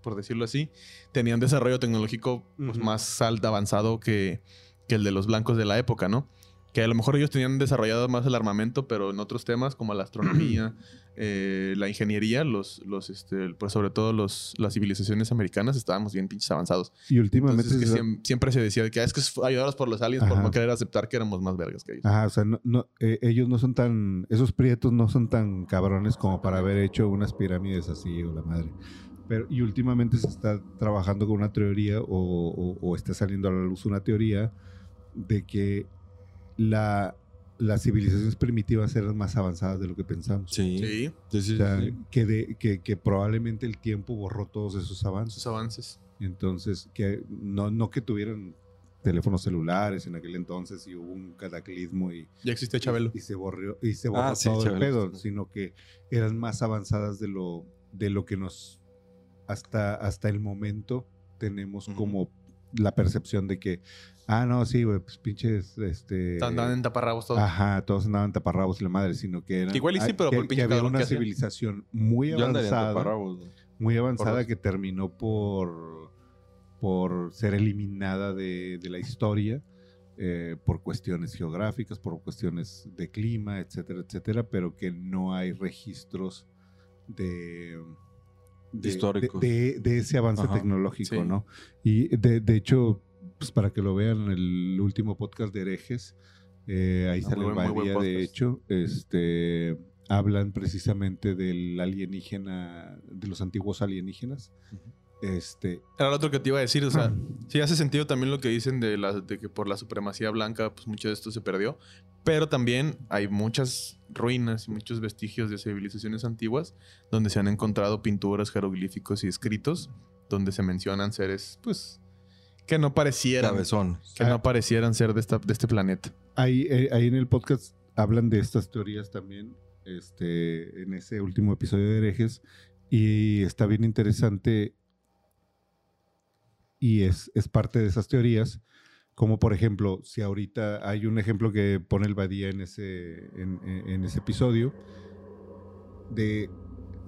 por decirlo así, tenían desarrollo tecnológico pues,
Ujú.
más alto, avanzado que, que el de los blancos de la época, ¿no? Que a lo mejor ellos tenían desarrollado más el armamento, pero en otros temas como la astronomía, eh, la ingeniería, los, los este, pues sobre todo los, las civilizaciones americanas estábamos bien pinches avanzados.
Y últimamente
Entonces, que
se-
siem- siempre se decía de que "Ah, es que es- ayudados por los aliens por
Ajá.
no querer aceptar que éramos más vergas que ellos.
Ajá, o sea, no, no, eh, ellos no son tan, esos prietos no son tan cabrones como para haber hecho unas pirámides así o la madre. Pero, y últimamente se está trabajando con una teoría o, o- o está saliendo a la luz una teoría de que la, las civilizaciones primitivas eran más avanzadas de lo que pensamos.
Sí. Sí,
Sí,
sí,
O sea,
sí.
que, de- que, que probablemente el tiempo borró todos esos avances.
sus avances.
Entonces, que no, no que tuvieran teléfonos celulares en aquel entonces y hubo un cataclismo y
Ya existe Chabelo.
y se borrió, y se borró
Ah, sí,
todo el
Chabelo.
pedo, sino que eran más avanzadas de lo, de lo que nos hasta, hasta el momento tenemos
Ujú.
como la percepción de que, ah, no, sí, güey, pues pinches, este...
Andaban en taparrabos todos.
Ajá, todos andaban taparrabos y la madre, sino que eran...
Igual y sí,
ah,
pero
que,
por el pinche
que había
cabrón
una
que hacía.
civilización muy
Yo andaría en
avanzada,
taparrabos, güey.
muy
por
avanzada
los-
que terminó por, por ser eliminada de, de la historia eh, por cuestiones geográficas, por cuestiones de clima, etcétera, etcétera, pero que no hay registros de, de-
Históricos.
de, de- de ese avance
Ajá,
tecnológico,
sí.
¿no? Y de, de hecho, pues para que lo vean en el último podcast de herejes, eh, ahí
Ah,
sale
muy
el
buen- muy buen
Badía, de
podcast.
hecho, este hablan precisamente del alienígena, de los antiguos alienígenas. Este,
Era lo otro que te iba a decir, o sea,
Ah.
sí hace sentido también lo que dicen de, la, de que por la supremacía blanca, pues mucho de esto se perdió, pero también hay muchas ruinas y muchos vestigios de civilizaciones antiguas donde se han encontrado pinturas, jeroglíficos y escritos donde se mencionan seres, pues, que no parecieran,
Cabezón.
que no parecieran ser de, esta, de este planeta.
ah, ahí, eh, ahí en el podcast hablan de estas teorías también, este, en ese último episodio de herejes, y está bien interesante y es, es parte de esas teorías. Como por ejemplo, si ahorita hay un ejemplo que pone el Badía en ese, en, en- en ese episodio, de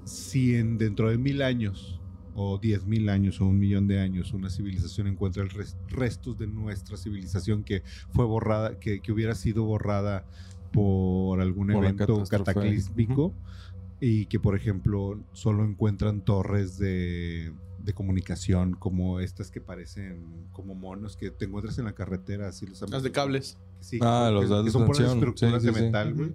si en, dentro de mil años, o diez mil años, o un millón de años, una civilización encuentra el res- restos de nuestra civilización que fue borrada, que, que hubiera sido borrada por algún
Por la
evento
catástrofe.
cataclísmico, y que por ejemplo solo encuentran torres de, de comunicación como estas que parecen como monos que te encuentras en la carretera, así los han
Las de
visto.
cables.
Sí,
Ah,
que-
los
que-
datos
que son por
de
las
tensión.
estructuras
Sí,
de
sí, sí.
metal, güey.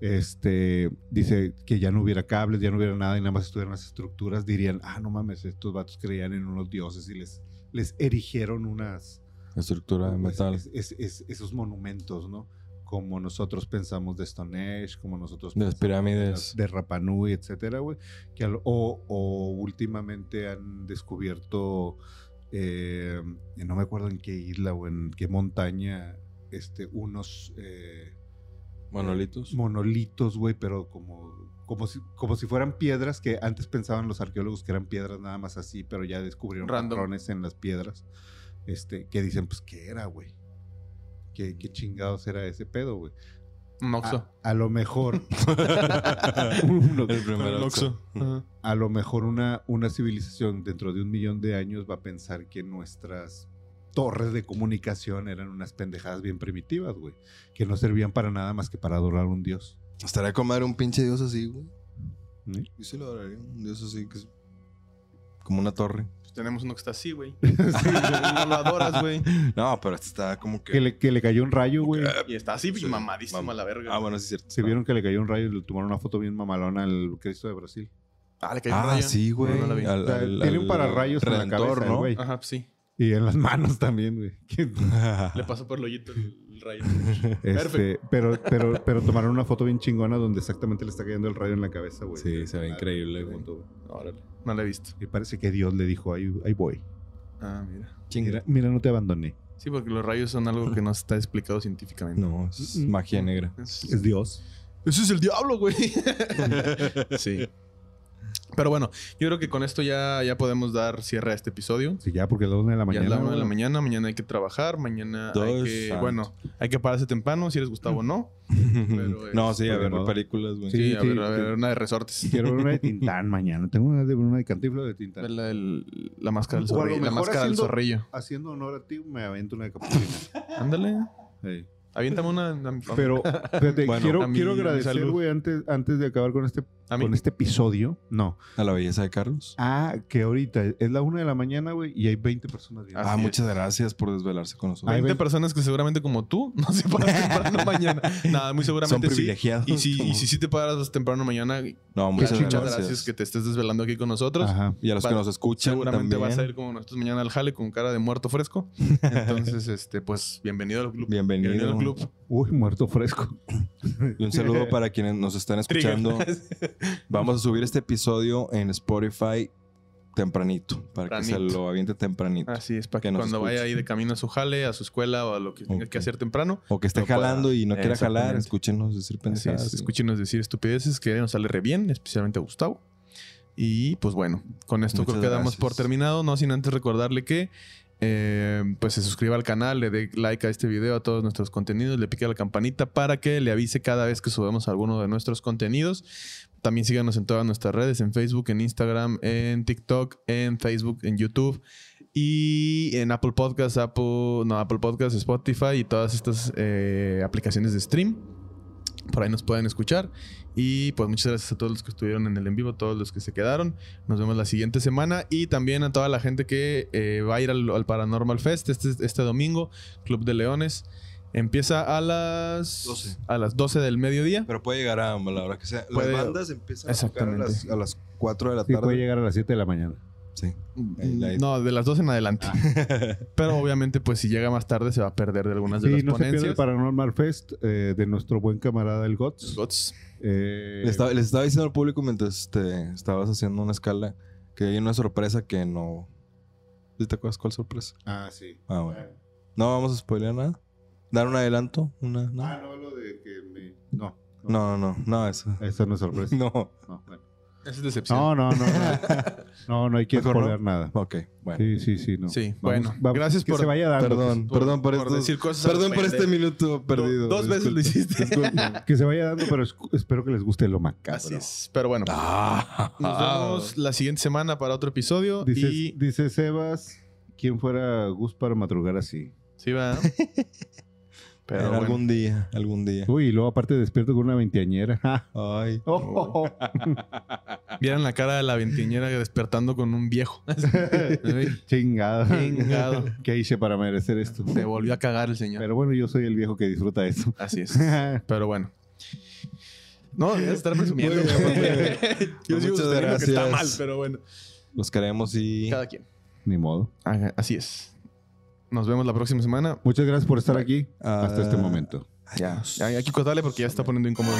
Este, dice que ya no hubiera cables, ya no hubiera nada y nada más estuvieran las estructuras, dirían, ah, no mames, estos vatos creían en unos dioses y les, les erigieron unas...
Estructura de
pues,
metal.
es- es- es- esos monumentos, ¿no? Como nosotros pensamos de Stonehenge, como nosotros
De las
pensamos
pirámides.
de Rapanui, etcétera, güey. que a lo- O, o últimamente han descubierto, eh, no me acuerdo en qué isla o en qué montaña, este, unos eh,
Manolitos.
monolitos, güey, pero como, como, si, como si fueran piedras que antes pensaban los arqueólogos que eran piedras nada más así, pero ya descubrieron
Random.
patrones en las piedras, este, que dicen, pues, ¿qué era, güey? ¿Qué, qué chingados era ese pedo, güey?
Un oxo.
Ah,
A lo mejor.
El primer Oxxo.
a lo mejor una, una civilización dentro de un millón de años va a pensar que nuestras torres de comunicación eran unas pendejadas bien primitivas, güey. Que no servían para nada más que para adorar a un dios.
Estaría comer un pinche dios así, güey.
¿Sí?
Yo sí lo adoraría. Un dios así que es como una torre.
Pues tenemos uno que está así, güey. no lo adoras, güey.
No, pero este está como
Que
que...
le, que le cayó un rayo, güey.
Y está así
Sí.
mamadísimo
Mam-
a la verga.
Ah, bueno, sí es cierto.
Se vieron que le cayó un rayo y le tomaron una foto bien mamalona al Cristo de Brasil.
Ah, le cayó un
Ah,
rayo.
sí, güey.
No, no la vi.
O sea, tiene un pararrayos en la
Redentor,
cabeza, el
¿no?
güey.
Ajá, pues sí.
Y en las manos también, güey. Que-
Ah.
Le pasó por el hoyito el, el rayo.
Este, pero, pero, pero tomaron una foto bien chingona donde exactamente le está cayendo el rayo en la cabeza, güey.
Sí, se ve
Ah,
increíble, güey.
foto, güey.
Órale. No lo he visto.
Y parece que Dios le dijo, ahí, ahí voy.
Ah, mira.
Mira, mira, no te abandoné.
Sí, porque los rayos son algo que no está explicado científicamente.
No, es magia negra.
Es-
Es Dios.
Ese es el diablo, güey. sí. Pero bueno, yo creo que con esto ya, ya podemos dar cierre a este episodio.
Sí, ya, porque es la una de la
Ya
mañana.
es la una de la
güey.
mañana, mañana hay que trabajar, mañana hay
Dos
que,
santos.
bueno, hay que pararse temprano, si eres Gustavo o no. Pero es-
no, sí, a
porque
ver
no.
películas, güey.
Sí,
Sí,
a,
sí,
ver, a ver,
sí.
una de resortes.
Quiero ver una de Tintán mañana. Tengo una de una de Cantinflas de
Ver
Tintán.
La, del- la máscara del
O a lo
zorrillo. La
mejor
máscara del
haciendo-
zorrillo.
Haciendo honor a ti, me avento una de Capuchina.
Ándale.
Sí.
Aviéntame una a mi, fam-
Pero fíjate,
Bueno,
quiero,
a mi-
quiero
a mi
agradecer,
salud.
güey, antes, antes de acabar con este,
a mí.
con este episodio. No.
A la belleza de Carlos.
Ah, que ahorita es la una de la mañana, güey, y hay 20 personas viendo.
Ah,
Así
muchas gracias por desvelarse con nosotros.
Ay,
20
veinte.
personas que seguramente como tú no se paran temprano mañana. Nada, muy
Son
seguramente sí.
privilegiados.
Y si,
como-
y si sí te paras temprano mañana,
No, muchas
muchas
gracias.
gracias. que te estés desvelando aquí con nosotros.
Ajá.
Y a los que
Vale.
nos escuchan
Seguramente
también.
vas a ir como nosotros mañana al jale con cara de muerto fresco. Entonces, este, pues, bienvenido al club.
Bienvenido.
al club.
Uy, muerto fresco.
Y un saludo para quienes nos están escuchando. Vamos a subir este episodio en Spotify tempranito, para que se
Tempranito.
lo aviente tempranito.
Así es, para que,
Que nos
cuando vaya
escuche.
ahí de camino a su jale, a su escuela o a lo que tenga
Ok.
que hacer temprano,
O que esté
Lo pueda-
jalando y no quiera jalar,
Exactamente.
escúchenos decir
Así
pendejadas.
es,
sí.
Escúchenos decir estupideces que nos sale re bien, especialmente a Gustavo. Y pues bueno, con esto
Muchas
creo que damos
gracias.
por terminado, no sin antes recordarle que eh, pues se suscriba al canal, le dé like a este video, a todos nuestros contenidos, le pique a la campanita para que le avise cada vez que subamos alguno de nuestros contenidos. También síganos en todas nuestras redes, en Facebook, en Instagram, en TikTok, en Facebook, en YouTube y en Apple Podcasts, Apple, no, Apple Podcasts, Spotify y todas estas eh, aplicaciones de stream. Por ahí nos pueden escuchar. Y pues muchas gracias a todos los que estuvieron en el en vivo, todos los que se quedaron. Nos vemos la siguiente semana y también a toda la gente que eh, va a ir al, al Paranormal Fest este, este domingo, Club de Leones. Empieza a las
12.
a las 12 del mediodía.
Pero puede llegar a la hora que sea.
Puede-
Las bandas empiezan a tocar a
Exactamente.
las, a las 4 de la
Sí, puede
tarde.
llegar a las 7 de la mañana.
Sí. ahí.
No, de las 12 en adelante. Pero obviamente pues si llega más tarde se va a perder de algunas de
Sí,
las
no se pierde el
ponencias.
Paranormal Fest eh, de nuestro buen camarada el Gots.
Gots.
Eh,
Les estaba, les estaba diciendo al público mientras te estabas haciendo una escala que hay una sorpresa que no. ¿Sí ¿Te acuerdas cuál sorpresa?
Ah, sí.
Ah, bueno. No vamos a spoilear nada. Dar un adelanto. Una, no.
Ah, no, lo de que me... No,
No, no, no, no, eso.
esa no es sorpresa.
No.
No, bueno.
Esa es decepción.
no, no, no. No, No, no hay que
Mejor no.
spoiler nada.
Ok, bueno.
Sí, sí, sí, no.
Sí,
Vamos-
bueno.
vamos-
gracias
que
por
se vaya dando.
Perdón,
por-
perdón por,
por
estos-
decir cosas.
Perdón por este
pendejas.
minuto perdido.
Dos veces lo hiciste.
Disculpen, que se vaya dando, pero escu- espero que les guste lo macabro.
Así es. Pero bueno.
Ah.
Nos vemos la siguiente semana para otro episodio.
Dice,
y.
dice Sebas, ¿quién fuera Gus para madrugar así?
Sí, va. Pero
Pero
bueno.
algún día, algún día.
Uy, y luego aparte despierto con una veinteañera.
Ay.
Oh, oh, oh.
Vieran la cara de la ventiñera despertando con un viejo. Ay,
Chingada.
Chingado.
¿Qué hice para merecer esto?
Se volvió a cagar el señor.
Pero bueno, yo soy el viejo que disfruta eso.
Así es. Pero bueno. No, debes estar presumiendo.
Muy bien, muy bien. Pues
Yo sigo
Muchas
sosteniendo que está
gracias.
mal, pero bueno.
Los queremos y.
Cada quien.
Ni modo.
Ajá, Así es. Nos vemos la próxima semana.
Muchas gracias por estar aquí
Ah.
hasta este momento.
Ya, ya, hay que cortarle porque ya está poniendo incómodo.